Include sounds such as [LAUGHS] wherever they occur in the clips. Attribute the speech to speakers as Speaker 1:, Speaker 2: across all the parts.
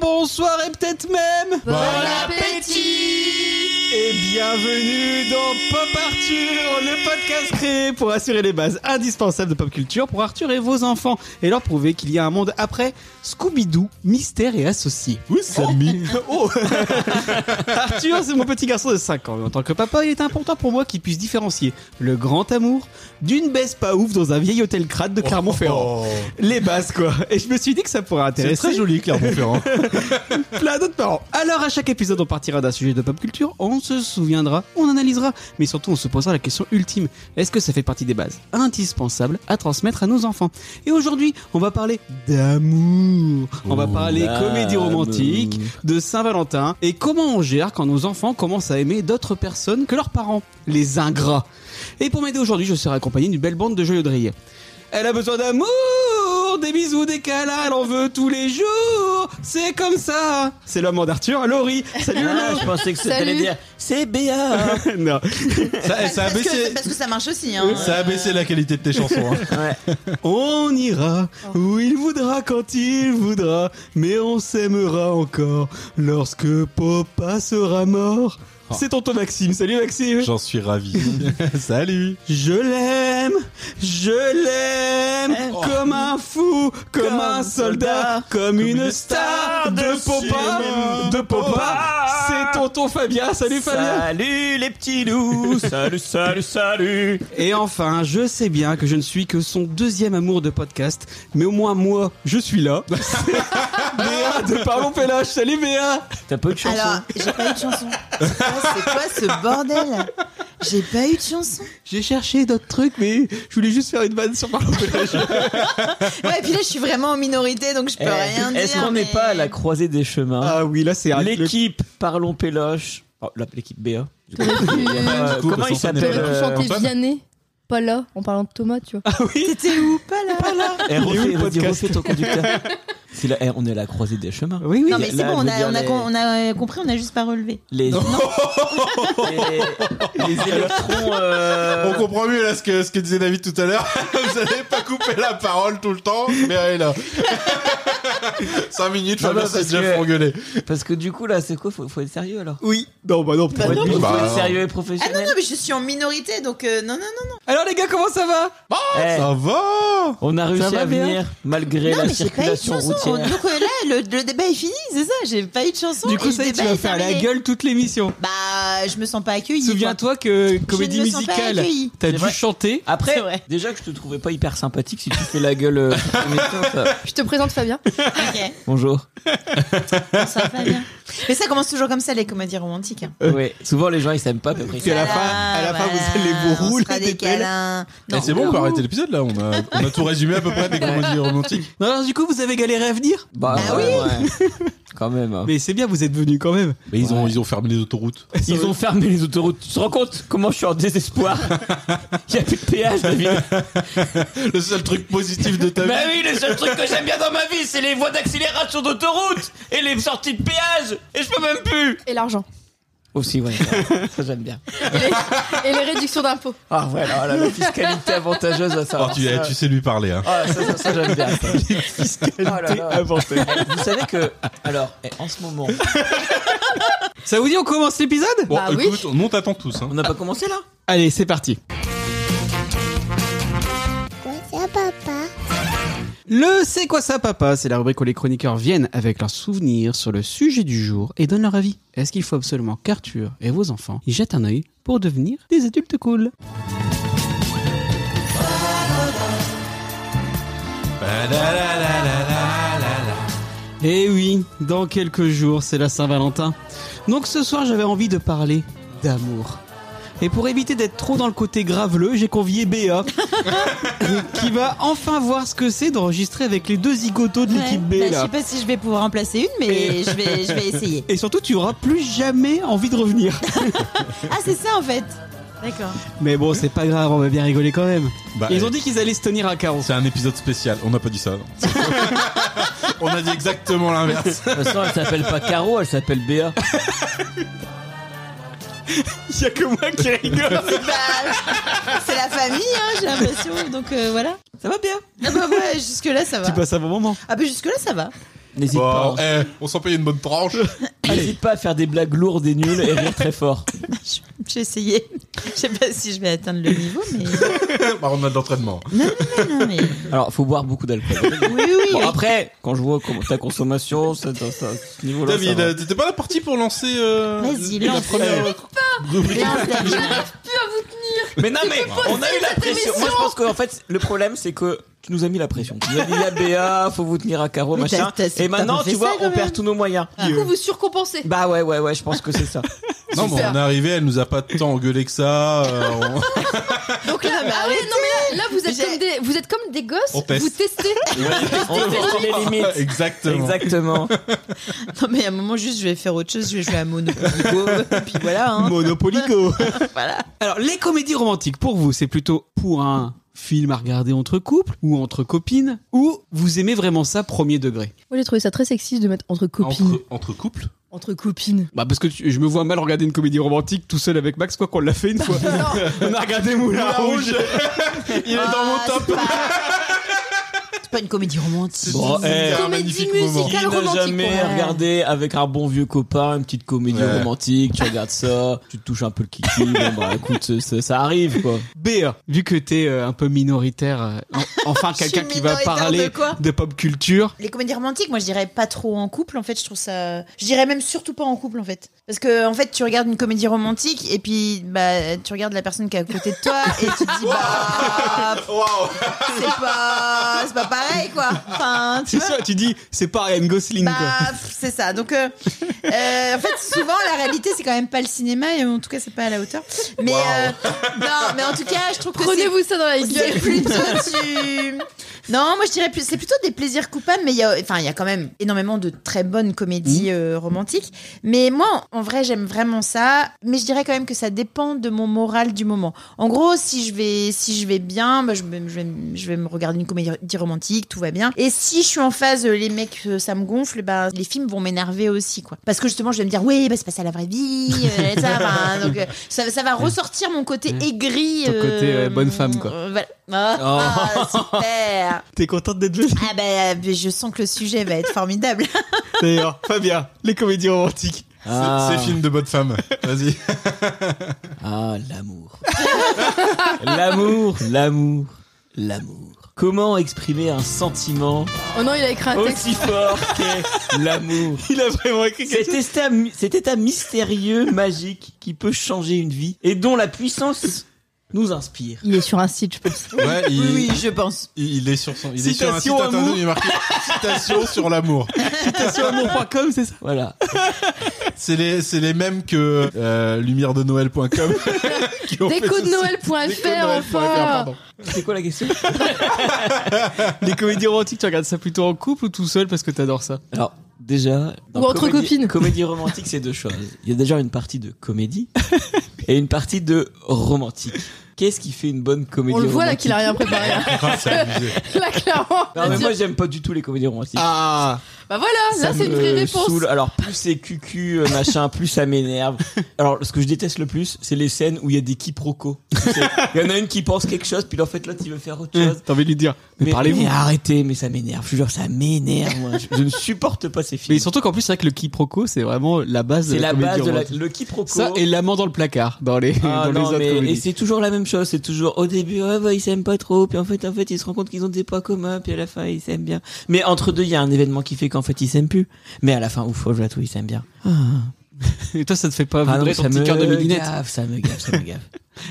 Speaker 1: bonsoir et peut-être même
Speaker 2: Bon appétit
Speaker 1: Et bienvenue dans Pop Arthur, le podcast créé pour assurer les bases indispensables de pop culture pour Arthur et vos enfants et leur prouver qu'il y a un monde après Scooby-Doo, mystère et associé.
Speaker 3: Oui, Samy.
Speaker 1: [LAUGHS] Oh Arthur, c'est mon petit garçon de 5 ans. Et en tant que papa, il est important pour moi qu'il puisse différencier le grand amour d'une baisse pas ouf dans un vieil hôtel crade
Speaker 3: Oh.
Speaker 1: de Clermont-Ferrand. Les bases, quoi. Et je me suis dit que ça pourrait
Speaker 3: C'est
Speaker 1: intéresser
Speaker 3: très joli, Clermont-Ferrand.
Speaker 1: [LAUGHS] plein d'autres parents. Alors, à chaque épisode, on partira d'un sujet de pop culture, on se souviendra, on analysera, mais surtout, on se posera la question ultime. Est-ce que ça fait partie des bases indispensables à transmettre à nos enfants Et aujourd'hui, on va parler d'amour. On va parler comédie romantique, de Saint-Valentin, et comment on gère quand nos enfants commencent à aimer d'autres personnes que leurs parents, les ingrats. Et pour m'aider aujourd'hui, je serai accompagné d'une belle bande de joyeux drillés. Elle a besoin d'amour, des bisous, des câlins, elle en veut tous les jours. C'est comme ça. C'est l'homme d'Arthur, Laurie. Salut
Speaker 4: Ah, je pensais que c'était
Speaker 2: Salut.
Speaker 4: dire c'est Béa.
Speaker 1: Lolo. non.
Speaker 3: [LAUGHS] Ça, ça a
Speaker 2: parce, que,
Speaker 3: baissé.
Speaker 2: parce que ça marche aussi. Hein.
Speaker 3: Ça a baissé la qualité de tes chansons. hein.
Speaker 1: On ira où il voudra quand il voudra, mais on s'aimera encore lorsque Papa sera mort. C'est tonton Maxime. Salut Maxime.
Speaker 3: J'en suis ravi. [LAUGHS] Salut.
Speaker 1: Je l'aime, je l'aime
Speaker 4: Oh.
Speaker 1: comme un fou, comme,
Speaker 4: Comme
Speaker 1: un soldat,
Speaker 4: soldat,
Speaker 1: comme une
Speaker 3: une
Speaker 1: star
Speaker 3: star
Speaker 1: de
Speaker 3: de
Speaker 1: popa,
Speaker 3: cinéma.
Speaker 1: de popa.
Speaker 4: Popa.
Speaker 1: C'est tonton Fabien, salut Fabien.
Speaker 4: Salut les petits loups. Salut, salut, salut.
Speaker 1: Et enfin, je sais bien que je ne suis que son deuxième amour de podcast, mais au moins moi, je suis là. C'est [LAUGHS] Béa de Parlons Péloche, salut Béa.
Speaker 4: T'as peu de chanson.
Speaker 2: Alors, j'ai pas eu de chanson. Ah, C'est quoi ce bordel J'ai pas eu de chanson.
Speaker 1: J'ai cherché d'autres trucs, mais je voulais juste faire une vanne sur Parlons Péloche.
Speaker 2: Ouais, et puis là, je suis vraiment en minorité, donc je peux
Speaker 4: Eh,
Speaker 2: rien dire.
Speaker 4: Est-ce qu'on n'est
Speaker 2: mais-
Speaker 4: pas à la croisée des chemins
Speaker 1: Ah oui, là c'est un-
Speaker 4: L'équipe Parlons Péloche. Oh, la- l'équipe Béa. Euh,
Speaker 3: Du coup,
Speaker 4: comment
Speaker 3: parce
Speaker 4: il
Speaker 3: qu'on s'en
Speaker 4: s'appelle
Speaker 3: est-
Speaker 5: J'aurais pu
Speaker 4: euh,
Speaker 5: chanter
Speaker 3: Antoine
Speaker 5: Vianney, pas là, en parlant de Thomas, tu vois.
Speaker 1: Ah oui,
Speaker 2: T'étais où Pas là.
Speaker 4: eh,
Speaker 1: Il est où,
Speaker 4: refais,
Speaker 1: le
Speaker 4: vas-y,
Speaker 1: podcast
Speaker 4: refais ton conducteur. C'est là, eh, on est à la croisée des chemins.
Speaker 1: oui, oui.
Speaker 2: Non, mais c'est
Speaker 4: Là,
Speaker 2: bon, on
Speaker 4: je veux
Speaker 2: a,
Speaker 4: dire,
Speaker 2: on, a,
Speaker 4: les-
Speaker 2: com- on a, euh, compris, on a juste pas relevé.
Speaker 4: Les, les, les électrons. euh,
Speaker 3: On comprend mieux là ce que, ce que disait David tout à l'heure. [LAUGHS] Vous n'avez pas coupé la parole tout le temps, mais elle est là. [LAUGHS] 5 minutes,
Speaker 4: Non,
Speaker 3: Fabien
Speaker 4: non,
Speaker 3: s'est
Speaker 4: parce
Speaker 3: déjà
Speaker 4: que-
Speaker 3: fourguelé.
Speaker 4: Parce que du coup, là, c'est quoi faut, faut être sérieux alors.
Speaker 1: Oui, non, bah non,
Speaker 4: Faut
Speaker 1: pour-
Speaker 4: être, faut
Speaker 3: bah,
Speaker 4: être
Speaker 3: non.
Speaker 4: sérieux et
Speaker 2: Ah non,
Speaker 4: professionnel.
Speaker 2: non, mais je suis en minorité, donc euh, non, non, non.
Speaker 1: Alors les gars, comment ça va
Speaker 4: Eh,
Speaker 3: Ça va
Speaker 4: on a réussi
Speaker 1: va
Speaker 4: à
Speaker 1: bien
Speaker 4: venir malgré
Speaker 2: non,
Speaker 4: la
Speaker 2: mais j'ai pas eu de
Speaker 4: circulation
Speaker 2: chanson.
Speaker 4: routière.
Speaker 2: Donc euh, là, le, le débat est fini, c'est ça. J'ai pas eu de chanson.
Speaker 1: Du
Speaker 2: et
Speaker 1: coup,
Speaker 2: le
Speaker 1: ça y est, tu
Speaker 2: débat
Speaker 1: vas
Speaker 2: est
Speaker 1: faire la
Speaker 2: terminé.
Speaker 1: gueule toute l'émission.
Speaker 2: Bah, je me sens pas accueillie.
Speaker 1: Souviens-toi que comédie
Speaker 2: ne me sens pas
Speaker 1: musicale,
Speaker 2: accueillie.
Speaker 1: t'as
Speaker 4: C'est
Speaker 1: dû
Speaker 4: vrai.
Speaker 1: chanter.
Speaker 2: C'est
Speaker 4: Après,
Speaker 2: vrai.
Speaker 4: déjà que je te trouvais pas hyper sympathique si tu fais la gueule. euh, sur ton émission, ça-
Speaker 5: [LAUGHS] Je te présente Fabien.
Speaker 2: quoi. Ok,
Speaker 4: Bonjour.
Speaker 2: on s'en va bien. [LAUGHS] Mais ça commence toujours comme ça, les comédies romantiques. hein.
Speaker 4: Ouais. Souvent les gens ils s'aiment pas, mais après, ils
Speaker 1: Puis à la
Speaker 2: Voilà,
Speaker 1: fin, à la fin, vous
Speaker 2: voilà,
Speaker 1: allez vous
Speaker 2: on se
Speaker 1: rouler
Speaker 2: fera
Speaker 1: des
Speaker 2: des
Speaker 1: pelles.
Speaker 2: câlins.
Speaker 3: Eh, C'est bon, on peut arrêter l'épisode là. On a, on a tout résumé à peu près des comédies romantiques.
Speaker 1: Non, alors du coup, vous avez galéré à venir
Speaker 4: Bah,
Speaker 2: Bah
Speaker 4: ouais, ouais. Quand même. hein.
Speaker 1: Mais c'est bien, vous êtes venus quand même.
Speaker 3: Mais ils ont,
Speaker 4: Ouais.
Speaker 3: ils ont fermé les [LAUGHS] autoroutes.
Speaker 4: Ils ont fermé les autoroutes. Tu te rends compte comment je suis en [LAUGHS] désespoir Il y a plus de péage, David.
Speaker 3: Le seul truc positif de ta
Speaker 4: Bah
Speaker 3: vie.
Speaker 4: oui, le seul truc que j'aime bien dans ma vie, c'est les voies d'accélération d'autoroute et les sorties de péage. Et je peux même plus.
Speaker 5: Et l'argent.
Speaker 4: Aussi, ouais. Ça, ça, j'aime bien.
Speaker 5: Et les, et les réductions d'impôts.
Speaker 4: Ah voilà, voilà, la fiscalité avantageuse à ça.
Speaker 3: Alors, tu, eh,
Speaker 4: ça,
Speaker 3: tu sais lui parler. Hein.
Speaker 4: Ah, ça, ça, ça, j'aime bien. ça.
Speaker 1: Fiscalité
Speaker 4: Oh là là.
Speaker 1: avancée.
Speaker 4: Vous savez que, alors, eh, en ce moment,
Speaker 1: Ça vous dit, on commence l'épisode
Speaker 3: Bon,
Speaker 5: Bah oui.
Speaker 3: écoute, on t'attend tous. Hein.
Speaker 4: on n'a pas commencé là
Speaker 1: Allez, c'est parti. Le C'est quoi ça papa C'est la rubrique où les chroniqueurs viennent avec leurs souvenirs sur le sujet du jour et donnent leur avis. Est-ce qu'il faut absolument qu'Arthur et vos enfants y jettent un œil pour devenir des adultes cool Eh oui, dans quelques jours, c'est la Saint-Valentin. Donc ce soir, j'avais envie de parler d'amour. Et pour éviter d'être trop dans le côté graveleux, j'ai convié Béa, [LAUGHS] qui va enfin voir ce que c'est d'enregistrer avec les deux zigotos de
Speaker 2: Ouais,
Speaker 1: l'équipe B.
Speaker 2: bah, je
Speaker 1: là.
Speaker 2: sais pas si je vais pouvoir en placer une, mais je vais, je vais essayer.
Speaker 1: Et surtout, tu auras plus jamais envie de
Speaker 2: [LAUGHS]
Speaker 1: revenir.
Speaker 2: Ah, c'est ça en fait. [LAUGHS] D'accord.
Speaker 1: Mais bon, c'est pas grave, on va bien rigoler quand même.
Speaker 3: Bah,
Speaker 1: Ils
Speaker 3: eh,
Speaker 1: ont dit qu'ils allaient se tenir à carreau.
Speaker 3: C'est un épisode spécial. On n'a pas dit ça. non. [LAUGHS] on a dit exactement l'inverse.
Speaker 4: De toute façon, elle s'appelle pas Caro, elle s'appelle Béa.
Speaker 1: [LAUGHS] Il y a que moi qui rigole.
Speaker 2: c'est la famille, hein, j'ai l'impression. Donc euh, voilà.
Speaker 4: Ça va bien
Speaker 2: Ah bah ouais, jusque là ça va.
Speaker 1: tu passes un bon moment.
Speaker 2: Ah bah jusque là ça va.
Speaker 4: N'hésite
Speaker 3: Bon,
Speaker 4: pas. hein.
Speaker 3: eh, on s'en paye une bonne tranche.
Speaker 4: [LAUGHS] N'hésite pas à faire des blagues lourdes et nulles et rire très fort.
Speaker 2: Je- J'ai essayé. Je sais pas si je vais atteindre le niveau, mais.
Speaker 3: bah, on a de l'entraînement.
Speaker 2: Non, non, non, non, mais.
Speaker 4: Alors, faut boire beaucoup d'alcool.
Speaker 2: Oui, oui.
Speaker 4: Bon, après, quand je vois com- ta consommation, ça, ça- ça- ce niveau-là. ça
Speaker 3: David,
Speaker 4: va.
Speaker 3: euh, t'étais pas là parti pour lancer euh,
Speaker 2: Vas-y,
Speaker 3: la
Speaker 2: lance.
Speaker 3: première rubrique
Speaker 2: Lance, David.
Speaker 4: Mais non, mais on a eu la pression. Moi, je pense qu'en fait, le problème, c'est que tu nous as mis la pression. Tu nous as dit, la BA, faut vous tenir à carreau,
Speaker 2: Mais
Speaker 4: machin.
Speaker 2: t'as- t'as-
Speaker 4: Et maintenant,
Speaker 2: t'as fait
Speaker 4: tu vois,
Speaker 2: ça, quand
Speaker 4: on
Speaker 2: même. Ah.
Speaker 4: perd tous nos moyens.
Speaker 5: Du coup, vous surcompensez.
Speaker 4: Bah ouais, ouais, ouais, je pense que c'est ça.
Speaker 3: Non, mais
Speaker 5: Super.
Speaker 3: on est arrivé, elle nous a pas tant engueulé que ça. euh, on-
Speaker 5: Donc là, ah
Speaker 2: bah,
Speaker 5: ouais, non, mais là, là, vous êtes
Speaker 2: J'ai-
Speaker 5: comme des, vous êtes comme des gosses.
Speaker 3: On teste.
Speaker 5: Vous testez.
Speaker 4: on teste les limites.
Speaker 3: [LAUGHS] Exactement.
Speaker 4: [LAUGHS] Exactement.
Speaker 2: Non, mais à un moment, juste, je vais faire autre chose. Je vais jouer à Monopoly Go. Et puis voilà. Hein.
Speaker 1: Monopoly Go.
Speaker 2: [LAUGHS] Voilà.
Speaker 1: Alors, les comédies romantiques, pour vous, c'est plutôt pour un film à regarder entre couples ou entre copines, ou vous aimez vraiment ça premier degré
Speaker 5: Moi, j'ai trouvé ça très sexy de mettre entre copines. Entre,
Speaker 3: Entre, entre couples
Speaker 5: copines.
Speaker 1: Bah, parce que tu- je me vois mal regarder une comédie romantique tout seul avec Max, quoi qu'on l'a fait une
Speaker 2: [LAUGHS]
Speaker 1: fois. On a regardé Moulin,
Speaker 3: Moulin
Speaker 1: Rouge.
Speaker 3: Rouge. Il est dans mon
Speaker 2: Ah,
Speaker 3: top.
Speaker 2: C'est pas... c'est pas une comédie romantique.
Speaker 4: Bon, eh,
Speaker 3: un
Speaker 5: comédie
Speaker 3: magnifique moment.
Speaker 4: Qui
Speaker 5: musicale
Speaker 4: n'a
Speaker 5: romantique.
Speaker 4: jamais
Speaker 5: ouais.
Speaker 4: regardé avec un bon vieux copain une petite comédie
Speaker 3: Ouais.
Speaker 4: romantique Tu regardes ça, tu te touches un peu le kiki. bon, bah écoute, ça, ça arrive quoi.
Speaker 1: Béa, vu que t'es euh, un peu minoritaire, euh, en-
Speaker 2: [LAUGHS]
Speaker 1: enfin
Speaker 2: Je suis
Speaker 1: quelqu'un qui va
Speaker 2: minoritaire
Speaker 1: parler
Speaker 2: de quoi
Speaker 1: de pop culture,
Speaker 2: Les comédies romantiques, moi je dirais pas trop en couple en fait, je trouve ça je dirais même surtout pas en couple en fait. Parce que en fait, tu regardes une comédie romantique et puis bah tu regardes la personne qui est à côté de toi et tu te dis bah
Speaker 3: Waouh
Speaker 2: c'est pas c'est pas pareil quoi. Enfin, tu
Speaker 1: c'est
Speaker 2: vois.
Speaker 1: ça, tu dis, c'est pas Ryan Gosling
Speaker 2: Bah,
Speaker 1: quoi.
Speaker 2: pff, c'est ça. Donc, euh, euh, en fait, souvent, la réalité, c'est quand même pas le cinéma, et en tout cas, c'est pas à la hauteur. Mais
Speaker 3: Waouh.
Speaker 2: euh, non, mais en tout cas, je trouve que c'est
Speaker 5: Prenez-vous ça dans la
Speaker 2: c'est
Speaker 5: gueule.
Speaker 2: plutôt du- Non, moi je dirais plus, c'est plutôt des plaisirs coupables, mais il y a, enfin, il y a quand même énormément de très bonnes comédies euh, romantiques. Mais moi, en vrai, j'aime vraiment ça, mais je dirais quand même que ça dépend de mon moral du moment. En gros, si je vais, si je vais bien, bah, je, vais, je, vais, je vais me regarder une comédie romantique, tout va bien. Et si je suis en phase, euh, les mecs, euh, ça me gonfle, bah, les films vont m'énerver aussi, quoi. Parce que justement, je vais me dire, oui, bah, c'est pas ça la vraie vie, euh, ça, bah,
Speaker 1: [LAUGHS]
Speaker 2: donc, euh, ça, ça va ressortir mon côté aigri.
Speaker 1: Ton côté, ouais, bonne femme, quoi. Oh.
Speaker 2: Euh, voilà. Ah, [LAUGHS] super
Speaker 1: T'es contente d'être venue
Speaker 2: Ah bah je sens que le sujet va être formidable.
Speaker 1: D'ailleurs, Fabien, les comédies romantiques.
Speaker 4: Ah.
Speaker 3: C'est film de bonne femme. Vas-y.
Speaker 4: Ah, l'amour. l'amour, l'amour, l'amour. Comment exprimer un sentiment
Speaker 5: Oh non, il a écrit un texte.
Speaker 4: aussi fort qu'est l'amour
Speaker 1: [LAUGHS] Il a vraiment écrit
Speaker 4: cet état, mi- cet état mystérieux, magique, qui peut changer une vie et dont la puissance nous inspire.
Speaker 5: Il est sur un site, je pense.
Speaker 3: Ouais, il,
Speaker 2: je pense.
Speaker 3: il est sur son. Il est sur un site
Speaker 1: Citation
Speaker 3: internet
Speaker 1: amour.
Speaker 3: où il est marqué [LAUGHS] citation sur l'amour.
Speaker 1: sur amour.com, c'est ça
Speaker 4: Voilà.
Speaker 3: C'est les, c'est les mêmes que euh, lumièredenoël.com. qui ont fait ce site.
Speaker 5: Décodenoël.fr, enfin.
Speaker 3: pardon.
Speaker 4: C'est quoi la question
Speaker 1: Les comédies romantiques, tu regardes ça plutôt en couple ou tout seul parce que t'adores ça
Speaker 4: Alors, déjà. dans
Speaker 5: Ou entre
Speaker 4: comédie-
Speaker 5: copines.
Speaker 4: Comédie romantique, c'est deux choses. Il y a déjà une partie de
Speaker 5: [LAUGHS]
Speaker 4: comédie et une partie de romantique. Qu'est-ce qui fait une bonne comédie
Speaker 5: On le voit là
Speaker 4: romantique
Speaker 5: qu'il a rien préparé. là.
Speaker 3: Ah, c'est abusé.
Speaker 5: [LAUGHS] Là, clairement.
Speaker 4: Non, mais moi, j'aime pas du tout les comédies romantiques.
Speaker 1: Ah
Speaker 5: Bah voilà,
Speaker 4: Ça
Speaker 5: là c'est une
Speaker 4: me
Speaker 5: vraie réponse.
Speaker 4: saoule. Alors plus c'est cucu euh, machin, plus ça m'énerve. Alors ce que je déteste le plus, c'est les scènes où il y a des quiproquos. Tu sais, Il y en a une qui pense quelque chose, puis en fait l'autre il veut faire autre chose.
Speaker 1: T'as envie de lui dire, Hum. mais, parlez-vous
Speaker 4: mais arrêtez, mais ça m'énerve. Je vous jure, ça m'énerve. moi. Je, je ne supporte pas ces films.
Speaker 1: Mais surtout qu'en plus, c'est vrai que le quiproquo, c'est vraiment la base de
Speaker 4: c'est
Speaker 1: la,
Speaker 4: la
Speaker 1: comédie
Speaker 4: base de la-
Speaker 1: romantique.
Speaker 4: le quiproquo.
Speaker 1: Ça et l'amant dans le placard, dans les,
Speaker 4: Ah,
Speaker 1: dans
Speaker 4: non,
Speaker 1: les autres
Speaker 4: mais- et
Speaker 1: comédies.
Speaker 4: c'est toujours la même chose, c'est toujours au début ouais, ouais, ils s'aiment pas trop, puis en fait en fait ils se rendent compte qu'ils ont des points communs, puis à la fin ils s'aiment bien. Mais entre deux il y a un événement qui fait qu'en fait ils s'aiment plus. Mais à la fin ouf, oh, je la trouve ils s'aiment bien. Ah.
Speaker 1: Et toi, ça te fait pas
Speaker 4: Ah non,
Speaker 1: vibrer
Speaker 4: ça
Speaker 1: ton petit
Speaker 4: me
Speaker 1: cœur de midinette
Speaker 4: gaffe, ça me gaffe, ça me
Speaker 1: [LAUGHS]
Speaker 4: gaffe.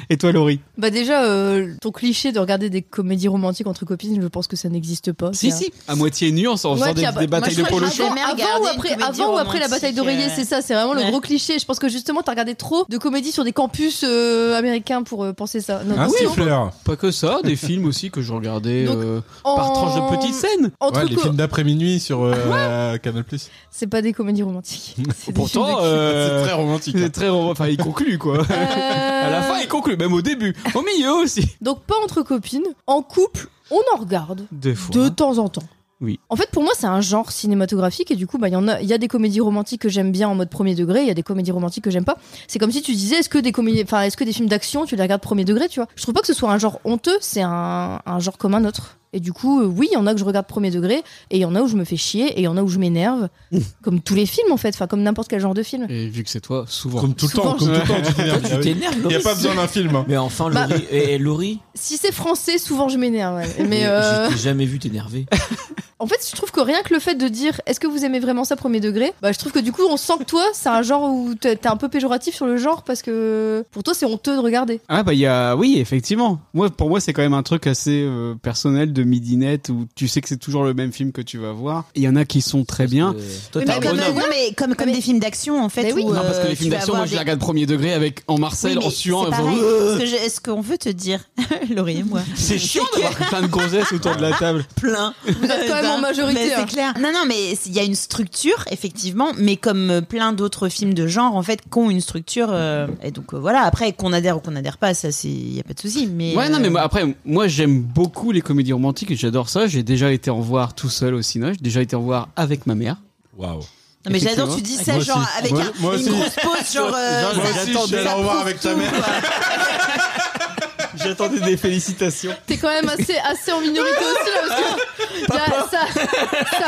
Speaker 1: Et toi, Laurie
Speaker 5: Bah déjà, euh, ton cliché de regarder des comédies romantiques entre copines, je pense que ça n'existe pas.
Speaker 1: Si,
Speaker 5: C'est-
Speaker 1: si, à moitié nuance en
Speaker 5: Moi
Speaker 1: faisant
Speaker 5: qui
Speaker 1: des,
Speaker 5: a-
Speaker 1: des batailles
Speaker 2: je
Speaker 1: de
Speaker 2: crois que
Speaker 1: polo
Speaker 2: j'ai
Speaker 1: chaud.
Speaker 2: jamais
Speaker 5: Avant
Speaker 2: regardé
Speaker 5: ou
Speaker 2: une
Speaker 5: après,
Speaker 2: comédie
Speaker 5: avant ou après la
Speaker 2: romantique,
Speaker 5: bataille d'oreiller,
Speaker 2: euh,
Speaker 5: c'est ça, c'est vraiment le
Speaker 2: ouais.
Speaker 5: gros cliché. Je pense que justement, t'as regardé trop de comédies sur des campus euh, américains pour euh, penser ça. Non,
Speaker 1: Ah
Speaker 3: Un
Speaker 5: non, non.
Speaker 3: siffleur.
Speaker 1: Pas que ça, des films aussi que je regardais
Speaker 5: Donc,
Speaker 1: euh,
Speaker 5: En-
Speaker 1: par tranche de petites scènes.
Speaker 5: Entre
Speaker 3: Ouais, les
Speaker 5: co-
Speaker 3: films d'après-minuit sur euh, Canal+.
Speaker 5: C'est pas des comédies romantiques.
Speaker 1: [LAUGHS]
Speaker 5: C'est des films de
Speaker 1: Pourtant,
Speaker 5: cul.
Speaker 1: euh,
Speaker 3: C'est très romantique.
Speaker 1: c'est très rom- enfin, il conclut quoi.
Speaker 5: Euh,
Speaker 1: [LAUGHS] À la fin, il conclut, même au début, au milieu aussi.
Speaker 5: Donc pas entre copines, en couple, on en regarde.
Speaker 1: Deux fois.
Speaker 5: De temps en temps.
Speaker 1: Oui.
Speaker 5: En fait, pour moi, c'est un genre cinématographique et du coup, bah, il y en a, il y a des comédies romantiques que j'aime bien en mode premier degré, il y a des comédies romantiques que j'aime pas. C'est comme si tu disais, est-ce que des comédies, enfin, est-ce que des films d'action, tu les regardes premier degré, tu vois Je trouve pas que ce soit un genre honteux, c'est un, un genre comme un autre. Et du coup, euh, oui, il y en a que je regarde premier degré, et il y en a où je me fais chier, et il y en a où je m'énerve, comme tous les films en fait, enfin comme n'importe quel genre de film.
Speaker 1: Et vu que c'est toi, souvent.
Speaker 3: Comme tout le
Speaker 5: Souvent,
Speaker 3: temps, comme tout le temps.
Speaker 1: Ah,
Speaker 4: [LAUGHS]
Speaker 3: Ah
Speaker 4: Toi,
Speaker 1: bah
Speaker 4: tu t'énerves,
Speaker 3: Il n'y a
Speaker 4: Laurie.
Speaker 3: pas besoin d'un film. hein.
Speaker 4: Mais enfin,
Speaker 5: Bah-
Speaker 4: Laurie. Et, et Laurie
Speaker 5: Si c'est français, souvent je m'énerve. ouais. Mais
Speaker 4: j'ai-
Speaker 5: euh,
Speaker 4: Je t'ai jamais vu t'énerver.
Speaker 5: en fait, je trouve que rien que le fait de dire est-ce que vous aimez vraiment ça premier degré, bah je trouve que du coup on sent que toi c'est un genre où t'es t'es un peu péjoratif sur le genre parce que pour toi c'est honteux de regarder.
Speaker 1: Ah bah il y a oui effectivement. Moi pour moi c'est quand même un truc assez euh, personnel de midinette où tu sais que c'est toujours le même film que tu vas voir. Il y en a qui sont très [LAUGHS] bien.
Speaker 4: Euh, Toi, t'as
Speaker 2: Oui, mais
Speaker 4: un
Speaker 2: comme,
Speaker 4: bonhomme.
Speaker 2: non, mais comme, comme
Speaker 5: Mais-
Speaker 2: des films d'action, en fait.
Speaker 5: Mais oui.
Speaker 2: où,
Speaker 5: Non,
Speaker 1: parce que
Speaker 2: euh,
Speaker 1: les
Speaker 2: tu
Speaker 1: films
Speaker 2: vas
Speaker 1: d'action,
Speaker 2: avoir
Speaker 1: moi je
Speaker 2: des-
Speaker 1: les regarde premier degré avec en
Speaker 2: Oui,
Speaker 1: Marcel,
Speaker 2: mais
Speaker 1: en euh. suant.
Speaker 2: c'est
Speaker 1: et
Speaker 2: pareil.
Speaker 1: voilà.
Speaker 2: Ce que je- ce qu'on veut te dire, [LAUGHS] Laurie et moi.
Speaker 1: C'est chiant d'avoir plein de gonzesses autour de la
Speaker 4: [LAUGHS]
Speaker 1: table.
Speaker 4: plein.
Speaker 2: Vous
Speaker 5: êtes quand même en majorité, hein.
Speaker 2: C'est clair. Non, non, mais il y a une structure, effectivement, mais comme euh, plein d'autres films de genre, en fait, qu'ont une structure. euh, et donc, euh, voilà, après, qu'on adhère ou qu'on adhère pas, ça, c'est. Il n'y a pas de souci. Mais,
Speaker 1: Ouais, non,
Speaker 2: euh,
Speaker 1: mais moi, après, moi j'aime beaucoup les comédies romantiques et j'adore ça. J'ai déjà été en voir tout seul au cinéma, j'ai déjà été en voir avec ma mère.
Speaker 3: Waouh.
Speaker 2: euh, Non, mais j'adore,
Speaker 1: Effectivement.
Speaker 2: tu dis ça,
Speaker 3: Moi
Speaker 2: genre,
Speaker 3: aussi.
Speaker 2: avec
Speaker 3: Moi-
Speaker 2: un-
Speaker 3: moi
Speaker 2: une
Speaker 3: aussi.
Speaker 2: grosse pause, genre. euh,
Speaker 3: Moi
Speaker 2: ça-
Speaker 3: aussi, je vais
Speaker 2: ça
Speaker 3: aller en voir
Speaker 2: prouve
Speaker 3: avec ta
Speaker 2: tout,
Speaker 3: mère.
Speaker 2: quoi.
Speaker 1: J'attendais des félicitations.
Speaker 5: T'es quand même assez, assez en minorité aussi là
Speaker 2: [LAUGHS]
Speaker 5: parce que y a sa-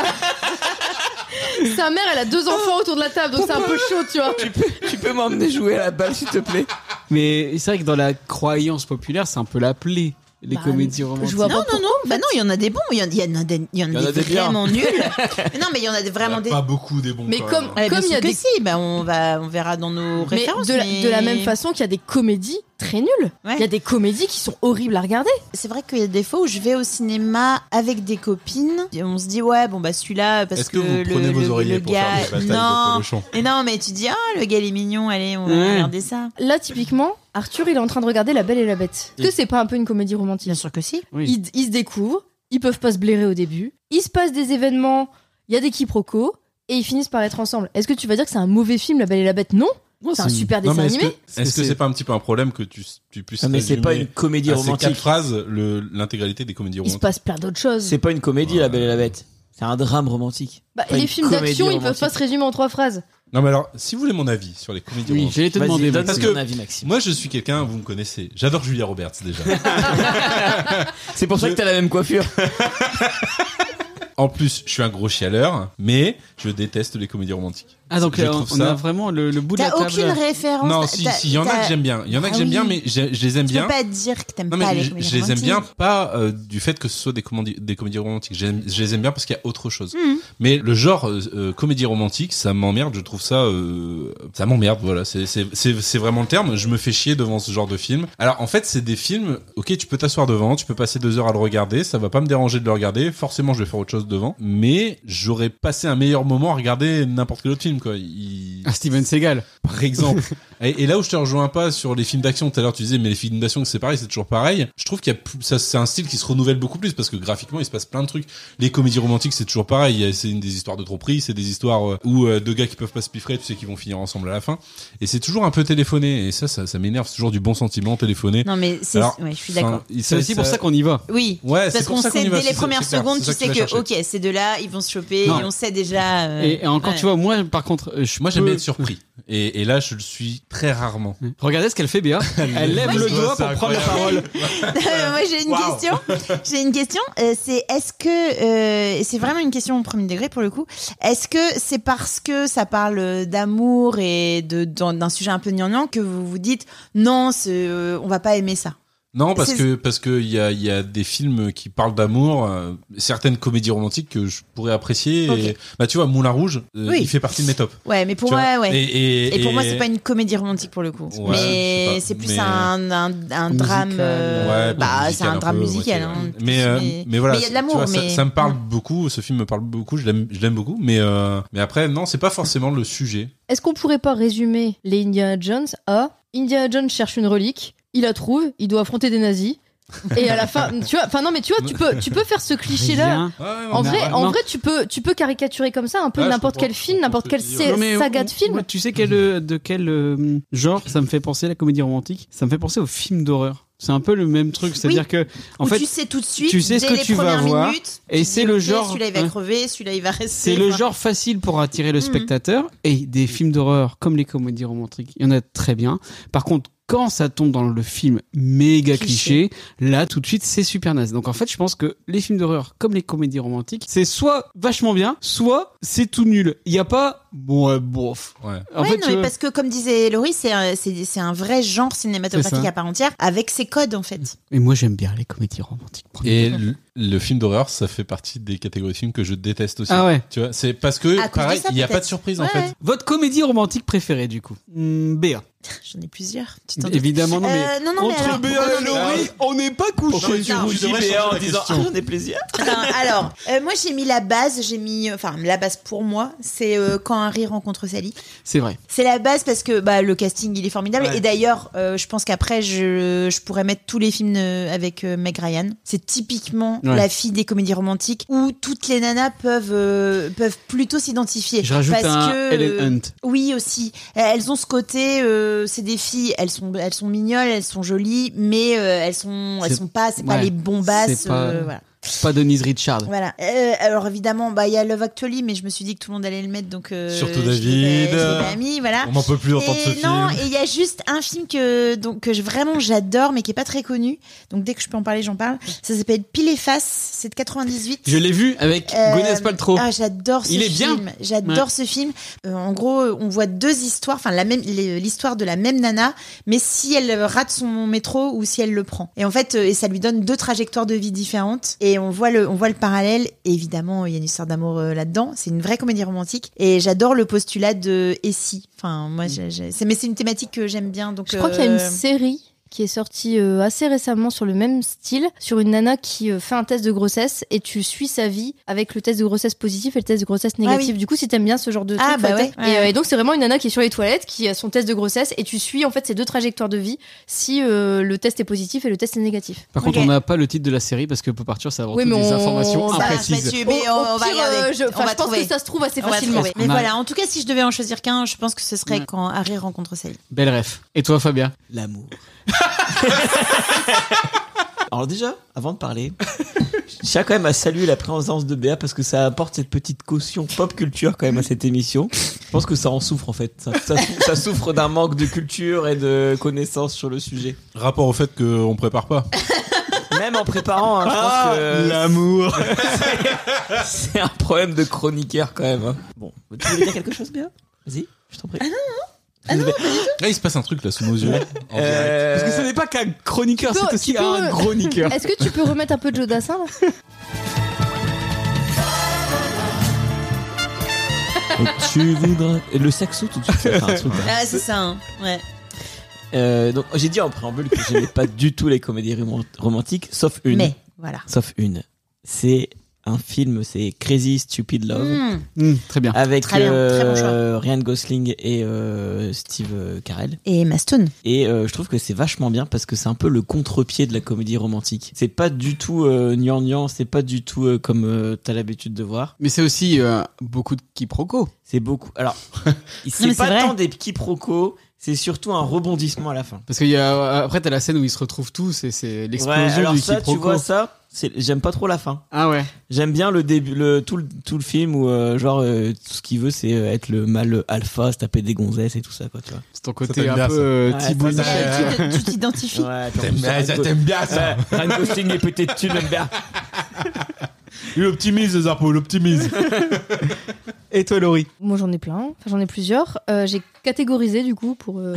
Speaker 5: sa- sa mère elle a deux enfants autour de la table donc c'est un peu chaud tu vois.
Speaker 4: Tu peux, tu peux m'emmener jouer à la balle, s'il te plaît.
Speaker 1: Mais c'est vrai que dans la croyance populaire, c'est un peu la plaie, les
Speaker 5: Bah,
Speaker 1: comédies
Speaker 5: Je
Speaker 1: romantiques.
Speaker 5: vois
Speaker 2: Non,
Speaker 5: pas
Speaker 2: non, non, bah non, il y en a des bons, il y en, il y en a des, il y en a des
Speaker 4: bien.
Speaker 2: vraiment nuls. Mais non, mais il y en a des-
Speaker 3: Il y
Speaker 2: vraiment
Speaker 3: a
Speaker 2: des.
Speaker 3: Bah, Pas beaucoup des bons.
Speaker 5: Mais
Speaker 3: quand
Speaker 5: comme-
Speaker 3: même.
Speaker 2: Ah, bien
Speaker 5: il y
Speaker 2: sûr
Speaker 5: a
Speaker 2: que
Speaker 5: des-
Speaker 2: si, bah, on, va, on verra dans nos
Speaker 5: Mais
Speaker 2: références.
Speaker 5: de, la,
Speaker 2: mais-
Speaker 5: de la même façon qu'il y a des comédies très nulles, il
Speaker 2: Ouais.
Speaker 5: y a des comédies qui sont horribles à regarder.
Speaker 2: C'est vrai qu'il y a des fois où je vais au cinéma avec des copines et on se dit ouais bon bah celui-là parce
Speaker 3: Est-ce que vous
Speaker 2: le,
Speaker 3: prenez
Speaker 2: le-
Speaker 3: vos oreillers
Speaker 2: le
Speaker 3: pour
Speaker 2: gars
Speaker 3: faire des batailles de
Speaker 2: non
Speaker 3: cochons
Speaker 2: mais non mais tu dis ah le gars il est mignon allez on va
Speaker 1: Ouais.
Speaker 2: regarder ça
Speaker 5: Là, typiquement, Arthur, il est en train de regarder La Belle et la Bête. Est-ce que c'est pas un peu une comédie romantique
Speaker 2: bien sûr que si
Speaker 1: Oui.
Speaker 5: ils, ils se découvrent, ils peuvent pas se blairer au début, il se passe des événements, il y a des quiproquos, et ils finissent par être ensemble. Est-ce que tu vas dire que c'est un mauvais film, La Belle et la Bête Non,
Speaker 1: Non,
Speaker 5: c'est un super
Speaker 3: Non,
Speaker 5: dessin
Speaker 3: mais est-ce
Speaker 5: animé.
Speaker 3: que est-ce que c'est pas un petit peu un problème que tu, tu puisses.
Speaker 4: mais c'est pas une
Speaker 3: résumer
Speaker 1: Ah,
Speaker 4: comédie
Speaker 3: à ces quatre
Speaker 4: romantique.
Speaker 3: phrases le- l'intégralité des comédies
Speaker 5: Il se
Speaker 3: romantiques
Speaker 5: passe plein d'autres choses.
Speaker 4: C'est pas une comédie, La Belle et la Bête. C'est un drame romantique.
Speaker 5: Bah,
Speaker 4: pas une
Speaker 5: les films d'action,
Speaker 4: comédie
Speaker 5: ils peuvent pas
Speaker 4: romantique.
Speaker 5: se résumer en trois phrases.
Speaker 3: Non, mais alors, si vous voulez mon avis sur les comédies
Speaker 1: Oui,
Speaker 3: romantiques.
Speaker 1: j'allais te
Speaker 4: Vas-y,
Speaker 1: demander. Maxime.
Speaker 4: donne parce
Speaker 3: que-
Speaker 4: que... ton avis, Maxime.
Speaker 3: Moi, je suis quelqu'un, vous me connaissez. J'adore Julia Roberts déjà.
Speaker 4: C'est pour ça
Speaker 3: je-
Speaker 4: que t'as la même coiffure.
Speaker 3: en plus, je suis un gros chialeur, mais je déteste les comédies romantiques.
Speaker 1: Ah, donc
Speaker 3: Je
Speaker 1: euh, on,
Speaker 3: trouve ça-
Speaker 1: a vraiment le, le bout de la
Speaker 2: t'as
Speaker 1: table.
Speaker 2: aucune référence
Speaker 3: Non, si,
Speaker 2: T'as-
Speaker 3: si, il y en a
Speaker 2: t'as-
Speaker 3: que j'aime bien. Il y en a que
Speaker 2: Ah
Speaker 3: j'aime bien, mais
Speaker 2: oui.
Speaker 3: je, je les aime
Speaker 2: tu
Speaker 3: bien.
Speaker 2: peux pas dire que t'aimes
Speaker 3: Non,
Speaker 2: pas
Speaker 3: mais
Speaker 2: les
Speaker 3: je,
Speaker 2: comédies
Speaker 3: je les aime bien,
Speaker 2: romantiques.
Speaker 3: pas euh, du fait que ce soit des comédies, des comédies romantiques. J'aime- Je les aime bien parce qu'il y a autre chose.
Speaker 2: Hmm.
Speaker 3: Mais le genre euh, euh, comédie romantique, ça m'emmerde. Je trouve ça, euh, ça m'emmerde. Voilà, c'est c'est- c'est- c'est vraiment le terme. Je me fais chier devant ce genre de film. Alors en fait, c'est des films. Ok, tu peux t'asseoir devant, tu peux passer deux heures à le regarder. Ça va pas me déranger de le regarder. Forcément, je vais faire autre chose devant. Mais j'aurais passé un meilleur moment à regarder n'importe quel autre film. Quoi. Il-
Speaker 1: Ah, Steven Seagal.
Speaker 3: par
Speaker 1: [LAUGHS]
Speaker 3: exemple. et, et là où je te rejoins pas sur les films d'action, tout à l'heure tu disais, mais les films d'action c'est pareil, c'est toujours pareil. Je trouve qu'il y a plus- ça, c'est un style qui se renouvelle beaucoup plus parce que graphiquement il se passe plein de trucs. Les comédies romantiques c'est toujours pareil. Il y a- C'est une des histoires de trop pris, c'est des histoires euh, où euh, deux gars qui peuvent pas se piffrer, tu sais qu'ils vont finir ensemble à la fin. Et c'est toujours un peu téléphoné. Et ça, ça, ça m'énerve. C'est toujours du bon sentiment téléphoné.
Speaker 2: non mais c'est
Speaker 3: Alors,
Speaker 2: ouais, je suis d'accord
Speaker 3: enfin, il- euh,
Speaker 1: C'est aussi pour ça qu'on y va.
Speaker 2: oui
Speaker 3: Ouais, c'est
Speaker 2: parce
Speaker 3: pour
Speaker 2: qu'on
Speaker 3: ça qu'on
Speaker 2: sait
Speaker 3: y va,
Speaker 2: dès les
Speaker 3: c'est-
Speaker 2: premières
Speaker 3: c'est clair,
Speaker 2: secondes
Speaker 3: c'est ça
Speaker 2: tu
Speaker 3: que
Speaker 2: sais
Speaker 3: tu vas
Speaker 2: que
Speaker 3: chercher.
Speaker 2: ok ces deux là ils vont se choper
Speaker 1: Non.
Speaker 2: et on sait déjà euh,
Speaker 1: Et, et encore,
Speaker 2: ouais.
Speaker 1: tu vois, moi, par contre, euh, je
Speaker 3: Moi j'aime
Speaker 1: peux-
Speaker 3: bien être surpris. Et, et là je le suis très rarement.
Speaker 1: [LAUGHS] Regardez ce qu'elle fait,
Speaker 3: [LAUGHS]
Speaker 1: Béa. Elle lève le
Speaker 3: C'est
Speaker 1: doigt pour prendre la parole.
Speaker 3: incroyable.
Speaker 2: Moi j'ai une
Speaker 3: Waouh.
Speaker 2: question. J'ai une question. euh, c'est est-ce que euh, et c'est vraiment une question au premier degré pour le coup. Est-ce que c'est parce que ça parle euh, d'amour et de d'un d'un sujet un peu gnangnan que vous vous dites non, c'est, euh, on va pas aimer ça.
Speaker 3: Non, parce
Speaker 2: C'est-
Speaker 3: que parce que il y a il y a des films qui parlent d'amour, euh, certaines comédies romantiques que je pourrais apprécier.
Speaker 2: Ok.
Speaker 3: Et, bah tu vois, Moulin Rouge, euh,
Speaker 2: Oui.
Speaker 3: il fait partie de mes tops.
Speaker 2: Ouais, mais pour
Speaker 3: tu
Speaker 2: moi,
Speaker 3: vois.
Speaker 2: ouais.
Speaker 3: Et,
Speaker 2: Et,
Speaker 3: et-
Speaker 2: pour moi,
Speaker 3: et-
Speaker 2: c'est pas une comédie romantique pour le coup.
Speaker 3: Ouais, je sais
Speaker 2: mais
Speaker 3: pas,
Speaker 2: c'est plus
Speaker 3: mais-
Speaker 2: un, un, un
Speaker 1: Musical.
Speaker 2: drame. euh,
Speaker 3: Ouais,
Speaker 2: bah,
Speaker 3: musical
Speaker 2: c'est un
Speaker 3: peu,
Speaker 2: drame
Speaker 3: ouais,
Speaker 2: musical.
Speaker 3: c'est vrai.
Speaker 2: hein,
Speaker 3: mais, euh, mais voilà,
Speaker 2: il y a de
Speaker 3: tu
Speaker 2: l'amour.
Speaker 3: vois, ça-
Speaker 2: mais... Mm.
Speaker 3: ça, me parle beaucoup. Ce film me parle beaucoup. Je l'aime, je l'aime beaucoup. Mais euh, mais après, non, c'est pas forcément le sujet.
Speaker 5: Est-ce qu'on pourrait pas résumer les Indiana Jones à Indiana Jones cherche une relique, il la trouve, il doit affronter des nazis, et à la fin, tu vois, enfin non mais tu vois, tu peux, tu peux faire ce cliché là.
Speaker 1: Rien.
Speaker 5: En
Speaker 1: Non,
Speaker 5: vrai,
Speaker 1: non.
Speaker 5: en vrai, tu peux, tu peux caricaturer comme ça un peu
Speaker 3: Ouais, je
Speaker 5: n'importe
Speaker 3: comprends,
Speaker 5: quel
Speaker 3: je
Speaker 5: film,
Speaker 3: comprends
Speaker 5: n'importe
Speaker 3: ce que
Speaker 5: quelle
Speaker 3: tu dis,
Speaker 5: sa-
Speaker 1: Non, mais
Speaker 5: saga
Speaker 1: on-
Speaker 5: de film.
Speaker 1: moi, tu sais quel, euh, de quel euh, genre ça me fait penser la comédie romantique Ça me fait penser aux films d'horreur. C'est un peu le même truc, c'est-à-dire que en
Speaker 2: Où
Speaker 1: fait
Speaker 2: tu sais tout de suite,
Speaker 1: tu sais ce
Speaker 2: dès
Speaker 1: que
Speaker 2: les
Speaker 1: tu vas
Speaker 2: premières
Speaker 1: voir,
Speaker 2: minutes,
Speaker 1: et
Speaker 2: tu
Speaker 1: c'est
Speaker 2: dis,
Speaker 1: le
Speaker 2: ok,
Speaker 1: genre-
Speaker 2: Celui-là, il va
Speaker 1: hein.
Speaker 2: crever, celui-là, il va rester.
Speaker 1: c'est le
Speaker 2: Enfin,
Speaker 1: genre facile pour
Speaker 2: Hmm.
Speaker 1: attirer le spectateur et des films d'horreur comme les comédies romantiques, il y en a très bien. Par contre, Quand ça tombe dans le film méga
Speaker 2: Cliché.
Speaker 1: cliché, là tout de suite c'est super naze. Donc en fait, je pense que les films d'horreur comme les comédies romantiques, c'est soit vachement bien, soit c'est tout nul. Il y a pas bon bof.
Speaker 3: Ouais.
Speaker 1: En
Speaker 2: ouais,
Speaker 1: fait,
Speaker 2: non,
Speaker 1: tu
Speaker 2: mais
Speaker 1: vois,
Speaker 2: parce que comme disait Laurie, c'est un, c'est- c'est un vrai genre
Speaker 1: C'est
Speaker 2: cinématographique
Speaker 1: ça.
Speaker 2: à part entière, avec ses codes en fait. [LAUGHS]
Speaker 1: mais moi j'aime bien les comédies romantiques.
Speaker 3: Et le, le film d'horreur, ça fait partie des catégories de films que je déteste aussi.
Speaker 1: Ah ouais.
Speaker 3: Tu vois, c'est parce que,
Speaker 2: À cause de
Speaker 3: pareil,
Speaker 2: ça,
Speaker 3: il n'y a
Speaker 2: peut-être.
Speaker 3: pas de surprise en
Speaker 2: Ouais,
Speaker 3: fait.
Speaker 2: ouais.
Speaker 1: Votre comédie romantique préférée du coup Hmm, Béa.
Speaker 2: J'en ai plusieurs. Tu t'en doutes.
Speaker 1: Évidemment non mais
Speaker 2: Euh, non, non, mais
Speaker 1: entre
Speaker 2: alors-
Speaker 1: Béa et
Speaker 2: non, non,
Speaker 1: Laurie, on n'est pas couchés.
Speaker 2: tu Non. rougis,
Speaker 3: Béa, en disant, ah,
Speaker 4: j'en ai plaisir
Speaker 2: Attends, alors, euh, moi j'ai mis la base, j'ai mis, enfin la base pour moi, c'est euh, quand un rire rencontre Sally.
Speaker 1: C'est vrai.
Speaker 2: C'est la base parce que bah, le casting il est formidable
Speaker 1: Ouais.
Speaker 2: et d'ailleurs euh, je pense qu'après je, je pourrais mettre tous les films euh, avec euh, Meg Ryan. C'est typiquement
Speaker 1: Ouais.
Speaker 2: la fille des comédies romantiques où toutes les nanas peuvent euh, peuvent plutôt s'identifier.
Speaker 1: Je rajoute
Speaker 2: parce
Speaker 1: un
Speaker 2: que, euh,
Speaker 1: Ellen Hunt.
Speaker 2: Oui aussi, elles ont ce côté, euh, c'est des filles, elles sont elles sont mignonnes, elles sont jolies, mais euh, elles sont elles
Speaker 1: C'est-
Speaker 2: sont pas c'est pas
Speaker 1: ouais.
Speaker 2: les bombasses.
Speaker 1: C'est pas-
Speaker 2: euh, voilà.
Speaker 1: Pas Denise Richard.
Speaker 2: Voilà. Euh, alors évidemment, bah il y a Love Actually, mais je me suis dit que tout le monde allait le mettre, donc euh,
Speaker 3: Surtout
Speaker 2: je l'ai-
Speaker 3: David.
Speaker 2: je l'ai pas mis, voilà.
Speaker 3: On n'en peut plus entendre ce
Speaker 2: Et non,
Speaker 3: film.
Speaker 2: et il y a juste un film que donc que je, vraiment j'adore, mais qui est pas très connu. Donc dès que je peux en parler, j'en parle. Ça s'appelle Pile et face. C'est de 98.
Speaker 1: Je l'ai vu avec
Speaker 2: Euh,
Speaker 1: Gwyneth Paltrow.
Speaker 2: Ah, j'adore ce
Speaker 1: Oh. Il est bien.
Speaker 2: film. J'adore ce film. Euh, en gros, on voit deux histoires, enfin la même les- euh, l'histoire de la même nana, mais si elle euh, rate son métro ou si elle le prend. Et en fait, euh, et ça lui donne deux trajectoires de vie différentes. Et on voit le on voit le parallèle. Et évidemment, il y a une histoire d'amour euh, là-dedans. C'est une vraie comédie romantique. Et j'adore le postulat de et si. Enfin,
Speaker 1: Mm.
Speaker 2: moi, j'ai- j'ai- c'est mais c'est une thématique que j'aime bien. Donc
Speaker 5: Je crois qu'il y a une
Speaker 2: euh,
Speaker 5: série qui est sortie euh, assez récemment sur le même style, sur une nana qui euh, fait un test de grossesse et tu suis sa vie avec le test de grossesse positif et le test de grossesse négatif.
Speaker 2: Ah oui.
Speaker 5: Du coup, si t'aimes bien ce genre de
Speaker 2: Ah,
Speaker 5: truc,
Speaker 2: bah
Speaker 5: faut
Speaker 2: ouais,
Speaker 5: être- et,
Speaker 2: ouais.
Speaker 5: euh, et donc c'est vraiment une nana qui est sur les toilettes, qui a son test de grossesse et tu suis en fait ces deux trajectoires de vie si euh, le test est positif et le test est négatif.
Speaker 1: Par contre,
Speaker 2: Ok.
Speaker 1: on n'a pas le titre de la série parce que peut partir, ça avant
Speaker 5: Oui,
Speaker 1: tout
Speaker 5: mais
Speaker 1: des
Speaker 5: on-
Speaker 1: informations
Speaker 5: ça
Speaker 2: ça,
Speaker 1: imprécises.
Speaker 2: Mathieu, mais on,
Speaker 5: Au- au
Speaker 2: Eh ben, on va
Speaker 5: pire, euh,
Speaker 2: regarder.
Speaker 5: je, enfin,
Speaker 2: on va
Speaker 5: je pense
Speaker 2: trouver.
Speaker 5: que ça se trouve assez
Speaker 2: On va
Speaker 5: facilement.
Speaker 2: trouver. Mais
Speaker 1: On a-
Speaker 2: voilà, en tout cas, si je devais en choisir qu'un, je pense que ce serait quand Harry rencontre Sally.
Speaker 1: Belle ref. Et toi, Fabien
Speaker 4: [LAUGHS] L'amour. Alors déjà, avant de [LAUGHS] parler, je tiens quand même à saluer la présence de Béa parce que ça apporte cette petite caution pop culture quand même à cette émission. Je pense que ça en souffre en fait. Ça, ça sou- ça souffre d'un manque de culture et de connaissances sur le sujet.
Speaker 3: Rapport au fait qu'on prépare pas.
Speaker 4: Même en préparant, hein, je pense que
Speaker 1: L'amour
Speaker 4: [LAUGHS] c'est un problème de chroniqueur quand même. hein. Bon, tu voulais dire quelque chose, Béa Vas-y, je t'en prie.
Speaker 3: Là, Ah, il se passe un truc là sous nos yeux. en direct.
Speaker 4: Euh,
Speaker 1: Parce que ce n'est pas qu'un chroniqueur,
Speaker 5: tu
Speaker 1: c'est
Speaker 5: peux-
Speaker 1: aussi
Speaker 5: tu peux-
Speaker 1: un
Speaker 2: [LAUGHS]
Speaker 1: chroniqueur.
Speaker 5: Est-ce que tu peux remettre un peu de Jodassin là
Speaker 4: tu voudras... Le saxo tout de suite, ça fait un truc. hein.
Speaker 2: [LAUGHS] Ah, c'est ça, hein. ouais.
Speaker 4: Euh, donc j'ai dit en préambule que j'aimais pas du tout les comédies romant- romantiques, sauf une.
Speaker 2: Mais voilà.
Speaker 4: Sauf une. C'est un film, c'est Crazy Stupid Love
Speaker 2: Hmm.
Speaker 1: Hum, très bien.
Speaker 4: avec
Speaker 2: Très bien, très bon choix.
Speaker 4: euh, Ryan Gosling et euh, Steve euh, Carell.
Speaker 2: Et Mastoun.
Speaker 4: Et euh, je trouve que c'est vachement bien parce que c'est un peu le contre-pied de la comédie romantique. C'est pas du tout euh, gnangnan, c'est pas du tout euh, comme euh, t'as l'habitude de voir.
Speaker 1: Mais c'est aussi euh, beaucoup de quiproquos.
Speaker 4: C'est beaucoup. Alors,
Speaker 2: mais
Speaker 4: c'est
Speaker 2: c'est
Speaker 4: pas
Speaker 2: vrai.
Speaker 4: tant des quiproquos, c'est surtout un rebondissement à la fin.
Speaker 1: Parce qu'il y a euh, après t'as la scène où ils se retrouvent tous et c'est l'explosion
Speaker 4: ouais, alors
Speaker 1: du
Speaker 4: ça, tu
Speaker 1: quiproquo.
Speaker 4: vois ça, c'est- j'aime pas trop la fin.
Speaker 1: ah ouais.
Speaker 4: J'aime bien le début, le tout le tout le film où euh, genre euh, tout ce qu'il veut c'est euh, être le mâle alpha, se taper des gonzesses et tout ça quoi, tu vois.
Speaker 1: C'est ton
Speaker 3: Ça
Speaker 1: côté
Speaker 3: t'aime bien,
Speaker 1: un peu euh,
Speaker 4: Ouais,
Speaker 1: Thibaut
Speaker 4: ça,
Speaker 1: Nichel.
Speaker 4: ça-
Speaker 2: Tu tu t'identifies.
Speaker 4: Ouais,
Speaker 3: T'aimes bien, ça, t'aimes bien ça.
Speaker 4: Ryan Gosling et peut-être tu l'aimes bien.
Speaker 3: Il optimise, les arpos, il optimise.
Speaker 1: Et toi, Laurie
Speaker 5: Moi j'en ai plein, enfin j'en ai plusieurs. Euh, j'ai catégorisé du coup pour. euh,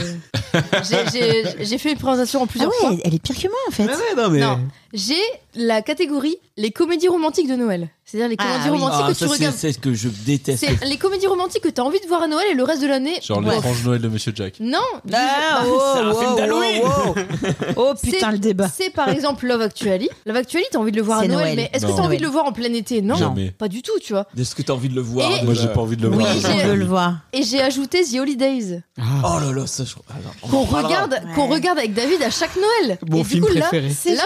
Speaker 5: j'ai- j'ai j'ai fait une présentation en
Speaker 2: Ah
Speaker 5: plusieurs fois.
Speaker 2: ouais, elle est pire que moi en fait.
Speaker 4: Ouais, ouais, non mais
Speaker 5: Non, j'ai la catégorie les comédies romantiques de Noël. C'est-à-dire les
Speaker 2: Ah,
Speaker 5: comédies
Speaker 2: oui.
Speaker 5: romantiques
Speaker 4: Ah,
Speaker 5: que
Speaker 4: ça,
Speaker 5: tu
Speaker 4: c'est
Speaker 5: regardes.
Speaker 4: c'est ce que je déteste.
Speaker 5: C'est les comédies romantiques que t'as envie de voir à Noël et le reste de l'année.
Speaker 3: Genre
Speaker 5: bref.
Speaker 3: l'étrange Noël de Monsieur Jack.
Speaker 5: Non,
Speaker 2: Ah,
Speaker 5: je-
Speaker 2: oh,
Speaker 4: C'est un
Speaker 2: wow,
Speaker 4: film d'Halloween.
Speaker 2: wow, wow. Oh
Speaker 5: C'est-
Speaker 2: putain, le débat.
Speaker 5: C'est par exemple Love Actually. Love Actually, t'as envie de le voir à
Speaker 2: C'est Noël.
Speaker 5: Noël, mais est-ce que
Speaker 3: Non.
Speaker 5: t'as envie de le voir en plein été Non,
Speaker 3: Jamais.
Speaker 5: pas du tout, tu vois.
Speaker 4: Est-ce que t'as envie de le voir
Speaker 5: Et-
Speaker 4: déjà
Speaker 3: Moi, j'ai pas envie de le
Speaker 2: Oui,
Speaker 3: voir.
Speaker 5: j'ai-
Speaker 2: je veux le voir.
Speaker 5: Et j'ai ajouté The Holidays
Speaker 4: Oh là là, ça je Alors, on
Speaker 5: qu'on
Speaker 4: en parlera.
Speaker 5: regarde,
Speaker 2: Ouais.
Speaker 5: qu'on regarde avec David à chaque Noël.
Speaker 1: Mon
Speaker 5: et
Speaker 1: film
Speaker 5: du coup, là,
Speaker 1: préféré.
Speaker 2: C'est
Speaker 5: là,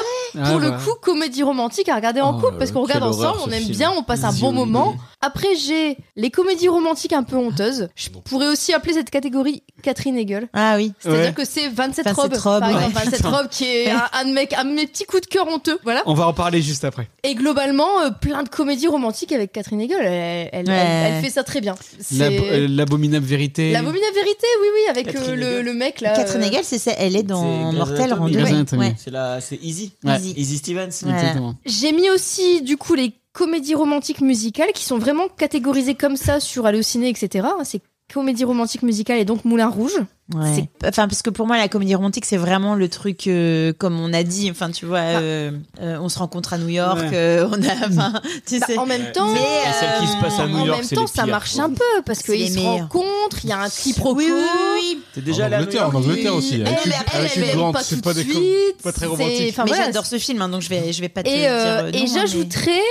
Speaker 5: pour le coup, comédie romantique à regarder en
Speaker 1: Oh là
Speaker 5: couple parce
Speaker 1: là,
Speaker 5: qu'on regarde
Speaker 3: quelle horreur,
Speaker 5: ensemble, on
Speaker 3: ce
Speaker 5: aime j'aime bien, on passe un bon moment. Après, j'ai les comédies romantiques un peu honteuses. Je
Speaker 3: Non.
Speaker 5: pourrais aussi appeler cette catégorie Catherine Hegel.
Speaker 2: Ah oui.
Speaker 5: C'est-à-dire
Speaker 1: Ouais.
Speaker 5: que c'est 27,
Speaker 2: 27
Speaker 5: robes,
Speaker 2: robes,
Speaker 5: par
Speaker 2: ouais.
Speaker 5: exemple, 27 robes qui est un, un de mes, un de mes petits coups de cœur honteux. Voilà.
Speaker 1: On va en parler juste après.
Speaker 5: Et globalement, euh, plein de comédies romantiques avec Catherine Hegel. Elle, elle-
Speaker 2: Ouais.
Speaker 5: elle- elle fait ça très bien. C'est-
Speaker 1: L'ab- euh, L'abominable vérité.
Speaker 5: L'abominable vérité, oui, oui, avec euh,
Speaker 4: Catherine
Speaker 5: le,
Speaker 4: Hegel.
Speaker 5: le mec là.
Speaker 2: Catherine
Speaker 5: euh,
Speaker 2: Hegel, c'est ça, elle est dans
Speaker 4: C'est
Speaker 2: Mortel
Speaker 4: Grey's Anatomy.
Speaker 1: Grey's
Speaker 2: Rendez-vous.
Speaker 1: Anatomy.
Speaker 2: Ouais.
Speaker 4: C'est la, c'est Easy.
Speaker 1: Ouais.
Speaker 2: Easy.
Speaker 4: Easy Stevens.
Speaker 2: Ouais.
Speaker 1: Exactement.
Speaker 5: J'ai mis aussi du coup les comédies romantiques musicales qui sont vraiment catégorisées comme ça sur Allociné, etc. Hein, C'est comédie romantique musicale et donc Moulin Rouge.
Speaker 2: Ouais.
Speaker 5: C'est-
Speaker 2: Enfin, parce que pour moi, la comédie romantique, c'est vraiment le truc, euh, comme on a dit, enfin, tu vois, euh, euh, on se rencontre à New York,
Speaker 1: Ouais.
Speaker 2: euh, on [LAUGHS] a, enfin, tu
Speaker 5: Bah,
Speaker 2: sais.
Speaker 5: en même temps.
Speaker 2: Mais,
Speaker 4: Et celle qui se passe à
Speaker 5: Euh, en
Speaker 4: New York,
Speaker 5: même
Speaker 4: c'est
Speaker 5: temps,
Speaker 4: les
Speaker 5: ça
Speaker 4: pires.
Speaker 5: marche un peu parce
Speaker 2: C'est les
Speaker 5: qu'ils se
Speaker 2: meilleurs.
Speaker 5: rencontrent, il y a un quiproquo.
Speaker 2: Oui, oui, oui.
Speaker 4: T'es déjà
Speaker 3: en
Speaker 4: allé à New
Speaker 3: Angleterre, en
Speaker 4: York
Speaker 3: Angleterre aussi.
Speaker 5: Elle,
Speaker 3: Avec
Speaker 5: elle,
Speaker 3: une-
Speaker 5: elle,
Speaker 3: avec
Speaker 5: elle
Speaker 3: une
Speaker 5: aime
Speaker 3: grande,
Speaker 5: pas
Speaker 3: c'est
Speaker 5: tout
Speaker 3: pas
Speaker 5: de
Speaker 3: des com-
Speaker 5: suite,
Speaker 1: pas très
Speaker 5: c'est-
Speaker 1: romantique.
Speaker 5: enfin,
Speaker 2: mais
Speaker 5: voilà,
Speaker 2: j'adore ce film, hein, donc je vais, je vais pas te
Speaker 5: Et,
Speaker 2: dire.
Speaker 5: euh,
Speaker 2: euh, non,
Speaker 5: et
Speaker 2: hein,
Speaker 5: j'ajouterais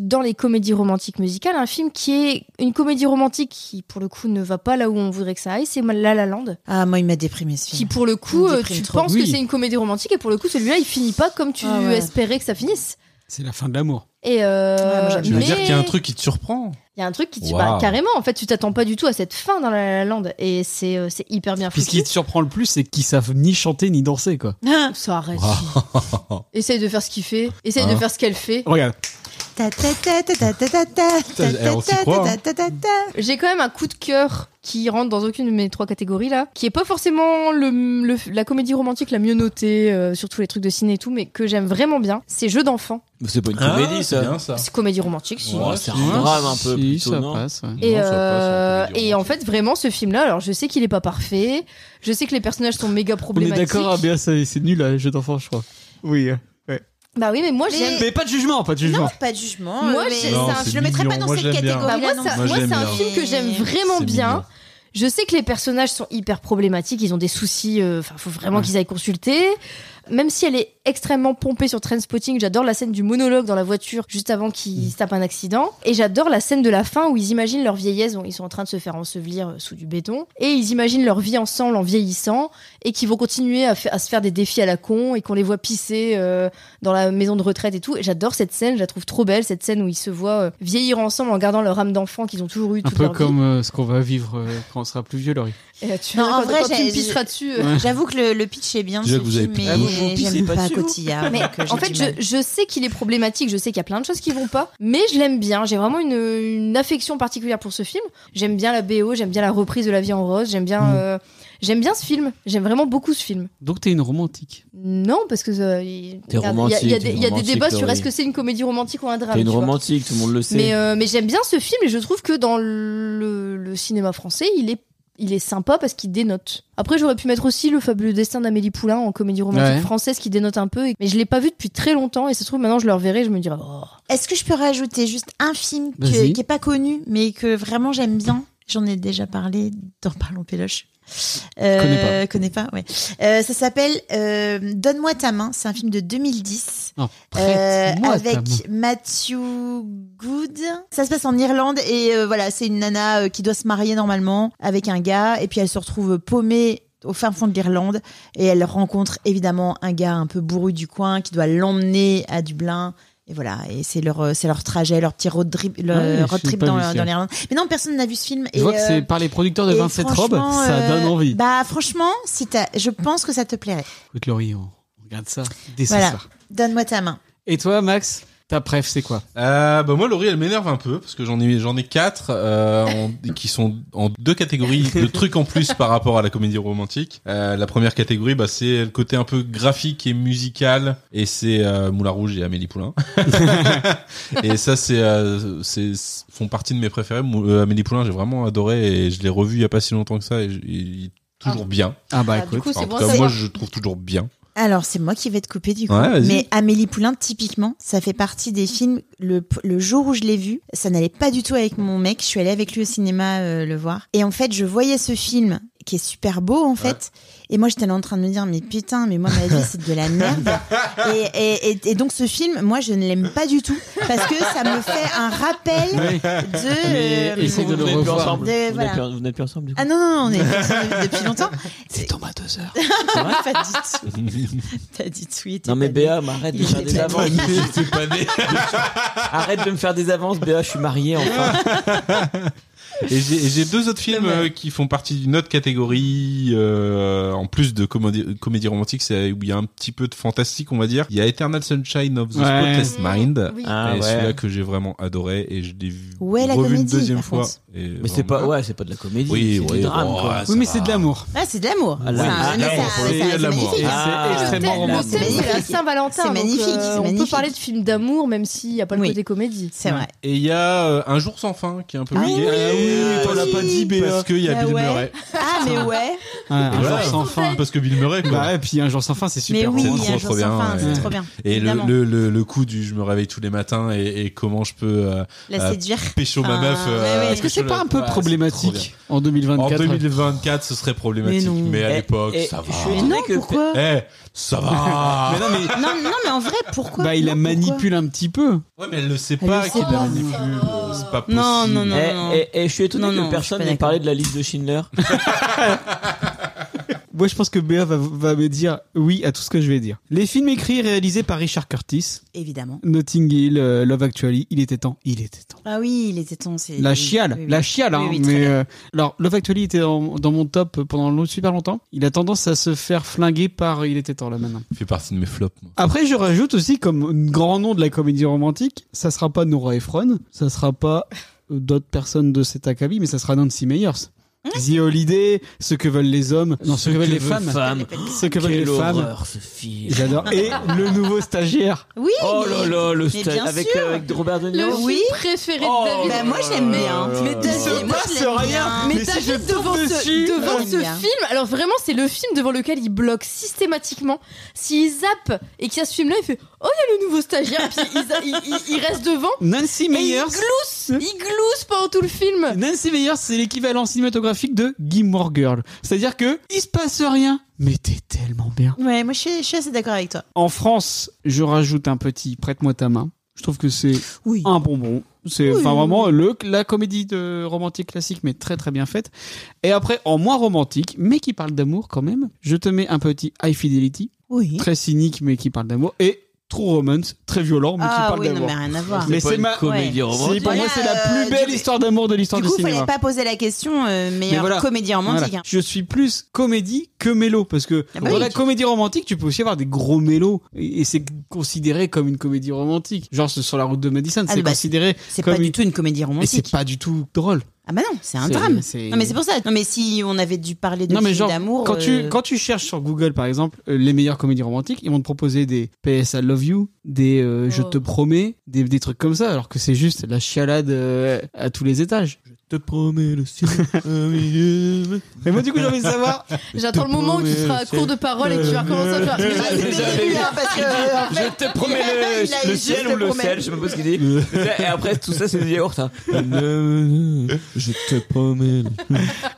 Speaker 5: dans les comédies romantiques musicales un film qui est une comédie romantique qui pour le coup ne va pas là où on voudrait que ça aille, c'est La La Land,
Speaker 2: mais- Ah, moi, il m'a déprimé ce
Speaker 5: qui
Speaker 2: film.
Speaker 5: pour le coup
Speaker 2: Il me
Speaker 5: euh,
Speaker 2: déprime
Speaker 5: tu
Speaker 2: trop.
Speaker 5: penses
Speaker 1: Oui.
Speaker 5: que c'est une comédie romantique et pour le coup celui-là il finit pas comme tu
Speaker 2: Ah ouais.
Speaker 5: espérais que ça finisse.
Speaker 1: C'est la fin de l'amour.
Speaker 5: Et euh,
Speaker 2: Ouais, moi, j'aime
Speaker 3: Tu veux
Speaker 5: mais
Speaker 3: dire qu'il y a un truc qui te surprend
Speaker 5: il y a un truc qui te
Speaker 3: Waouh.
Speaker 5: bah, carrément en fait tu t'attends pas du tout à cette fin dans La La Land et c'est euh, c'est hyper bien
Speaker 1: Puis ce qui
Speaker 5: foutu.
Speaker 1: te surprend le plus, c'est qu'ils savent ni chanter ni danser, quoi.
Speaker 2: Ah,
Speaker 5: Ça arrête.
Speaker 3: [LAUGHS] Waouh.
Speaker 5: Essaye de faire ce qu'il fait, essaye
Speaker 3: Hein
Speaker 5: de faire ce qu'elle fait.
Speaker 1: Regarde.
Speaker 2: ta ta ta ta ta ta ta ta ta
Speaker 3: eh, on s'y
Speaker 2: ta
Speaker 3: croit,
Speaker 2: ta
Speaker 3: hein.
Speaker 2: ta ta ta.
Speaker 5: J'ai quand même un coup de cœur qui rentre dans aucune de mes trois catégories là, qui est pas forcément le, le- la comédie romantique la mieux notée, euh, surtout les trucs de ciné et tout, mais que j'aime vraiment bien, c'est Jeux d'enfants.
Speaker 4: C'est pas une
Speaker 3: Ah,
Speaker 4: comédie,
Speaker 3: c'est
Speaker 4: ça.
Speaker 3: bien ça.
Speaker 5: C'est comédie romantique, si.
Speaker 3: Ouais.
Speaker 4: Ouais, Hein C'est un drame un peu.
Speaker 1: Si,
Speaker 4: plutôt,
Speaker 1: ça
Speaker 4: non
Speaker 1: passe, ouais.
Speaker 5: Et,
Speaker 3: Non, ça va pas,
Speaker 5: euh,
Speaker 3: c'est un comédie
Speaker 5: et en
Speaker 3: romantique.
Speaker 5: fait, vraiment, ce film-là, alors je sais qu'il est pas parfait, je sais que les personnages sont méga
Speaker 1: On est
Speaker 5: problématiques.
Speaker 1: d'accord, ah bien, c'est c'est nul, là, jeu d'enfant, je crois. Oui. euh.
Speaker 5: Bah oui, mais moi j'aime.
Speaker 1: Mais pas de jugement, pas de jugement.
Speaker 2: Non, pas de jugement.
Speaker 5: Moi,
Speaker 2: euh, mais
Speaker 5: j'ai-
Speaker 2: c'est
Speaker 5: Non,
Speaker 2: un-
Speaker 3: c'est
Speaker 2: je le mettrais pas
Speaker 3: mignon,
Speaker 2: dans
Speaker 3: moi,
Speaker 2: cette
Speaker 3: j'aime bien.
Speaker 5: Bah,
Speaker 2: catégorie
Speaker 5: moi,
Speaker 2: là non
Speaker 5: ça-
Speaker 3: Moi,
Speaker 5: moi,
Speaker 3: j'aime
Speaker 5: c'est un
Speaker 3: bien.
Speaker 5: film que j'aime vraiment
Speaker 3: C'est
Speaker 5: bien.
Speaker 3: mignon.
Speaker 5: Je sais que les personnages sont hyper problématiques, ils ont des soucis, euh, enfin, faut vraiment qu'ils aillent consulter. Même si elle est extrêmement pompée sur Trainspotting, j'adore la scène du monologue dans la voiture juste avant qu'il se tape un accident. Et j'adore la scène de la fin où ils imaginent leur vieillesse, bon, ils sont en train de se faire ensevelir euh, sous du béton. Et ils imaginent leur vie ensemble en vieillissant et qu'ils vont continuer à, fa- à se faire des défis à la con et qu'on les voit pisser euh, dans la maison de retraite et tout. Et j'adore cette scène, je la trouve trop belle, cette scène où ils se voient euh, vieillir ensemble en gardant leur âme d'enfant qu'ils ont toujours eu
Speaker 1: Un
Speaker 5: toute
Speaker 1: peu
Speaker 5: leur vie.
Speaker 1: comme euh, ce qu'on va vivre euh, quand on sera plus vieux, Laurie.
Speaker 5: Et, euh, tu
Speaker 2: Non,
Speaker 5: vois,
Speaker 2: en
Speaker 5: quand,
Speaker 2: vrai,
Speaker 5: quand tu
Speaker 2: j'ai-
Speaker 5: me pisseras dessus. euh.
Speaker 1: Ouais.
Speaker 2: J'avoue que le, le pitch est bien.
Speaker 3: Déjà
Speaker 2: ce
Speaker 3: que vous avez
Speaker 2: film,
Speaker 3: pissé
Speaker 2: mais
Speaker 4: dessus.
Speaker 2: mais
Speaker 4: Vous pissez
Speaker 2: j'aime
Speaker 4: pas
Speaker 2: pas
Speaker 4: dessus, vous
Speaker 2: Cotillard.
Speaker 5: Mais
Speaker 2: donc, euh, j'ai
Speaker 5: en
Speaker 2: du
Speaker 5: fait,
Speaker 2: mal.
Speaker 5: je, je sais qu'il est problématique, je sais qu'il y a plein de choses qui vont pas, mais je l'aime bien. J'ai vraiment une, une affection particulière pour ce film. J'aime bien la BO, j'aime bien la reprise de La Vie en Rose, j'aime bien,
Speaker 1: Mm.
Speaker 5: euh, j'aime bien ce film. J'aime vraiment beaucoup ce film.
Speaker 1: Donc t'es une romantique.
Speaker 5: Non, parce que euh, il
Speaker 4: T'es
Speaker 5: regarde, il y a-
Speaker 4: romantique,
Speaker 5: il y a des-
Speaker 4: t'es
Speaker 5: il y a des
Speaker 4: romantique,
Speaker 5: débats sur
Speaker 4: Laurie.
Speaker 5: est-ce que c'est une comédie romantique ou un drame.
Speaker 4: T'es une
Speaker 5: tu vois.
Speaker 4: romantique, tout le monde le
Speaker 5: Mais,
Speaker 4: sait.
Speaker 5: euh, mais j'aime bien ce film et je trouve que dans le, le cinéma français, il est, il est sympa parce qu'il dénote. Après, j'aurais pu mettre aussi le fabuleux destin d'Amélie Poulain en comédie romantique
Speaker 1: Ouais.
Speaker 5: française qui dénote un peu, et- mais je l'ai pas vu depuis très longtemps et ça se trouve maintenant je le reverrai, je me dirai. Oh.
Speaker 2: Est-ce que je peux rajouter juste un film que-
Speaker 1: Vas-y.
Speaker 2: qui est pas connu, mais que vraiment j'aime bien J'en ai déjà parlé dans Parlons Péloche. Euh,
Speaker 1: Connais
Speaker 2: connais pas, ouais. Euh, ça s'appelle euh, Donne-moi ta main. C'est un film de 2010
Speaker 1: Non,
Speaker 2: euh,
Speaker 1: prête-moi ta main.
Speaker 2: avec Matthew Good. Ça se passe en Irlande et euh, voilà, c'est une nana euh, qui doit se marier normalement avec un gars et puis elle se retrouve paumée au fin fond de l'Irlande et elle rencontre évidemment un gars un peu bourru du coin qui doit l'emmener à Dublin. Et voilà, et c'est leur, euh, c'est leur trajet, leur petit road trip, leur
Speaker 1: Ouais, Ah je
Speaker 2: road
Speaker 1: sais
Speaker 2: trip
Speaker 1: pas
Speaker 2: dans,
Speaker 1: vu ça.
Speaker 2: dans l'Irlande. Mais non, personne n'a vu ce film.
Speaker 1: Je
Speaker 2: et,
Speaker 1: vois que
Speaker 2: euh,
Speaker 1: c'est par les producteurs de
Speaker 2: et
Speaker 1: 27 robes,
Speaker 2: franchement,
Speaker 1: ça
Speaker 2: euh,
Speaker 1: donne envie.
Speaker 2: Bah franchement, si t'as- je pense que ça te plairait.
Speaker 1: Écoute, Laurie, on on regarde ça dès ce
Speaker 2: Voilà.
Speaker 1: soir.
Speaker 2: Donne-moi ta main.
Speaker 1: Et toi, Max, ta préf, c'est quoi
Speaker 3: Euh, bah moi Laurie elle m'énerve un peu parce que j'en ai j'en ai quatre euh, en- [LAUGHS] qui sont en deux catégories de trucs en plus par rapport à la comédie romantique. Euh, la première catégorie bah c'est le côté un peu graphique et musical et c'est euh, Moulin Rouge et Amélie Poulain. [LAUGHS] et ça c'est euh, c'est font partie de mes préférés. Mou- euh, Amélie Poulain j'ai vraiment adoré et je l'ai revu il y a pas si longtemps que ça et, j- il est toujours bien.
Speaker 1: Ah bah
Speaker 5: Ah, du
Speaker 1: écoute,
Speaker 5: coup, c'est
Speaker 3: En tout
Speaker 5: bon,
Speaker 3: cas
Speaker 5: c'est-
Speaker 3: moi je le trouve toujours [LAUGHS] bien.
Speaker 2: Alors c'est moi qui vais te couper du coup.
Speaker 3: Ouais, vas-y.
Speaker 2: Mais Amélie Poulain, typiquement, ça fait partie des films. Le, le jour où je l'ai vu, ça n'allait pas du tout avec mon mec. Je suis allée avec lui au cinéma euh, le voir. Et en fait, je voyais ce film qui est super beau en fait. Et moi j'étais là en train de me dire mais putain mais moi ma vie c'est de la merde. et, et, et- et donc ce film moi je ne l'aime pas du tout parce que ça me fait un rappel
Speaker 1: Oui.
Speaker 2: de.
Speaker 4: Mais
Speaker 2: euh,
Speaker 1: essaye de
Speaker 4: vous
Speaker 1: le
Speaker 4: n'êtes plus
Speaker 1: revoir.
Speaker 4: ensemble.
Speaker 2: De-
Speaker 4: Vous
Speaker 2: voilà.
Speaker 4: n'êtes plus- Vous n'êtes plus ensemble du coup.
Speaker 2: Ah non non non on est depuis longtemps.
Speaker 1: C'est tombé à deux heures.
Speaker 2: pas du tout. T'as dit tweet.
Speaker 4: Non mais Béa, mais arrête de
Speaker 2: Il
Speaker 4: me faire
Speaker 2: est
Speaker 4: des
Speaker 2: éclaté.
Speaker 4: avances.
Speaker 3: C'est pas né.
Speaker 4: [LAUGHS] Arrête de me faire des avances, Béa, je suis marié enfin.
Speaker 3: Et j'ai et j'ai deux autres films euh, qui font partie d'une autre catégorie, euh, en plus de comédie, comédie romantique, c'est où il y a un petit peu de fantastique, on va dire. Il y a Eternal Sunshine of the
Speaker 1: Ouais.
Speaker 3: Spotless Mind.
Speaker 5: Oui.
Speaker 4: Ah,
Speaker 3: et
Speaker 4: ouais.
Speaker 3: celui-là que j'ai vraiment adoré et je l'ai vu
Speaker 2: Ouais, la
Speaker 3: revu une
Speaker 2: comédie,
Speaker 3: deuxième
Speaker 2: par
Speaker 3: fois.
Speaker 2: contre.
Speaker 3: Et
Speaker 4: Mais
Speaker 3: vraiment-
Speaker 4: c'est pas, ouais, c'est pas de la comédie.
Speaker 3: Oui,
Speaker 4: c'est
Speaker 3: oui,
Speaker 4: du drame.
Speaker 3: bon,
Speaker 4: quoi.
Speaker 3: ouais, ça
Speaker 1: Oui, mais
Speaker 3: va.
Speaker 1: c'est de l'amour.
Speaker 2: Ah c'est de l'amour.
Speaker 4: Ah, là,
Speaker 2: C'est un-
Speaker 4: c'est de
Speaker 2: mais
Speaker 3: l'amour,
Speaker 2: ça-
Speaker 3: pour le coup,
Speaker 2: c'est
Speaker 3: il y a de
Speaker 2: c'est
Speaker 3: l'amour.
Speaker 2: magnifique. hein.
Speaker 4: Ah.
Speaker 1: Et c'est
Speaker 5: Le
Speaker 1: extrêmement
Speaker 5: thème- le
Speaker 1: romantique.
Speaker 5: thème, c'est la
Speaker 2: magnifique.
Speaker 5: Saint-Valentin.
Speaker 2: C'est
Speaker 5: donc,
Speaker 2: magnifique,
Speaker 5: euh,
Speaker 2: c'est
Speaker 5: on
Speaker 2: magnifique.
Speaker 5: peut parler de films d'amour, même s'il n'y a pas le
Speaker 2: Oui.
Speaker 5: côté comédie.
Speaker 2: C'est vrai.
Speaker 3: Et il y a euh, Un jour sans fin qui est un peu
Speaker 2: Ah
Speaker 3: oublié.
Speaker 2: oui,
Speaker 3: Ah
Speaker 4: oui,
Speaker 3: toi, l'as pas dit, Béa. Parce qu'il y a
Speaker 2: Bah
Speaker 3: Bill
Speaker 2: ouais.
Speaker 3: Murray.
Speaker 2: Ah mais ouais.
Speaker 1: un
Speaker 3: voilà.
Speaker 1: jour sans fin.
Speaker 3: Parce que Bill Murray, quoi.
Speaker 1: Bah, et puis un jour sans fin, c'est
Speaker 2: Mais
Speaker 1: super.
Speaker 2: oui,
Speaker 1: bon.
Speaker 3: trop,
Speaker 2: un
Speaker 3: trop
Speaker 2: jour
Speaker 3: bien,
Speaker 2: sans fin,
Speaker 3: ouais.
Speaker 2: c'est trop bien.
Speaker 3: Et le,
Speaker 2: évidemment.
Speaker 3: le, le, le coup du je me réveille tous les matins et, et comment je peux euh,
Speaker 2: La
Speaker 3: euh,
Speaker 2: séduire.
Speaker 3: pécho ma
Speaker 2: Ah,
Speaker 3: meuf. euh,
Speaker 2: ouais, ouais.
Speaker 1: Est-ce que c'est pas un peu
Speaker 3: Ouais, c'est trop bien.
Speaker 1: problématique en 2024
Speaker 3: En 2024, ce serait problématique,
Speaker 2: Mais
Speaker 3: mais,
Speaker 2: non.
Speaker 3: à
Speaker 4: Eh,
Speaker 3: l'époque,
Speaker 4: eh,
Speaker 3: ça
Speaker 4: Je
Speaker 3: va.
Speaker 4: suis
Speaker 2: Mais non,
Speaker 4: étonné que
Speaker 2: pourquoi
Speaker 3: Eh, ça va.
Speaker 1: Mais non, mais
Speaker 2: Non, non, mais en vrai, pourquoi
Speaker 1: bah, il la
Speaker 2: Non, pourquoi
Speaker 1: manipule un petit peu.
Speaker 3: Ouais, mais elle le sait
Speaker 2: Elle
Speaker 3: pas
Speaker 2: le
Speaker 3: qu'il
Speaker 2: sait pas.
Speaker 3: la manipule. C'est pas possible.
Speaker 2: Non, non, non.
Speaker 4: Eh, eh, eh, je suis étonné
Speaker 2: Non,
Speaker 4: que
Speaker 2: non, je suis
Speaker 4: personne
Speaker 2: pas
Speaker 4: n'ait
Speaker 2: d'accord.
Speaker 4: parlé de la liste de Schindler.
Speaker 1: Moi, je pense que Béa va, va me dire oui à tout ce que je vais dire. Les films écrits et réalisés par Richard Curtis,
Speaker 2: Évidemment.
Speaker 1: Notting Hill, euh, Love Actually, il était temps, il était temps.
Speaker 2: Ah oui, il était temps. c'est-
Speaker 1: La
Speaker 2: oui,
Speaker 1: chiale,
Speaker 2: oui, oui.
Speaker 1: la chiale. Hein,
Speaker 2: Oui, oui, très
Speaker 1: mais
Speaker 2: bien.
Speaker 1: euh, alors, Love Actually était dans, dans mon top pendant long- super longtemps. Il a tendance à se faire flinguer par Il était temps là maintenant.
Speaker 3: Il fait partie de mes flops. moi.
Speaker 1: Après, je rajoute aussi comme grand nom de la comédie romantique, ça sera pas Nora Ephron, ça sera pas euh, d'autres personnes de cet acabit, mais ça sera Nancy Meyers.
Speaker 5: Hein
Speaker 1: The Holiday, ce que veulent les hommes, non, ce, que veulent les femmes, ce que veulent les
Speaker 4: Quelle
Speaker 1: femmes.
Speaker 4: horreur ce film.
Speaker 1: J'adore. Et le nouveau stagiaire.
Speaker 2: Oui.
Speaker 4: Oh
Speaker 2: mais-
Speaker 4: là là, le
Speaker 2: Mais
Speaker 4: style
Speaker 2: bien
Speaker 4: avec,
Speaker 2: sûr.
Speaker 4: euh, avec Robert De
Speaker 5: Le
Speaker 4: Niro.
Speaker 5: film
Speaker 2: Oui.
Speaker 5: préféré
Speaker 4: Oh,
Speaker 2: Bah,
Speaker 5: de David.
Speaker 2: moi, je l'aime bien.
Speaker 5: Mais
Speaker 2: Oh là
Speaker 5: David,
Speaker 2: là.
Speaker 5: moi, je
Speaker 1: Il se
Speaker 5: l'aime
Speaker 1: passe
Speaker 5: bien.
Speaker 1: rien.
Speaker 5: Mais,
Speaker 1: Mais si
Speaker 5: David,
Speaker 1: je tombe
Speaker 5: devant,
Speaker 1: dessus,
Speaker 5: ce, devant
Speaker 2: j'aime
Speaker 5: ce
Speaker 2: bien.
Speaker 5: film, alors vraiment, c'est le film devant lequel il bloque systématiquement. S'il zappe et qu'il y a ce film-là, il fait Oh, il y a le nouveau stagiaire, puis il, za- il- il- il reste [LAUGHS] devant.
Speaker 1: Nancy
Speaker 5: Et il
Speaker 1: Meyers.
Speaker 5: glousse Il glousse pendant tout le film
Speaker 1: Nancy Meyers, c'est l'équivalent cinématographique de Gilmore Girl. C'est-à-dire que, il se passe rien, mais t'es tellement bien.
Speaker 2: Ouais, moi je suis, je suis assez d'accord avec toi.
Speaker 1: En France, je rajoute un petit prête-moi ta main. Je trouve que c'est
Speaker 2: Oui.
Speaker 1: un bonbon. C'est
Speaker 2: Oui.
Speaker 1: enfin vraiment le, la comédie de romantique classique, mais très très bien faite. Et après, en moins romantique, mais qui parle d'amour quand même, je te mets un petit High Fidelity,
Speaker 2: Oui.
Speaker 1: très cynique, mais qui parle d'amour, et True Romance, très violent, mais qui
Speaker 2: Ah
Speaker 1: parle
Speaker 2: oui, non,
Speaker 1: d'amour.
Speaker 2: mais rien à voir.
Speaker 1: Mais
Speaker 4: pas
Speaker 1: c'est
Speaker 4: une
Speaker 1: ma-
Speaker 4: comédie
Speaker 2: Ouais.
Speaker 1: C'est-
Speaker 4: romantique.
Speaker 1: pour moi,
Speaker 2: Voilà,
Speaker 1: c'est la
Speaker 2: euh,
Speaker 1: plus belle
Speaker 2: du-
Speaker 1: histoire d'amour de l'histoire
Speaker 2: Du
Speaker 1: du,
Speaker 2: coup,
Speaker 1: cinéma.
Speaker 2: fallait pas poser la question euh, meilleure
Speaker 1: voilà.
Speaker 2: comédie romantique. hein.
Speaker 1: Voilà. Je suis plus comédie que mélo parce que
Speaker 2: Ah bah
Speaker 1: dans
Speaker 2: oui.
Speaker 1: la comédie romantique, tu peux aussi avoir des gros mélos et, et c'est considéré comme une comédie romantique. Genre ce- sur la route de Madison,
Speaker 2: Ah
Speaker 1: c'est
Speaker 2: bah,
Speaker 1: considéré
Speaker 2: hein. C'est
Speaker 1: comme
Speaker 2: pas du
Speaker 1: une-
Speaker 2: tout une comédie
Speaker 1: et c'est
Speaker 2: romantique.
Speaker 1: pas du tout drôle.
Speaker 2: Ah bah non, c'est un
Speaker 1: C'est-
Speaker 2: drame.
Speaker 1: c'est-
Speaker 2: Non mais c'est pour ça. Non mais si on avait dû parler de
Speaker 1: Non, mais
Speaker 2: films
Speaker 1: genre,
Speaker 2: d'amour.
Speaker 1: Quand tu,
Speaker 2: euh,
Speaker 1: quand tu cherches sur Google, par exemple, euh, les meilleures comédies romantiques, ils vont te proposer des PS I Love You, des euh, Je
Speaker 5: Oh.
Speaker 1: te promets, des, des trucs comme ça, alors que c'est juste la chialade euh, à tous les étages.
Speaker 4: Je te promets le ciel.
Speaker 1: [LAUGHS] Mais moi, du coup, j'ai envie de savoir.
Speaker 5: J'attends le moment où tu seras à court de parole et que tu vas commencer à faire. [LAUGHS]
Speaker 2: Ah, c'était
Speaker 4: J'avais
Speaker 2: début,
Speaker 1: [LAUGHS]
Speaker 4: dit-
Speaker 2: hein, parce que, euh, en fait,
Speaker 4: Je te promets [LAUGHS]
Speaker 2: Il a- il a
Speaker 4: le, le
Speaker 2: eu
Speaker 4: ciel
Speaker 2: juste
Speaker 4: ou le
Speaker 2: promets.
Speaker 4: sel, je sais même pas ce qu'il dit. [LAUGHS] Et après, tout ça, c'est des yaourts. hein. Je te promets.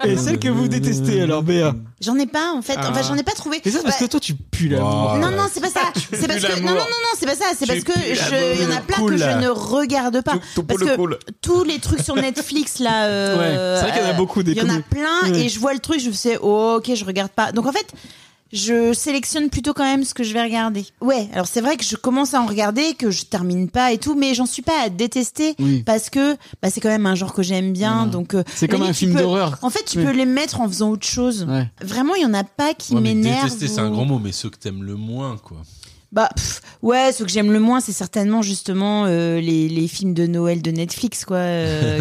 Speaker 1: Et celle que vous détestez, alors, Béa.
Speaker 2: J'en ai pas en fait. En fait,
Speaker 1: Ah.
Speaker 2: j'en ai pas trouvé.
Speaker 1: C'est ça, parce
Speaker 2: Bah,
Speaker 1: que toi, tu pues l'amour.
Speaker 3: Ah
Speaker 2: Non,
Speaker 3: ouais.
Speaker 2: non, c'est
Speaker 1: [LAUGHS]
Speaker 2: pas ça. C'est parce
Speaker 3: plus
Speaker 2: que. Non, non,
Speaker 3: l'amour.
Speaker 2: non, non, c'est pas ça. C'est
Speaker 3: Tu
Speaker 2: parce que
Speaker 3: pues
Speaker 2: je.
Speaker 3: l'amour.
Speaker 2: Il y en a plein
Speaker 3: Cool,
Speaker 2: que je
Speaker 3: là.
Speaker 2: ne regarde pas.
Speaker 4: Ton
Speaker 2: Parce
Speaker 4: polo
Speaker 2: que-
Speaker 4: cool.
Speaker 2: Tous les trucs sur Netflix, là. euh,
Speaker 1: Ouais, c'est vrai qu'il y en a
Speaker 2: euh,
Speaker 1: beaucoup, des
Speaker 2: Il y en a
Speaker 1: comédies.
Speaker 2: plein.
Speaker 1: Ouais.
Speaker 2: Et je vois le truc, je me sais, oh, ok, je regarde pas. Donc en fait. Je sélectionne plutôt quand même ce que je vais regarder. Ouais, alors c'est vrai que je commence à en regarder, que je termine pas et tout, mais j'en suis pas à détester
Speaker 1: Oui.
Speaker 2: parce que bah, c'est quand même un genre que j'aime bien.
Speaker 1: Voilà.
Speaker 2: Donc euh,
Speaker 1: C'est
Speaker 2: à la
Speaker 1: comme un
Speaker 2: limite, tu
Speaker 1: film
Speaker 2: peux-
Speaker 1: d'horreur.
Speaker 2: En fait, tu
Speaker 1: Ouais.
Speaker 2: peux les mettre en faisant autre chose.
Speaker 1: Ouais.
Speaker 2: Vraiment, il y en a pas qui
Speaker 3: Ouais, mais
Speaker 2: m'énervent.
Speaker 3: détester, c'est
Speaker 2: ou-
Speaker 3: un grand mot, mais ceux que t'aimes le moins, quoi.
Speaker 2: Bah pff, ouais, ce que j'aime le moins, c'est certainement justement euh, les, les films de Noël de Netflix, quoi, euh,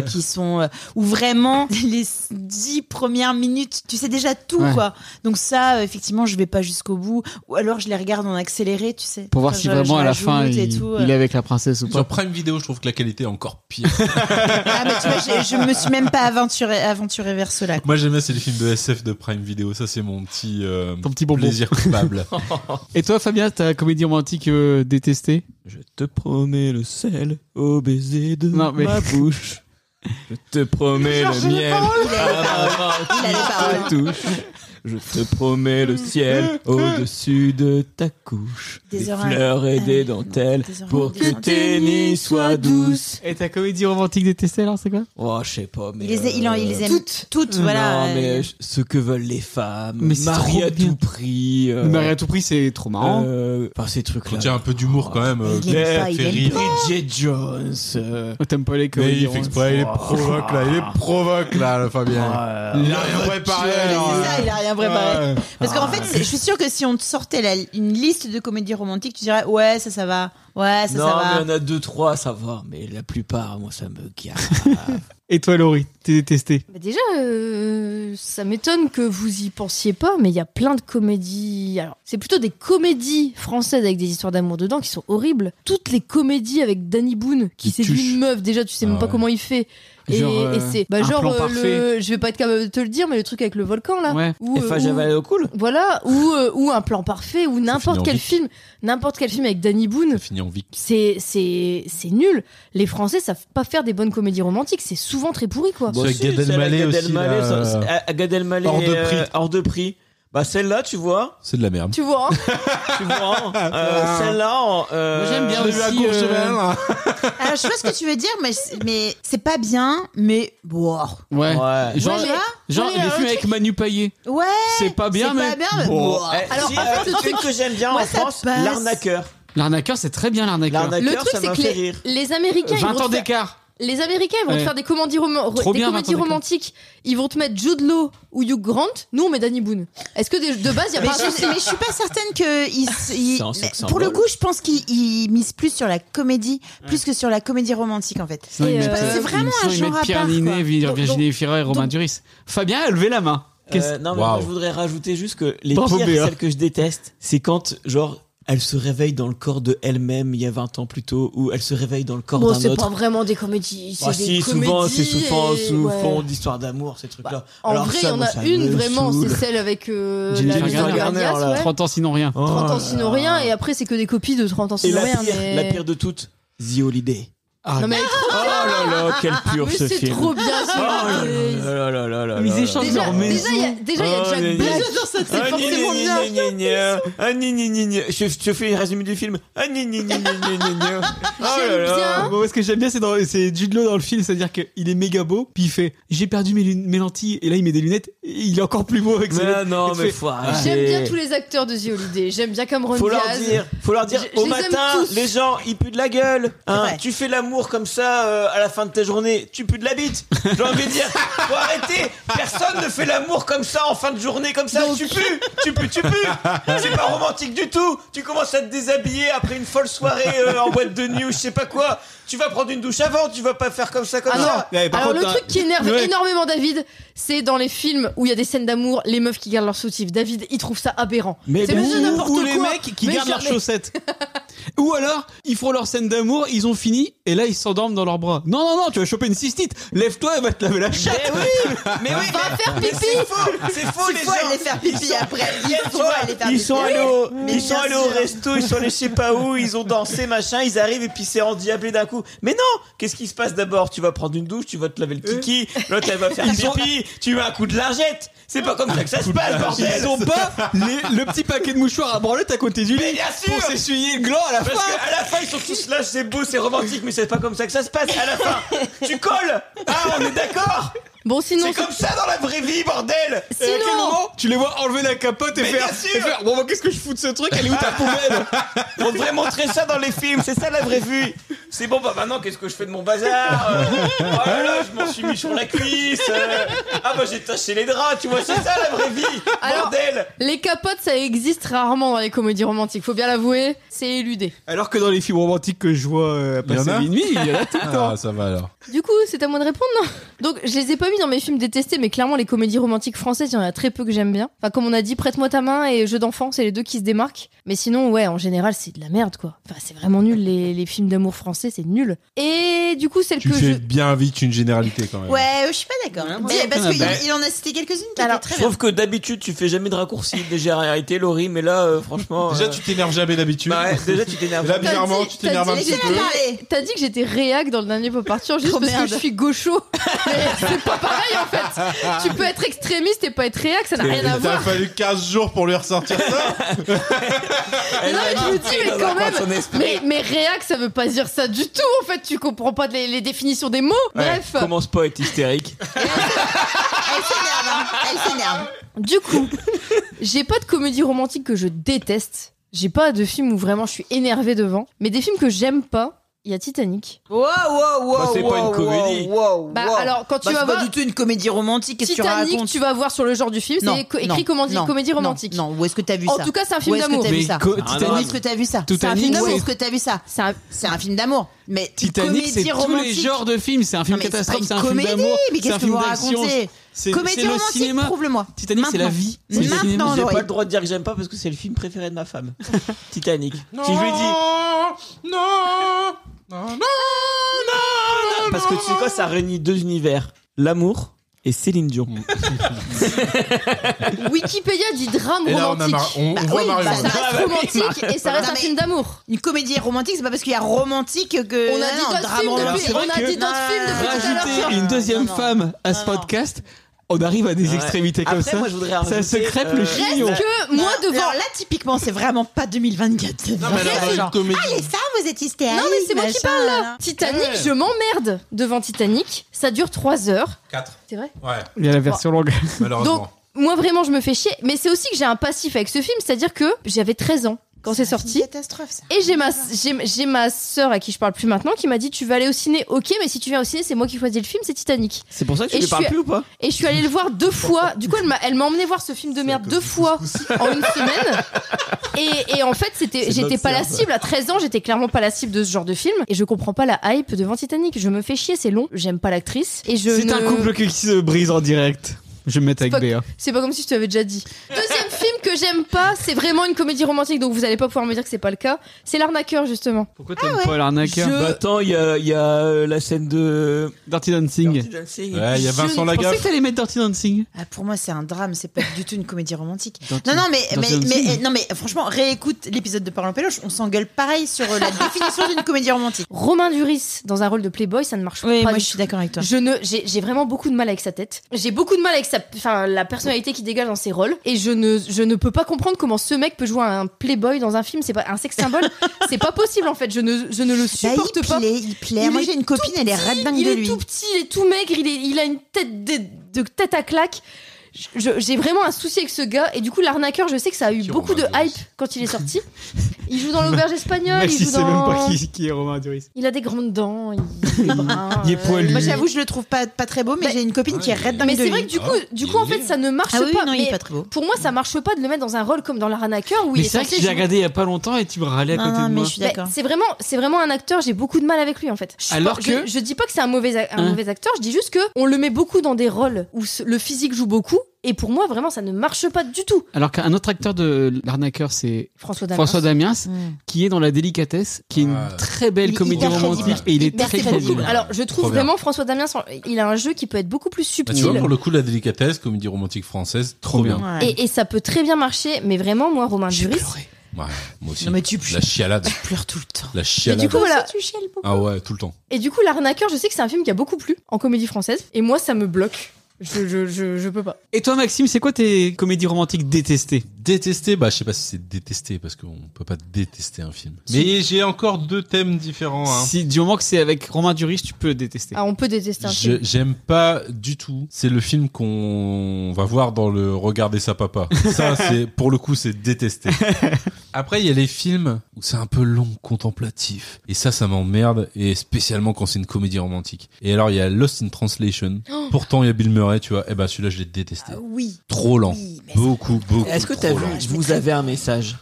Speaker 1: [LAUGHS]
Speaker 2: qui sont euh, où vraiment [LAUGHS] les dix premières minutes, tu sais déjà tout,
Speaker 1: Ouais.
Speaker 2: quoi. Donc ça, euh, effectivement, je vais pas jusqu'au bout, ou alors je les regarde en accéléré, tu sais,
Speaker 1: Pour voir
Speaker 2: Enfin,
Speaker 1: si
Speaker 2: je-
Speaker 1: vraiment
Speaker 2: je
Speaker 1: à la
Speaker 2: rajoute
Speaker 1: fin,
Speaker 2: et
Speaker 1: il,
Speaker 2: tout,
Speaker 1: il est
Speaker 2: euh.
Speaker 1: avec la princesse ou pas.
Speaker 3: Sur Prime Video, je trouve que la qualité est encore pire.
Speaker 2: [LAUGHS] Ah, mais tu vois, je, je me suis même pas aventuré aventuré vers
Speaker 1: [LAUGHS]
Speaker 2: cela. quoi.
Speaker 3: Moi, j'aime bien, c'est les films de SF de Prime Video. Ça, c'est mon petit, euh,
Speaker 1: Ton petit bonbon.
Speaker 3: plaisir
Speaker 2: [LAUGHS]
Speaker 3: coupable.
Speaker 1: Et toi, Fabien, ta comédie romantique euh, détestée
Speaker 4: Je te promets le sel au baiser de
Speaker 1: Non, mais-
Speaker 4: ma bouche. [LAUGHS] Je te promets le miel.
Speaker 2: Il a les paroles.
Speaker 4: touche. Je te promets le [LAUGHS] ciel au-dessus de ta couche.
Speaker 2: Des
Speaker 4: Des,
Speaker 2: oreilles. Ah
Speaker 4: fleurs et des dentelles
Speaker 2: Des oreilles,
Speaker 4: pour
Speaker 2: des
Speaker 4: que
Speaker 2: dentelles.
Speaker 4: tes nuits soient douces.
Speaker 1: [LAUGHS] Et ta comédie romantique détestée, alors, c'est quoi
Speaker 4: Oh, je sais pas, mais.
Speaker 2: Il les, a- il en- il les
Speaker 4: euh,
Speaker 2: aime toutes. Toutes, voilà.
Speaker 4: Non, mais je- ce que veulent les femmes.
Speaker 1: Mais c'est
Speaker 4: Marie
Speaker 1: trop
Speaker 4: à
Speaker 1: bien.
Speaker 4: tout prix. euh,
Speaker 1: Marie à tout prix, c'est trop marrant.
Speaker 4: euh, Enfin, ces trucs-là.
Speaker 3: Contient un peu d'humour quand même. euh,
Speaker 2: Oh. Il aime
Speaker 3: fait
Speaker 2: pas, il aime
Speaker 3: rire.
Speaker 4: Bridget Jones. euh,
Speaker 1: Oh, T'aimes pas les
Speaker 3: Mais
Speaker 1: comédies
Speaker 3: il fait
Speaker 1: romantiques
Speaker 3: exprès, il les provoque là, il les provoque là, le Fabien.
Speaker 4: euh,
Speaker 3: Il a rien préparé. alors,
Speaker 2: Ah.
Speaker 3: euh.
Speaker 2: C'est ça, il a rien préparé.
Speaker 3: Ouais.
Speaker 2: Parce
Speaker 4: Ah.
Speaker 2: qu'en fait, c'est- je suis sûre que si on te sortait la- une liste de comédies romantiques, tu dirais ouais, ça, ça va. Ouais, ça,
Speaker 4: non,
Speaker 2: ça va.
Speaker 4: mais il y en a deux, trois, ça va. Mais la plupart, moi, ça me [LAUGHS] gare.
Speaker 1: Et toi, Laurie, t'es détestée.
Speaker 5: Bah déjà, euh, ça m'étonne que vous y pensiez pas, mais il y a plein de comédies. Alors, c'est plutôt des comédies françaises avec des histoires d'amour dedans qui sont horribles. Toutes les comédies avec Danny Boone, qui
Speaker 4: Qui
Speaker 5: c'est
Speaker 4: tuche.
Speaker 5: une meuf, déjà, tu sais même
Speaker 3: Ah
Speaker 5: pas
Speaker 3: ouais.
Speaker 5: comment il fait. Et,
Speaker 1: Genre,
Speaker 5: et
Speaker 1: euh,
Speaker 5: c'est. Bah,
Speaker 1: un
Speaker 5: genre,
Speaker 1: plan
Speaker 5: euh,
Speaker 1: parfait.
Speaker 5: le, je vais pas être capable de te le dire, mais le truc avec le volcan, là.
Speaker 1: Ouais.
Speaker 5: Ou, euh,
Speaker 4: Enfin,
Speaker 5: ou-
Speaker 4: j'avais au cool.
Speaker 5: Voilà, ou, euh, ou un plan parfait, ou
Speaker 3: finit en
Speaker 5: n'importe quel
Speaker 3: Vic.
Speaker 5: film, n'importe quel film avec Danny Boone
Speaker 3: Ça finit en Vic.
Speaker 5: c'est c'est c'est nul. Les Français savent pas faire des bonnes comédies romantiques, c'est souvent très pourri quoi.
Speaker 4: Bah,
Speaker 3: Bon, Avec Gad Elmaleh
Speaker 4: celle avec Gad
Speaker 3: aussi,
Speaker 4: Elmaleh,
Speaker 3: là. euh,
Speaker 4: ça- c'est- à- à Gad Elmaleh,
Speaker 3: Hors de
Speaker 4: euh,
Speaker 3: prix.
Speaker 4: hors de prix. Bah celle-là, tu vois,
Speaker 3: C'est de la merde.
Speaker 5: Tu vois, hein
Speaker 4: tu vois.
Speaker 3: [LAUGHS]
Speaker 4: hein,
Speaker 3: Ah.
Speaker 4: euh, celle-là, en, euh,
Speaker 3: Ah,
Speaker 2: Alors, Ah, je sais pas ce que tu veux dire, mais c'est- mais c'est pas bien, mais bon.
Speaker 1: Ouais.
Speaker 4: Ouais.
Speaker 1: Genre,
Speaker 5: Ouais,
Speaker 1: genre
Speaker 5: Ouais,
Speaker 1: les
Speaker 5: un
Speaker 1: films
Speaker 5: truc-
Speaker 1: avec Manu Payet.
Speaker 2: Ouais.
Speaker 1: C'est pas bien,
Speaker 2: c'est
Speaker 1: mais.
Speaker 2: pas bien, mais
Speaker 1: Bon.
Speaker 2: bon.
Speaker 4: Eh,
Speaker 5: Alors,
Speaker 4: si,
Speaker 5: en fait,
Speaker 4: euh, truc que j'aime bien
Speaker 2: Moi,
Speaker 4: en
Speaker 2: ça
Speaker 4: France,
Speaker 2: passe.
Speaker 4: l'arnaqueur.
Speaker 1: L'arnaqueur, c'est très bien l'arnaqueur.
Speaker 4: L'arnaqueur.
Speaker 5: le
Speaker 4: D'accord,
Speaker 5: truc
Speaker 4: ça
Speaker 5: c'est
Speaker 4: m'a
Speaker 5: que
Speaker 4: fait
Speaker 5: les,
Speaker 4: rire.
Speaker 5: les Américains, ils
Speaker 1: 20
Speaker 5: vont
Speaker 1: ans
Speaker 5: te faire-
Speaker 1: d'écart.
Speaker 5: les Américains ils vont te
Speaker 1: Ouais.
Speaker 5: faire des comédies, roman-
Speaker 1: Trop
Speaker 5: des
Speaker 1: bien, 20 ans
Speaker 5: comédies
Speaker 1: d'écart.
Speaker 5: romantiques. Ils vont te mettre Jude Law ou Hugh Grant. Nous on met Danny Boone. Est-ce que des- de base il y a
Speaker 2: Mais
Speaker 5: pas un
Speaker 2: je,
Speaker 5: souci
Speaker 2: mais je suis pas certaine que il s- il-
Speaker 4: C'est un sexe
Speaker 2: mais pour le
Speaker 4: symbole. Mm.
Speaker 2: coup, je pense qu'il il mise plus sur la comédie plus que sur la comédie romantique en fait.
Speaker 1: Sinon, ils
Speaker 5: Et,
Speaker 1: mettent,
Speaker 5: euh,
Speaker 1: euh,
Speaker 5: c'est
Speaker 2: vraiment
Speaker 1: sinon,
Speaker 2: un
Speaker 1: ils
Speaker 2: genre
Speaker 1: mettent
Speaker 2: à
Speaker 1: Pierre
Speaker 2: part, quoi.
Speaker 1: Ninet, Vir-
Speaker 5: Donc-
Speaker 1: Virginie Fira et Romain
Speaker 5: donc-
Speaker 1: Duris. Fabien a levé la main. Qu'est-ce-
Speaker 4: Euh, non, mais
Speaker 3: Waouh.
Speaker 4: moi, je voudrais rajouter juste que les
Speaker 1: Bravo,
Speaker 4: pires,
Speaker 1: Béa.
Speaker 4: celles que je déteste, c'est quand, genre, elle se réveille dans le corps de elle-même il y a 20 ans plus tôt, ou elle se réveille dans le corps
Speaker 5: Bon,
Speaker 4: d'un
Speaker 5: c'est
Speaker 4: autre.
Speaker 5: pas vraiment des comédies, c'est
Speaker 4: Ah,
Speaker 5: des
Speaker 4: si, souvent,
Speaker 5: comédies
Speaker 4: c'est souvent
Speaker 5: et-
Speaker 4: sous
Speaker 5: ouais. Bah,
Speaker 4: fond d'histoire d'amour, ces trucs-là.
Speaker 5: En
Speaker 4: Alors
Speaker 5: vrai, il y
Speaker 4: ça,
Speaker 5: en
Speaker 4: moi,
Speaker 5: a
Speaker 4: ça
Speaker 5: une
Speaker 4: me
Speaker 5: vraiment, c'est
Speaker 4: saoule.
Speaker 5: celle avec euh,
Speaker 1: Jennifer
Speaker 5: la Lisa
Speaker 1: Garner,
Speaker 5: Garnias,
Speaker 4: là.
Speaker 5: ouais.
Speaker 1: 30 ans sinon rien.
Speaker 5: 30
Speaker 4: Oh
Speaker 5: ans
Speaker 4: là
Speaker 5: sinon
Speaker 4: là.
Speaker 5: rien, et après c'est que des copies de 30 ans
Speaker 4: Et
Speaker 5: sinon
Speaker 4: la
Speaker 5: rien.
Speaker 4: pire,
Speaker 5: mais-
Speaker 4: la pire de toutes, The Holiday.
Speaker 1: Ah,
Speaker 5: Non mais elle est
Speaker 4: Oh là là, quel pur
Speaker 5: Ah, Mais
Speaker 4: ce
Speaker 5: c'est
Speaker 4: film.
Speaker 5: trop bien
Speaker 4: Oh là
Speaker 5: ce
Speaker 4: là là là là
Speaker 1: Ils
Speaker 4: là
Speaker 1: échangent
Speaker 4: là
Speaker 5: Déjà,
Speaker 1: leur
Speaker 4: là.
Speaker 1: maison.
Speaker 5: déjà, il y a, déjà, il y a
Speaker 4: Oh,
Speaker 5: Jack
Speaker 4: les-
Speaker 5: Black.
Speaker 4: les-
Speaker 5: dans cette-
Speaker 4: Ah,
Speaker 5: [LAUGHS] C'est
Speaker 4: ni, ni,
Speaker 5: forcément
Speaker 4: ni,
Speaker 5: bien.
Speaker 4: ni, ni, ni. Ah, ni, ni, ni, ni. Je, je te fais un résumé du film. Ah, ni, ni, ni, ni, ni, ni,
Speaker 5: [LAUGHS]
Speaker 4: ni. Oh là là.
Speaker 5: bien.
Speaker 1: Moi, ce que j'aime bien, c'est dans- c'est Jude Law dans le film, c'est-à-dire qu'il est méga beau, puis il fait J'ai perdu mes, lun- mes lentilles, et là il met des lunettes, et il est encore plus beau avec ses
Speaker 4: Mais
Speaker 1: lunettes.
Speaker 4: non,
Speaker 1: Et tu
Speaker 4: mais
Speaker 1: fais,
Speaker 4: faut arrêter.
Speaker 5: J'aime bien tous les acteurs de The Holiday. J'aime bien Cameron
Speaker 4: Faut leur
Speaker 5: Diaz.
Speaker 4: dire, faut leur dire
Speaker 5: Je- je
Speaker 4: au
Speaker 5: les aime
Speaker 4: matin,
Speaker 5: tous.
Speaker 4: les gens ils puent de la gueule. Hein,
Speaker 2: Ouais.
Speaker 4: tu fais l'amour comme ça euh, à la fin de ta journée, tu pues de la bite. J'ai envie de dire, faut arrêter. Personne ne fait l'amour comme ça en fin de journée comme ça. Tu pues, tu pues, tu pues. C'est pas romantique du tout. Tu commences à te déshabiller après une folle soirée euh, en boîte de nuit ou je sais pas quoi. Tu vas prendre une douche avant. Tu vas pas faire comme ça comme
Speaker 5: Ah
Speaker 4: ça.
Speaker 5: non.
Speaker 1: Ouais, par
Speaker 5: Alors
Speaker 1: contre,
Speaker 5: le
Speaker 1: hein,
Speaker 5: truc qui énerve
Speaker 1: ouais.
Speaker 5: énormément David, c'est dans les films où il y a des scènes d'amour, les meufs qui gardent leurs soutifs. David, il trouve ça aberrant.
Speaker 1: Mais
Speaker 5: C'est
Speaker 1: ou,
Speaker 5: monsieur n'importe
Speaker 1: ou
Speaker 5: quoi.
Speaker 1: les mecs qui
Speaker 5: Mais
Speaker 1: gardent leurs
Speaker 5: jamais.
Speaker 1: chaussettes. ou alors, ils font leur scène d'amour, ils ont fini, et là ils s'endorment dans leurs bras. Non, non, non, tu vas choper une cystite, lève-toi et va te laver la chatte.
Speaker 4: Mais Eh oui, mais oui,
Speaker 5: Va faire
Speaker 4: mais
Speaker 5: pipi.
Speaker 4: c'est faux, c'est faux
Speaker 2: Il
Speaker 4: les
Speaker 2: faut
Speaker 4: gens.
Speaker 2: aller faire pipi après. [LAUGHS] Il
Speaker 4: Ils
Speaker 2: faut
Speaker 4: sont-
Speaker 2: aller faire
Speaker 4: ils
Speaker 2: pipi.
Speaker 4: sont allés au,
Speaker 2: Mais
Speaker 4: ils sont
Speaker 2: bien
Speaker 4: allés au
Speaker 2: sûr.
Speaker 4: resto, ils sont allés je sais pas où, ils ont dansé machin, ils arrivent et puis c'est endiablé d'un coup. Mais non, qu'est-ce qui se passe d'abord Tu vas prendre une douche, tu vas te laver le kiki, l'autre elle va faire pipi, tu mets un coup de lingette. C'est pas comme ça que ça se passe, bordel.
Speaker 1: Ils ont pas les- le petit paquet de mouchoirs à branlette à côté du lit
Speaker 4: Mais bien
Speaker 1: pour
Speaker 4: sûr.
Speaker 1: s'essuyer le gland à la
Speaker 4: Parce
Speaker 1: fin.
Speaker 4: qu'à la fin ils sont tous là, c'est beau, c'est romantique, mais c'est pas comme ça que ça se passe. À la fin, tu colles. Ah, on est d'accord.
Speaker 5: Bon sinon,
Speaker 4: C'est comme ça dans la vraie vie, bordel.
Speaker 1: Et euh, à quel
Speaker 5: Sinon-
Speaker 1: moment tu les vois enlever la capote et,
Speaker 4: Mais
Speaker 1: faire,
Speaker 4: bien sûr.
Speaker 1: et faire Bon, bah, qu'est-ce que je fous de ce truc Elle est où ta
Speaker 4: [LAUGHS]
Speaker 1: poubelle
Speaker 4: On devrait montrer ça dans les films, c'est ça la vraie vue. C'est bon, bah maintenant qu'est-ce que je fais de mon bazar Euh, Oh là là, je m'en suis mis sur la cuisse. euh, Ah bah j'ai taché les draps, tu vois, c'est ça la vraie vie.
Speaker 5: Alors-
Speaker 4: Bordel.
Speaker 5: les capotes, ça existe rarement dans les comédies romantiques. Faut bien l'avouer, c'est éludé.
Speaker 1: Alors que dans les films romantiques que je vois euh,
Speaker 3: Il y en
Speaker 1: passer
Speaker 3: a
Speaker 2: [LAUGHS]
Speaker 1: minuit, il y en a tout le temps.
Speaker 3: Ah, ça va alors.
Speaker 5: Du coup, c'est à moi de répondre, non Donc, je les ai pas mis mis dans mes films détestés, mais clairement, les comédies romantiques françaises, il y en a très peu que j'aime bien. Enfin, comme on a dit, Prête-moi ta main et Jeu d'enfant, c'est les deux qui se démarquent. Mais sinon, ouais, en général, c'est de la merde, quoi. Enfin, c'est vraiment nul, les, les films d'amour français, c'est nul. Et du coup, celle
Speaker 3: Tu
Speaker 5: que
Speaker 3: fais
Speaker 5: je.
Speaker 3: bien vite une généralité quand même.
Speaker 2: Ouais, je suis pas d'accord.
Speaker 1: Ouais, moi,
Speaker 2: Mais
Speaker 1: j'en
Speaker 2: parce
Speaker 1: connais pas.
Speaker 2: qu'il il en a cité quelques-unes qui
Speaker 5: Alors,
Speaker 2: étaient très
Speaker 4: Je
Speaker 2: bien.
Speaker 4: trouve que d'habitude, tu fais jamais de raccourcis de généralité, Laurie, mais là, euh, franchement.
Speaker 3: Déjà,
Speaker 4: euh,
Speaker 3: tu t'énerves jamais d'habitude.
Speaker 4: bah ouais, déjà, tu t'énerves.
Speaker 3: Là, [LAUGHS] bizarrement,
Speaker 5: dit-
Speaker 3: tu t'énerves
Speaker 5: t'as
Speaker 3: un
Speaker 5: dit
Speaker 3: petit
Speaker 5: les
Speaker 3: peu.
Speaker 5: générales.
Speaker 2: Allez.
Speaker 5: T'as dit que j'étais réac dans le dernier Pop Arthur juste
Speaker 2: Oh,
Speaker 5: parce
Speaker 2: merde.
Speaker 5: que je suis gaucho.
Speaker 3: [LAUGHS]
Speaker 5: Mais c'est pas pareil en fait. Tu peux être extrémiste et pas être réac, ça n'a rien
Speaker 3: Il
Speaker 5: à
Speaker 3: t'a
Speaker 5: voir.
Speaker 3: fallu 15 jours pour lui
Speaker 5: [LAUGHS]
Speaker 3: ressortir ça.
Speaker 5: Mais non, mais je me dis, mais
Speaker 4: dans
Speaker 5: quand
Speaker 4: un coin de
Speaker 5: même.
Speaker 4: son esprit.
Speaker 5: Mais, mais réac, ça veut pas dire ça du tout en fait. Tu comprends pas les, les définitions des mots.
Speaker 4: Ouais,
Speaker 5: Bref.
Speaker 4: Commence pas à être hystérique.
Speaker 2: Elle s'énerve, hein. elle s'énerve.
Speaker 5: Du coup, j'ai pas de comédie romantique que je déteste. J'ai pas de film où vraiment je suis énervée devant. Mais des films que j'aime pas, il y a Titanic.
Speaker 2: Wow, wow, wow.
Speaker 4: Bah, c'est pas une
Speaker 2: wow,
Speaker 4: comédie.
Speaker 2: wow, wow,
Speaker 5: Bah
Speaker 2: wow.
Speaker 5: alors, quand tu
Speaker 2: Bah,
Speaker 5: vas
Speaker 2: c'est pas
Speaker 5: voir.
Speaker 2: du tout une comédie romantique, qu'est-ce que tu
Speaker 5: Titanic,
Speaker 2: racontes
Speaker 5: tu vas voir sur le genre du film, c'est co- écrit comédie,
Speaker 2: non,
Speaker 5: comédie
Speaker 2: non,
Speaker 5: romantique.
Speaker 2: Non, où est-ce que t'as vu
Speaker 5: en
Speaker 2: ça
Speaker 5: tout cas, c'est un
Speaker 2: Où
Speaker 5: film
Speaker 2: est-ce que
Speaker 5: d'amour.
Speaker 2: t'as vu
Speaker 1: Mais
Speaker 2: ça
Speaker 1: co-
Speaker 4: Ah,
Speaker 2: Où
Speaker 1: Titanic,
Speaker 2: est-ce que t'as vu ça C'est un
Speaker 1: Titanic,
Speaker 2: film d'amour.
Speaker 1: c'est-
Speaker 2: Où est-ce que t'as vu ça [LAUGHS]
Speaker 5: C'est un-
Speaker 2: C'est un film d'amour. Mais
Speaker 1: Titanic,
Speaker 2: comédie
Speaker 1: c'est tous les
Speaker 2: romantique.
Speaker 1: genres de films. C'est un film
Speaker 2: Non, mais c'est
Speaker 1: catastrophe, c'est
Speaker 2: pas
Speaker 1: un
Speaker 2: une
Speaker 1: film
Speaker 2: comédie,
Speaker 1: d'amour.
Speaker 2: mais
Speaker 1: c'est un
Speaker 2: qu'est-ce que
Speaker 1: film
Speaker 2: vous
Speaker 1: d'action.
Speaker 2: racontez
Speaker 1: C'est
Speaker 2: Comédie
Speaker 1: c'est le
Speaker 2: romantique,
Speaker 1: cinéma.
Speaker 2: prouve-le-moi.
Speaker 1: Titanic, c'est la
Speaker 2: Maintenant.
Speaker 1: vie. C'est le cinéma.
Speaker 2: Maintenant,
Speaker 4: J'ai pas
Speaker 2: Laurie.
Speaker 4: le droit de dire que j'aime pas parce que c'est le film préféré de ma femme. [LAUGHS] Titanic. Si je lui dis.
Speaker 3: Non, non, non, non,
Speaker 4: Parce que tu sais quoi, ça réunit deux univers. L'amour et Céline Dion.
Speaker 5: Wikipédia dit drame
Speaker 3: Et là, on, a
Speaker 5: romantique.
Speaker 3: mar- on, on
Speaker 2: Bah
Speaker 3: voit
Speaker 2: oui,
Speaker 3: Mario.
Speaker 2: bah
Speaker 5: Ça
Speaker 3: là. [LAUGHS]
Speaker 5: reste romantique et ça reste
Speaker 2: Non,
Speaker 5: un
Speaker 2: mais-
Speaker 5: film d'amour.
Speaker 2: Une comédie romantique, c'est pas parce qu'il y a romantique que.
Speaker 5: On a
Speaker 2: Non,
Speaker 5: dit
Speaker 2: non,
Speaker 5: d'autres
Speaker 2: Euh, drame
Speaker 5: films depuis-
Speaker 2: romantique.
Speaker 1: c'est vrai
Speaker 5: on a
Speaker 1: que-
Speaker 5: dit d'autres films depuis tout à l'heure.
Speaker 2: Non,
Speaker 1: Rajouter
Speaker 2: non,
Speaker 1: une
Speaker 2: non,
Speaker 1: deuxième
Speaker 2: non.
Speaker 1: femme à ce
Speaker 2: Non, non.
Speaker 1: podcast, on arrive à des
Speaker 4: Ouais.
Speaker 1: extrémités comme
Speaker 4: Après,
Speaker 1: ça.
Speaker 4: moi, je voudrais
Speaker 1: ça se
Speaker 4: rajouter,
Speaker 1: crêpe
Speaker 4: euh,
Speaker 1: le chignon.
Speaker 5: Reste que moi
Speaker 2: Non,
Speaker 5: devant.
Speaker 2: Alors là, typiquement, c'est vraiment pas 2024.
Speaker 3: Non, mais alors,
Speaker 2: Genre,
Speaker 3: une comédie.
Speaker 2: Allez, ça, vous êtes hystérique.
Speaker 5: Non, mais c'est moi qui
Speaker 2: machin,
Speaker 5: parle, là.
Speaker 2: nan, nan.
Speaker 5: Titanic,
Speaker 3: Ouais.
Speaker 5: je m'emmerde devant Titanic. Ça dure 3 heures.
Speaker 3: 4.
Speaker 5: C'est vrai
Speaker 3: Ouais,
Speaker 1: Il y a la version longue.
Speaker 3: [LAUGHS] malheureusement.
Speaker 5: Donc, moi vraiment, je me fais chier. Mais c'est aussi que j'ai un passif avec ce film, c'est-à-dire que j'avais 13 ans quand c'est
Speaker 2: C'est une
Speaker 5: sorti.
Speaker 2: catastrophe, ça.
Speaker 5: Et j'ai ma, j'ai, j'ai ma sœur à qui je parle plus maintenant qui m'a dit Tu vas aller au ciné, ok, mais si tu viens au ciné, c'est moi qui choisis le film, c'est Titanic.
Speaker 4: C'est pour ça que tu
Speaker 5: Et
Speaker 4: lui
Speaker 5: je
Speaker 4: parles
Speaker 5: suis-
Speaker 4: plus ou pas
Speaker 5: Et je suis allée le voir deux fois. Du coup, elle m'a, elle m'a emmené voir ce film de merde deux fois en une semaine. Et, et en fait, c'était,
Speaker 4: C'est
Speaker 5: j'étais
Speaker 4: notre
Speaker 5: pas la
Speaker 4: sœur, ça.
Speaker 5: cible. À 13 ans, j'étais clairement pas la cible de ce genre de film. Et je comprends pas la hype devant Titanic. Je me fais chier, c'est long. J'aime pas l'actrice. Et je
Speaker 1: C'est
Speaker 5: ne-
Speaker 1: un couple qui se brise en direct. Je vais me mettre avec
Speaker 5: Fuck.
Speaker 1: Béa.
Speaker 5: C'est pas comme si je te l'avais déjà dit.
Speaker 4: [LAUGHS]
Speaker 5: Deuxième film que j'aime pas, c'est vraiment une comédie romantique, donc vous allez pas pouvoir me dire que c'est pas le cas. C'est L'Arnaqueur, justement.
Speaker 1: Pourquoi
Speaker 2: Ah
Speaker 1: t'aimes pas l'arnaqueur
Speaker 4: Bah attends, il y a, il y a euh, la scène de.
Speaker 1: Dirty Dancing.
Speaker 3: Ouais, Ah, il y a Vincent
Speaker 5: je ne pensais
Speaker 1: Je pensais
Speaker 3: Lagaffe.
Speaker 1: que t'allais mettre Dirty Dancing.
Speaker 2: Ah, pour moi, c'est un drame, c'est pas du tout une
Speaker 1: [LAUGHS]
Speaker 2: comédie romantique.
Speaker 1: Dirty-
Speaker 2: Non, non, mais,
Speaker 1: Dirty
Speaker 2: mais,
Speaker 1: Dancing.
Speaker 2: mais, non, mais franchement, réécoute l'épisode de Parlant Péloche, on s'engueule pareil sur [LAUGHS] euh, la définition d'une comédie romantique.
Speaker 5: Romain Duris, dans un rôle de Playboy, ça ne marche pas.
Speaker 2: moi,
Speaker 5: du
Speaker 2: je suis d'accord avec
Speaker 5: tout.
Speaker 2: toi.
Speaker 5: Je ne, j'ai j'ai vraiment beaucoup de mal avec sa tête. J'ai beaucoup de mal avec sa, enfin, la personnalité qui dégage dans ses rôles. Et je ne, je ne peux pas comprendre comment ce mec peut jouer un playboy dans un film. C'est pas un
Speaker 1: [LAUGHS]
Speaker 5: sex symbole. c'est pas possible en fait. Je ne, je ne le supporte
Speaker 2: Bah, il
Speaker 5: pas.
Speaker 2: plaît, il plaît.
Speaker 5: Il
Speaker 2: moi,
Speaker 5: est
Speaker 2: j'ai une copine, elle est red dingue
Speaker 5: Il
Speaker 2: de
Speaker 5: est
Speaker 2: lui.
Speaker 5: tout petit, il est tout maigre, il, est, il a une tête de, de tête à claque. Je- je- J'ai vraiment un souci avec ce gars et du coup l'arnaqueur, je sais que ça a eu
Speaker 3: Qui
Speaker 5: beaucoup de
Speaker 3: Romain Duris.
Speaker 5: hype quand il
Speaker 1: [LAUGHS]
Speaker 5: est sorti. Il joue dans l'auberge espagnole,
Speaker 1: Même si
Speaker 5: il joue
Speaker 1: c'est même pas
Speaker 5: dans.
Speaker 1: qui, qui est Romain Duris.
Speaker 5: Il a des grandes
Speaker 1: [LAUGHS]
Speaker 5: dents, il, est brun,
Speaker 1: Il est
Speaker 5: euh,
Speaker 1: poilu.
Speaker 2: Moi, j'avoue, je le trouve pas, pas très beau, mais
Speaker 5: Bah,
Speaker 2: j'ai une copine qui est
Speaker 3: ouais,
Speaker 2: red dingue
Speaker 5: Mais
Speaker 2: de
Speaker 5: c'est
Speaker 2: lui.
Speaker 5: vrai que du
Speaker 3: Ah,
Speaker 5: coup, du
Speaker 3: il
Speaker 5: coup en
Speaker 3: est
Speaker 5: fait
Speaker 3: laid.
Speaker 5: ça ne marche
Speaker 2: Ah oui,
Speaker 5: pas.
Speaker 2: non, il
Speaker 5: mais
Speaker 2: est pas très beau.
Speaker 5: Pour moi, ça marche pas de le mettre dans un rôle comme dans l'arnaqueur où
Speaker 1: Mais
Speaker 5: il est
Speaker 1: c'est vrai que
Speaker 5: censé
Speaker 1: j'ai
Speaker 5: jouer-
Speaker 1: regardé il y a pas longtemps et tu me râlais à
Speaker 2: Non,
Speaker 1: côté
Speaker 2: non,
Speaker 1: de
Speaker 2: mais
Speaker 1: moi.
Speaker 2: je suis
Speaker 5: Mais
Speaker 2: d'accord.
Speaker 5: C'est vraiment, c'est vraiment un acteur. J'ai beaucoup de mal avec lui en fait. Je suis
Speaker 1: Alors
Speaker 5: pas-
Speaker 1: que-
Speaker 5: je, je dis pas que c'est un mauvais, a- un
Speaker 1: Hein.
Speaker 5: mauvais acteur. Je dis juste que on le met beaucoup dans des rôles où ce- le physique joue beaucoup. Et pour moi, vraiment, ça ne marche pas du tout.
Speaker 1: Alors qu'un autre acteur de l'arnaqueur, c'est
Speaker 5: François Damas.
Speaker 1: François Damiens,
Speaker 2: Mm.
Speaker 1: qui est dans la délicatesse, qui est une
Speaker 3: Ouais.
Speaker 1: très belle
Speaker 2: Il est
Speaker 1: comédie
Speaker 2: hyper
Speaker 1: romantique.
Speaker 2: crédible.
Speaker 1: Et il est
Speaker 2: Hyper
Speaker 1: très
Speaker 2: crédible.
Speaker 1: crédible.
Speaker 5: Alors, je trouve
Speaker 3: Trop bien.
Speaker 5: vraiment François Damien, il a un jeu qui peut être beaucoup plus
Speaker 3: Bah,
Speaker 5: subtil.
Speaker 3: tu vois, pour le coup, la délicatesse, comédie romantique française, trop bien.
Speaker 2: Ouais.
Speaker 5: et, et ça peut très bien marcher, mais vraiment, moi, Romain
Speaker 1: J'ai
Speaker 5: Duris.
Speaker 1: pleuré.
Speaker 3: Ouais, moi aussi.
Speaker 2: Non, mais tu pleures.
Speaker 3: La chialade.
Speaker 2: Tu pleures tout le temps.
Speaker 3: La
Speaker 5: Mais
Speaker 3: chialade.
Speaker 5: du coup, voilà.
Speaker 3: Ah ouais, tout le temps.
Speaker 5: Et du coup, l'arnaqueur, je sais que c'est un film qui a beaucoup plu en comédie française. Et moi, ça me bloque. Je, je, je, je peux pas.
Speaker 1: Et toi, Maxime, c'est quoi tes comédies romantiques détestées
Speaker 3: Détester, bah je sais pas si c'est détester parce qu'on peut pas détester un film. Mais j'ai encore deux thèmes différents. hein.
Speaker 1: Si du moment que c'est avec Romain Duris, tu peux détester.
Speaker 5: Ah, on peut détester un film.
Speaker 3: Je- J'aime pas du tout. C'est le film qu'on va voir dans le Regarder sa papa. Ça, c'est pour le coup, c'est détesté. Après, il y a les films où c'est un peu long, contemplatif. Et ça, ça m'emmerde. Et spécialement quand c'est une comédie romantique. Et alors, il y a Lost in Translation. Pourtant, il y a Bill Murray, tu vois. Eh ben, celui-là, je l'ai détesté.
Speaker 2: Ah oui.
Speaker 3: Trop lent.
Speaker 2: Oui, mais,
Speaker 3: Beaucoup, beaucoup.
Speaker 4: Est-ce que t'as
Speaker 3: trop
Speaker 4: vu
Speaker 3: lent.
Speaker 4: Je vous avais un message.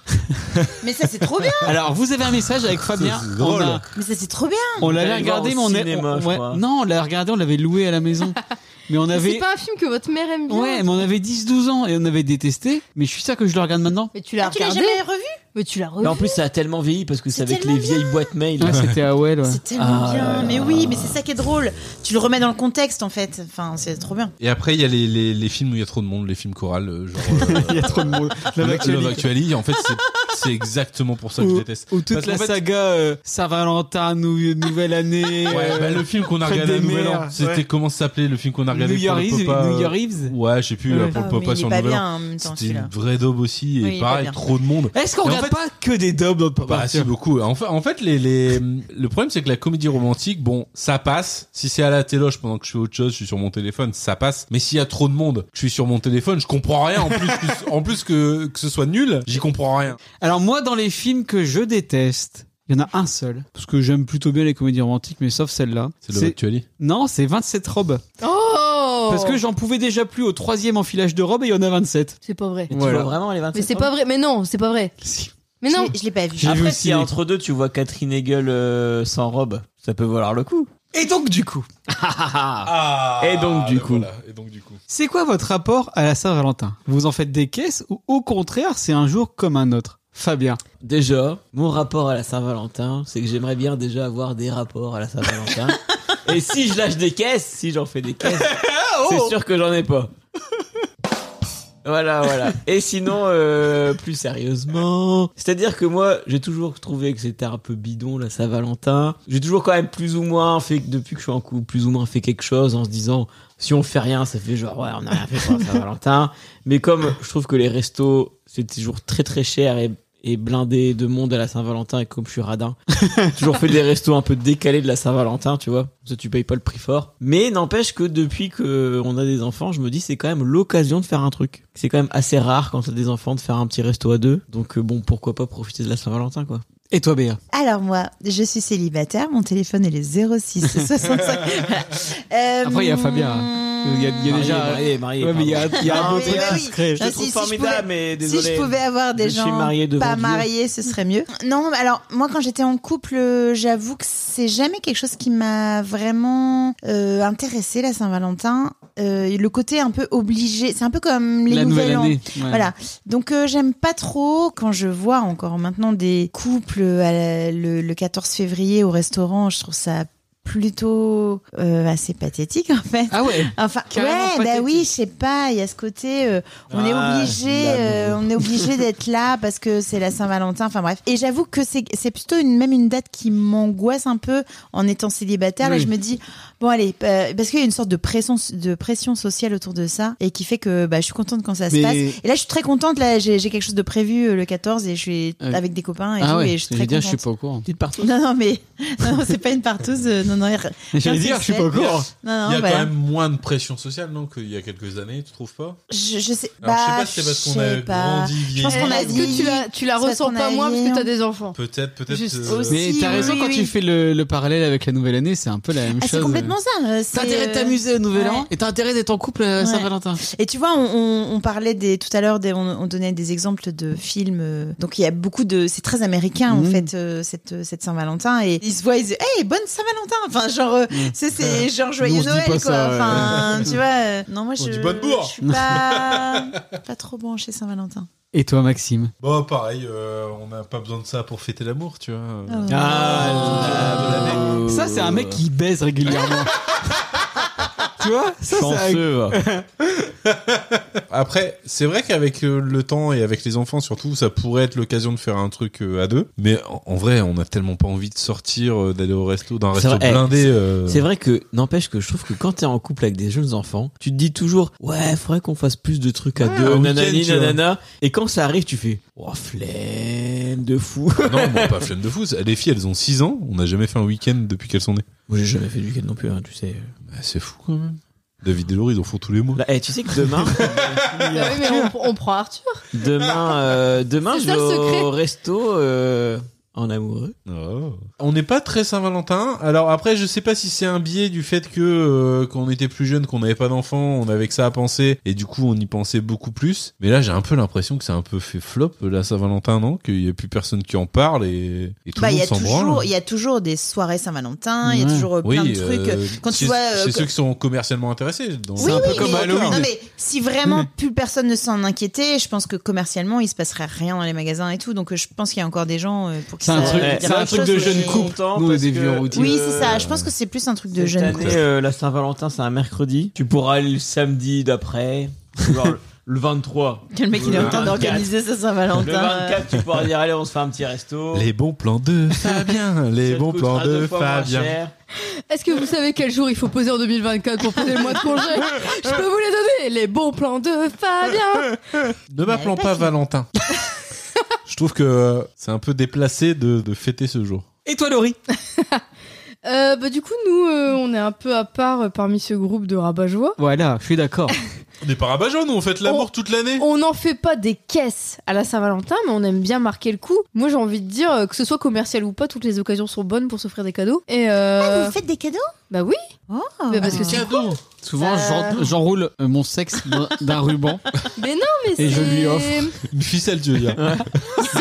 Speaker 2: mais ça, c'est trop bien.
Speaker 1: Alors, vous avez un message avec Fabien.
Speaker 3: C'est
Speaker 1: On,
Speaker 3: drôle.
Speaker 1: a-
Speaker 2: Mais ça, c'est trop bien.
Speaker 1: on l'avait
Speaker 4: allez voir
Speaker 1: regardé,
Speaker 4: au
Speaker 1: mais on est.
Speaker 4: cinéma,
Speaker 1: on-
Speaker 4: je
Speaker 1: ouais,
Speaker 4: crois.
Speaker 1: non, on l'a regardé, on l'avait loué à la maison. Mais on
Speaker 5: Mais
Speaker 1: avait.
Speaker 5: C'est pas un film que votre mère aime bien.
Speaker 1: Ouais, mais on avait 10-12 ans et on avait détesté. Mais je suis sûr que je le regarde maintenant.
Speaker 5: Mais tu l'as
Speaker 2: Ah, tu l'as
Speaker 5: regardé.
Speaker 2: jamais revu
Speaker 5: Mais tu l'as revu.
Speaker 4: Mais en plus, ça a tellement vieilli parce que c'est
Speaker 2: C'est
Speaker 4: avec les
Speaker 2: tellement
Speaker 4: vieilles boîtes mail.
Speaker 1: Ah, c'était à ouais.
Speaker 2: C'est tellement
Speaker 4: Ah, là,
Speaker 2: bien.
Speaker 4: là,
Speaker 2: Mais
Speaker 4: là,
Speaker 2: oui,
Speaker 4: là.
Speaker 2: mais c'est ça qui est drôle. Tu le remets dans le contexte, en fait. Enfin, c'est trop bien.
Speaker 3: Et après, il y a les, les, les films où il y a trop de monde, les films chorales, euh, genre euh,
Speaker 1: [LAUGHS] Il y a trop de mots.
Speaker 3: Love Actually. En fait, c'est- c'est exactement pour ça que je déteste.
Speaker 1: Ou toute
Speaker 3: Parce
Speaker 1: la
Speaker 3: qu'en fait-
Speaker 1: saga euh, Saint-Valentin, nou- Nouvelle Année, euh,
Speaker 3: Ouais, bah, le film qu'on a
Speaker 1: Fête
Speaker 3: regardé à
Speaker 1: des
Speaker 3: Nouvel
Speaker 1: mères,
Speaker 3: An, c'était
Speaker 1: ouais.
Speaker 3: comment ça s'appelait le film qu'on a regardé
Speaker 1: New Year
Speaker 3: pour le
Speaker 1: Eves.
Speaker 3: Papa, euh,
Speaker 1: New Year Eves.
Speaker 3: Ouais, je sais plus,
Speaker 1: Ouais.
Speaker 3: là, pour
Speaker 2: Ah,
Speaker 3: le
Speaker 2: mais
Speaker 3: Papa
Speaker 2: il
Speaker 3: sur le
Speaker 2: est pas
Speaker 3: Nouvel
Speaker 2: bien
Speaker 3: An.
Speaker 2: en même temps,
Speaker 3: C'était
Speaker 2: celui-là.
Speaker 3: une vraie daube aussi, et
Speaker 2: Oui, il est pas
Speaker 3: pareil,
Speaker 2: bien.
Speaker 3: trop de monde.
Speaker 1: Est-ce qu'on
Speaker 3: Mais en
Speaker 1: regarde
Speaker 3: fait-
Speaker 1: pas que des dobs notre
Speaker 3: Bah, si beaucoup. En fait, en fait les, les, le problème, c'est que la comédie romantique, bon, ça passe. Si c'est à la téloche pendant que je fais autre chose, je suis sur mon téléphone, ça passe. Mais s'il y a trop de monde, que je suis sur mon téléphone, je comprends rien. En plus, que, en plus que, que ce soit nul, j'y comprends rien.
Speaker 1: Alors moi, dans les films que je déteste, il y en a un seul. Parce que j'aime plutôt bien les comédies romantiques, mais sauf celle-là.
Speaker 3: C'est le actually.
Speaker 1: Non, c'est 27 robes.
Speaker 5: Oh
Speaker 1: Parce que j'en pouvais déjà plus au troisième enfilage de robes et il y en a 27.
Speaker 5: C'est pas vrai.
Speaker 4: Et tu
Speaker 1: Voilà.
Speaker 4: vois vraiment les 27
Speaker 5: Mais c'est pas vrai. Mais non, c'est pas vrai. Mais
Speaker 2: Je
Speaker 5: non.
Speaker 2: l'ai- Je l'ai pas vu.
Speaker 1: J'ai vu
Speaker 4: Après,
Speaker 1: au
Speaker 4: si
Speaker 1: ciné.
Speaker 4: entre deux, tu vois Catherine Hegel euh, sans robe, ça peut valoir le coup.
Speaker 1: Et donc du
Speaker 4: [LAUGHS]
Speaker 1: coup,
Speaker 3: Ah,
Speaker 4: Et donc, du
Speaker 3: ben
Speaker 4: coup.
Speaker 3: voilà. Et donc, du coup.
Speaker 1: c'est quoi votre rapport à la Saint-Valentin Vous en faites des caisses ou au contraire, c'est un jour comme un autre Fabien.
Speaker 4: Déjà, mon rapport à la Saint-Valentin, c'est que j'aimerais bien déjà avoir des rapports à la Saint-Valentin. Et si je lâche des caisses, si j'en fais des caisses, c'est sûr que j'en ai pas. Voilà, voilà. Et sinon, euh, plus sérieusement, c'est-à-dire que moi, j'ai toujours trouvé que c'était un peu bidon la Saint-Valentin. J'ai toujours quand même plus ou moins fait, depuis que je suis en couple, plus ou moins fait quelque chose en se disant, si on fait rien, ça fait genre, ouais, on n'a rien fait pour la Saint-Valentin. Mais comme je trouve que les restos, c'est toujours très très cher et, et blindé de monde à la Saint-Valentin, et comme je suis radin, [LAUGHS] j'ai toujours fait des restos un peu décalés de la Saint-Valentin, tu vois. Comme Ça, tu payes pas le prix fort. Mais n'empêche que depuis que on a des enfants, je me dis c'est quand même l'occasion de faire un truc. C'est quand même assez rare quand t'as des enfants de faire un petit resto à deux. Donc euh, bon, pourquoi pas profiter de la Saint-Valentin, quoi.
Speaker 1: Et toi Béa
Speaker 2: Alors moi, je suis célibataire, mon téléphone est le 06 65. Euh,
Speaker 1: [LAUGHS] Après, il y a Fabien. Il y a- il y a
Speaker 4: Marié,
Speaker 1: déjà-
Speaker 4: marié, marié.
Speaker 1: Ouais, mais il y a, il y a un
Speaker 4: Non,
Speaker 1: beau
Speaker 2: mais
Speaker 1: truc
Speaker 2: oui.
Speaker 1: secret.
Speaker 2: Non,
Speaker 4: Ah, Je trouve
Speaker 2: si je
Speaker 4: formidable,
Speaker 2: pouvais-
Speaker 4: mais désolé.
Speaker 2: Si je pouvais avoir des
Speaker 4: Je suis
Speaker 2: gens
Speaker 4: marié devant
Speaker 2: pas
Speaker 4: Dieu.
Speaker 2: mariés, ce serait mieux. Non, alors moi quand j'étais en couple, euh, j'avoue que c'est jamais quelque chose qui m'a vraiment euh, intéressé la Saint-Valentin. Euh, le côté un peu obligé, c'est un peu comme les
Speaker 1: La
Speaker 2: nouvelles
Speaker 1: nouvelle
Speaker 2: an.
Speaker 1: année. Ouais.
Speaker 2: Voilà. Donc euh, j'aime pas trop quand je vois encore maintenant des couples euh, à la- le, le 14 février au restaurant. Je trouve ça plutôt euh, assez pathétique en fait.
Speaker 1: Ah ouais.
Speaker 2: Enfin,
Speaker 1: Carrément
Speaker 2: ouais, bah
Speaker 1: pathétique.
Speaker 2: oui, je sais pas. Il y a ce côté, euh, on est
Speaker 4: Ah,
Speaker 2: obligé,
Speaker 4: l'amour.
Speaker 2: euh, on
Speaker 1: [LAUGHS]
Speaker 2: est obligé d'être là parce que c'est la Saint-Valentin. Enfin bref. Et j'avoue que c'est c'est plutôt une même une date qui m'angoisse un peu en étant célibataire. Là,
Speaker 1: Oui.
Speaker 2: je me dis bon allez, euh, parce qu'il y a une sorte de pression de pression sociale autour de ça et qui fait que bah je suis contente quand ça se
Speaker 1: Mais-
Speaker 2: passe. Et là, je suis très contente. Là, j'ai j'ai quelque chose de prévu euh, le 14 et je suis
Speaker 1: Ah oui.
Speaker 2: avec des copains et
Speaker 1: Ah
Speaker 2: tout.
Speaker 1: ouais.
Speaker 2: et je suis
Speaker 1: Je
Speaker 2: très
Speaker 1: veux dire, je suis
Speaker 2: contente.
Speaker 1: pas au courant.
Speaker 4: Petite partout.
Speaker 2: Non non mais [LAUGHS] non, non, c'est pas une partouze. euh, non non rien.
Speaker 1: J'allais dire, je suis pas au courant.
Speaker 2: non non.
Speaker 3: il y a
Speaker 2: Ah, voilà.
Speaker 3: quand même moins de pression sociale, non, qu'il y a quelques années, tu trouves pas
Speaker 2: Je, je sais.
Speaker 3: Alors, je sais
Speaker 2: bah,
Speaker 3: pas si c'est parce
Speaker 2: je
Speaker 3: qu'on a
Speaker 2: sais pas. Ah,
Speaker 3: grandi,
Speaker 2: Je pense
Speaker 3: vieilli.
Speaker 2: qu'on a
Speaker 5: Est-ce que tu
Speaker 2: vieilli.
Speaker 5: la, tu la
Speaker 2: C'est parce
Speaker 5: ressens
Speaker 2: qu'on
Speaker 5: pas
Speaker 2: a hein.
Speaker 5: moins parce que
Speaker 2: vieilli.
Speaker 5: t'as des enfants
Speaker 3: Peut-être, peut-être.
Speaker 5: Juste
Speaker 3: euh,
Speaker 2: aussi.
Speaker 1: Mais
Speaker 2: Si,
Speaker 1: t'as
Speaker 2: oui,
Speaker 1: raison
Speaker 2: oui,
Speaker 1: quand
Speaker 2: oui.
Speaker 1: tu fais le, le parallèle avec la nouvelle année, c'est un peu la même
Speaker 2: Ah,
Speaker 1: chose.
Speaker 2: c'est complètement ça. euh, c'est,
Speaker 1: T'as intérêt de
Speaker 2: euh,
Speaker 1: t'amuser au nouvel
Speaker 2: ouais.
Speaker 1: an et t'as intérêt d'être en couple à
Speaker 2: Ouais.
Speaker 1: Saint-Valentin.
Speaker 2: Et tu vois, on, on, on parlait des, tout à l'heure, des, on, on donnait des exemples de films. euh, Donc il y a beaucoup de, c'est très américain en
Speaker 3: Mmh.
Speaker 1: Mhm.
Speaker 2: fait euh, cette cette Saint-Valentin et ils se voient, ils disent, hey bonne Saint-Valentin. Enfin genre, euh,
Speaker 3: Mmh. [LAUGHS]
Speaker 2: c'est, c'est genre joyeux
Speaker 1: Nous, on se dit
Speaker 2: Noël
Speaker 1: pas
Speaker 2: quoi.
Speaker 1: ça, ouais.
Speaker 2: Enfin tu vois. euh, non moi
Speaker 3: On
Speaker 2: je,
Speaker 3: dit bonne bourre.
Speaker 2: je
Speaker 3: [LAUGHS]
Speaker 2: suis pas pas trop branchée Saint-Valentin.
Speaker 1: Et toi, Maxime
Speaker 3: Bon, pareil, euh, on n'a pas besoin de ça pour fêter l'amour, tu vois. euh.
Speaker 2: Oh.
Speaker 4: Ah, là,
Speaker 1: Ça, c'est un mec qui baise
Speaker 2: [LAUGHS]
Speaker 1: régulièrement. tu vois Ça, c'est un-
Speaker 4: chanceux. va.
Speaker 3: Après, c'est vrai qu'avec euh, le temps et avec les enfants surtout, ça pourrait être l'occasion de faire un truc euh, à deux. Mais en, en vrai, on n'a tellement pas envie de sortir, euh, d'aller au resto, d'un
Speaker 4: C'est
Speaker 3: resto
Speaker 4: vrai, eh,
Speaker 3: blindé.
Speaker 4: c'est-
Speaker 3: euh.
Speaker 4: C'est vrai que, n'empêche que je trouve que quand t'es en couple avec des jeunes enfants, tu te dis toujours, ouais, faudrait qu'on fasse plus de trucs à
Speaker 3: Ouais,
Speaker 4: deux,
Speaker 3: un
Speaker 4: nanani,
Speaker 3: week-end, tu vois.
Speaker 4: nanana. Et quand ça arrive, tu fais, oh, flemme de fou. [LAUGHS]
Speaker 3: Ah Non, bon, pas flemme de fou. c'est- Les filles, elles ont 6 ans. On n'a jamais fait un week-end depuis qu'elles sont nées.
Speaker 4: Moi, j'ai jamais fait du week-end non plus, hein, tu sais.
Speaker 3: Bah, c'est fou quand même. David et Laurie, ils en font tous les mois.
Speaker 4: Là, eh, tu sais que demain,
Speaker 5: Bah oui, mais on, on prend Arthur.
Speaker 4: demain, euh, demain,
Speaker 5: C'est
Speaker 4: je
Speaker 5: ça,
Speaker 4: vais
Speaker 5: le secret.
Speaker 4: au resto, euh, en amoureux.
Speaker 3: Oh. On n'est pas très Saint-Valentin. Alors après, je sais pas si c'est un biais du fait que euh, quand on était plus jeune, qu'on n'avait pas d'enfants, on avait que ça à penser, et du coup on y pensait beaucoup plus. Mais là, j'ai un peu l'impression que c'est un peu fait flop la Saint-Valentin, non Qu'il y a plus personne qui en parle et, et tout
Speaker 2: Bah,
Speaker 3: le
Speaker 2: il y,
Speaker 3: monde
Speaker 2: a
Speaker 3: s'en
Speaker 2: toujours,
Speaker 3: branle. Mmh.
Speaker 2: il y a toujours des soirées Saint-Valentin, il y a
Speaker 1: Ouais.
Speaker 2: toujours euh, plein de trucs.
Speaker 3: euh,
Speaker 2: Quand tu
Speaker 3: chez-
Speaker 2: vois. euh,
Speaker 3: chez
Speaker 2: que-
Speaker 3: ceux qui sont commercialement intéressés. dans-
Speaker 2: Oui, oui, mais-
Speaker 3: Halloween.
Speaker 2: Non, mais si
Speaker 1: [LAUGHS]
Speaker 2: vraiment plus personne ne s'en inquiétait, je pense que commercialement, il se passerait rien dans les magasins et tout. Donc, euh, je pense qu'il y a encore des gens euh, pour qui
Speaker 1: C'est un
Speaker 2: ça
Speaker 1: truc-
Speaker 2: veut dire
Speaker 1: c'est un
Speaker 2: quelque
Speaker 1: truc
Speaker 2: chose,
Speaker 1: de
Speaker 2: mais-
Speaker 1: jeune couple. Nous, on est des vieux routiers.
Speaker 2: Oui, c'est ça. Je pense que c'est plus un truc de jeune couple.
Speaker 4: année, euh, la Saint-Valentin, c'est un mercredi. Tu pourras aller le samedi d'après, genre le- le 23.
Speaker 2: Le mec, il est en train
Speaker 4: Le
Speaker 2: d'organiser sa
Speaker 4: Le
Speaker 2: Saint-Valentin.
Speaker 4: 24, tu pourras dire allez, on se fait un petit resto.
Speaker 3: Les bons plans de [LAUGHS] Fabien,
Speaker 4: Ça
Speaker 3: les
Speaker 4: te
Speaker 3: bons
Speaker 4: coûtera
Speaker 3: plans de
Speaker 4: deux fois moins
Speaker 3: Fabien.
Speaker 4: cher.
Speaker 5: Est-ce que vous savez quel jour il faut poser en 2024 pour poser le mois de congé Je peux vous les donner, les bons plans de Fabien
Speaker 3: Ne m'appelons pas
Speaker 2: [LAUGHS]
Speaker 3: Valentin. Je trouve que euh, c'est un peu déplacé de, de fêter ce jour.
Speaker 1: Et toi, Laurie
Speaker 5: Euh, bah, Du coup, nous, euh, on est un peu à part euh, parmi ce groupe de rabat-joie.
Speaker 1: Voilà, je suis d'accord.
Speaker 3: On est pas rabat-joie, nous, on fête
Speaker 5: l'amour
Speaker 3: toute l'année.
Speaker 5: On n'en fait pas des caisses à la Saint-Valentin, mais on aime bien marquer le coup. Moi, j'ai envie de dire, euh, que ce soit commercial ou pas, toutes les occasions sont bonnes pour s'offrir des cadeaux. Et euh,
Speaker 6: Ah,
Speaker 2: Vous faites des cadeaux
Speaker 5: Bah oui,
Speaker 2: Oh.
Speaker 5: mais parce que c'est...
Speaker 3: Cadeau
Speaker 1: Souvent,
Speaker 5: Euh.
Speaker 1: j'en- j'enroule euh, mon sexe d'un- d'un ruban.
Speaker 5: Mais non, mais c'est...
Speaker 1: Et je lui offre.
Speaker 3: Une ficelle, tu veux [LAUGHS] dire.
Speaker 5: c'est-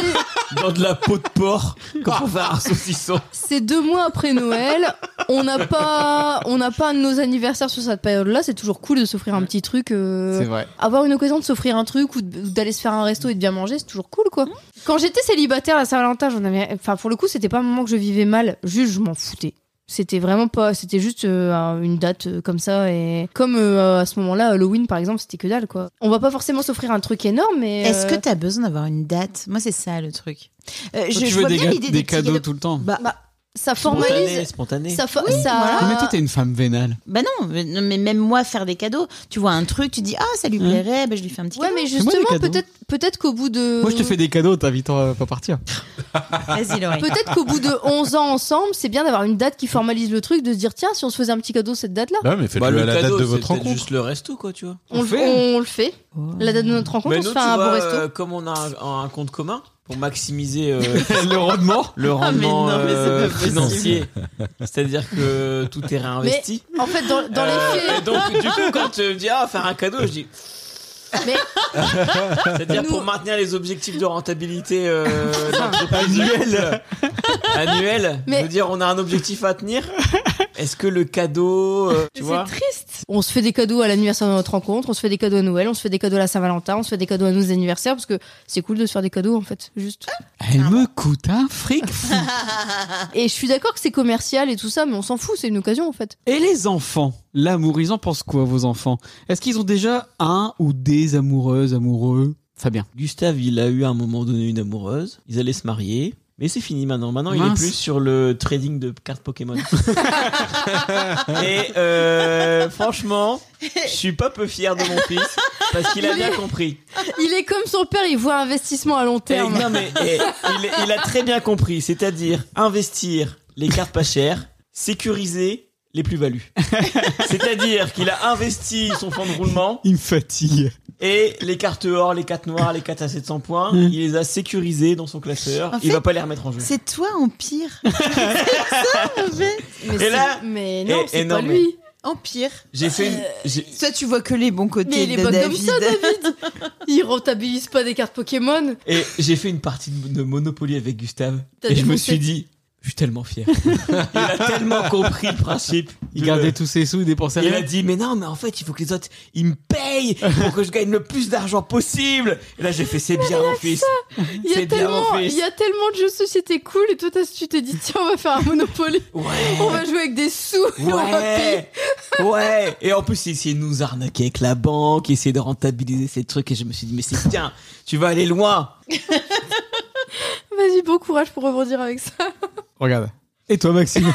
Speaker 4: Dans de la peau de porc,
Speaker 5: Ah.
Speaker 4: quand on fait un saucisson.
Speaker 5: C'est deux mois après Noël. On n'a pas, on n'a pas un de nos anniversaires sur cette période-là. C'est toujours cool de s'offrir un petit truc.
Speaker 1: [LAUGHS]
Speaker 5: euh,
Speaker 1: C'est vrai.
Speaker 5: Avoir une occasion de s'offrir un truc ou de- ou d'aller se faire un resto et de bien manger, c'est toujours cool, quoi. Quand j'étais célibataire à Saint-Valentin, j'en avais, enfin, pour le coup, c'était pas un moment que je vivais mal. Juste, je m'en foutais. C'était vraiment pas, c'était juste euh, un- une date euh, comme ça et comme euh, à ce moment-là, Halloween par exemple, c'était que dalle quoi. On va pas forcément s'offrir un truc énorme, mais
Speaker 2: Est-ce
Speaker 5: euh,
Speaker 2: que t'as besoin d'avoir une date Moi, c'est ça le truc. Euh, je,
Speaker 1: Toi, tu
Speaker 2: je
Speaker 1: veux
Speaker 2: vois
Speaker 1: des,
Speaker 2: bien
Speaker 1: ga-
Speaker 2: l'idée
Speaker 1: des
Speaker 2: des petits
Speaker 1: cadeaux tout le temps.
Speaker 2: Bah,
Speaker 5: euh, ça
Speaker 4: Spontané,
Speaker 5: formalise,
Speaker 4: spontané.
Speaker 5: ça, fo- ça-
Speaker 2: voilà.
Speaker 1: Non, mais toi, t'es une femme vénale.
Speaker 2: bah non, mais, non, mais même moi, faire des cadeaux, tu vois un truc, tu dis ah ça lui
Speaker 1: Hein.
Speaker 2: plairait, bah, je lui fais un petit
Speaker 5: Ouais, mais
Speaker 1: Fais-moi des
Speaker 5: justement,
Speaker 1: cadeaux.
Speaker 5: peut-être, peut-être qu'au bout de.
Speaker 1: Moi, je te fais des cadeaux, t'invitant à pas partir.
Speaker 2: cadeau. Vas-y Laurie.
Speaker 5: Peut-être qu'au bout de 11 ans ensemble, c'est bien d'avoir une date qui formalise le truc, de se dire tiens, si on se faisait un petit cadeau cette date-là,
Speaker 3: Ouais, mais faites-le
Speaker 4: Bah,
Speaker 3: à la
Speaker 4: cadeau,
Speaker 3: date de
Speaker 4: c'est
Speaker 3: votre
Speaker 4: peut-être
Speaker 3: rencontre.
Speaker 4: juste le resto, quoi, tu vois.
Speaker 5: on,
Speaker 1: On
Speaker 5: le-
Speaker 1: fait.
Speaker 5: on le fait. La date de notre rencontre,
Speaker 4: Mais
Speaker 5: on
Speaker 4: nous,
Speaker 5: se
Speaker 4: tu
Speaker 5: fait un beau
Speaker 4: vois,
Speaker 5: resto.
Speaker 4: euh, comme on a un, un compte commun pour maximiser
Speaker 5: [LAUGHS]
Speaker 4: euh,
Speaker 5: Ah,
Speaker 1: Le rendement
Speaker 4: le
Speaker 2: Ah, mais
Speaker 4: rendement
Speaker 2: non, mais c'est
Speaker 4: euh,
Speaker 2: pas possible.
Speaker 4: financier, c'est-à-dire que tout est réinvesti.
Speaker 5: En fait, dans, dans
Speaker 4: Euh, et
Speaker 5: les
Speaker 4: donc, du coup, quand tu me dis ah faire un cadeau, je dis.
Speaker 5: Mais-
Speaker 4: C'est-à-dire
Speaker 5: Nous-
Speaker 4: pour maintenir les objectifs de rentabilité euh, annuelle, annuelle,
Speaker 5: Mais-
Speaker 4: je veux dire on a un objectif à tenir. Est-ce que le cadeau, euh, tu vois,
Speaker 5: faits, triste. On se fait des cadeaux à l'anniversaire de notre rencontre, on se fait des cadeaux à Noël, on se fait des cadeaux à la Saint-Valentin, on se fait des cadeaux à nos anniversaires, parce que c'est cool de se faire des cadeaux en fait, juste.
Speaker 1: Elle me coûte un fric.
Speaker 4: Ah.
Speaker 5: Et je suis d'accord que c'est commercial et tout ça, mais on s'en fout, c'est une occasion en fait.
Speaker 1: [LAUGHS] Et les enfants L'amour, ils en pensent quoi, vos enfants Est-ce qu'ils ont déjà un ou des amoureuses, amoureux Fabien.
Speaker 4: Gustave, il a eu à un moment donné une amoureuse. Ils allaient se marier. Mais c'est fini maintenant. Maintenant, il est
Speaker 1: Mince.
Speaker 4: plus sur le trading de cartes Pokémon. [LAUGHS] Et euh, franchement, je suis pas peu fier de mon fils parce qu'il a bien compris.
Speaker 5: Il est comme son père, il voit un investissement à long
Speaker 4: Et
Speaker 5: terme.
Speaker 4: Eh, non, mais, et il, il a très bien compris. C'est-à-dire investir les cartes pas chères, sécuriser les plus-values. C'est-à-dire qu'il a investi son fonds de roulement
Speaker 1: Il me fatigue.
Speaker 4: et les cartes or, les cartes noires, les cartes à 700 points,
Speaker 1: Mm.
Speaker 4: il les a sécurisées dans son classeur.
Speaker 2: En
Speaker 4: il
Speaker 2: fait,
Speaker 4: va pas les remettre en jeu.
Speaker 2: [LAUGHS] C'est toi Empire. [LAUGHS] c'est ça en fait.
Speaker 5: Mais,
Speaker 4: Et
Speaker 5: c'est-
Speaker 4: là-
Speaker 5: mais non,
Speaker 4: et-
Speaker 5: c'est
Speaker 4: et
Speaker 5: pas
Speaker 4: non, mais-
Speaker 5: lui.
Speaker 2: Empire.
Speaker 4: J'ai fait une. j'ai-
Speaker 2: Toi tu vois que les bons
Speaker 5: Mais
Speaker 2: côtés
Speaker 5: il est
Speaker 2: de
Speaker 5: pas comme
Speaker 2: David.
Speaker 5: ça, David. Il rentabilise pas des cartes Pokémon.
Speaker 4: Et eh, j'ai fait une partie de de Monopoly avec Gustave.
Speaker 5: T'as
Speaker 4: Et je me
Speaker 5: défoncé.
Speaker 4: suis dit, je suis tellement fier. il a tellement compris le principe.
Speaker 1: Il
Speaker 4: de-
Speaker 1: gardait tous ses sous, il dépensait
Speaker 4: Et il a
Speaker 1: rien.
Speaker 4: dit, mais non, mais en fait, il faut que les autres, ils me payent pour que je gagne le plus d'argent possible. Et là, j'ai fait, c'est bien, mon fils.
Speaker 5: Il y, a
Speaker 4: C'est bien, mon
Speaker 5: tellement, il
Speaker 4: fils.
Speaker 5: y a tellement de jeux de société cool et toi t'as- tu t'es dit tiens on va faire un Monopoly, on
Speaker 4: Ouais.
Speaker 5: va jouer avec des sous, [LAUGHS] et on va payer.
Speaker 4: Ouais, ouais. Et en plus, il essayait de nous arnaquer avec la banque, il essayait de rentabiliser ces trucs. Et je me suis dit, mais c'est bien, tu vas aller loin.
Speaker 5: Vas-y bon courage pour rebondir avec ça.
Speaker 1: Regarde. Et toi, Maxime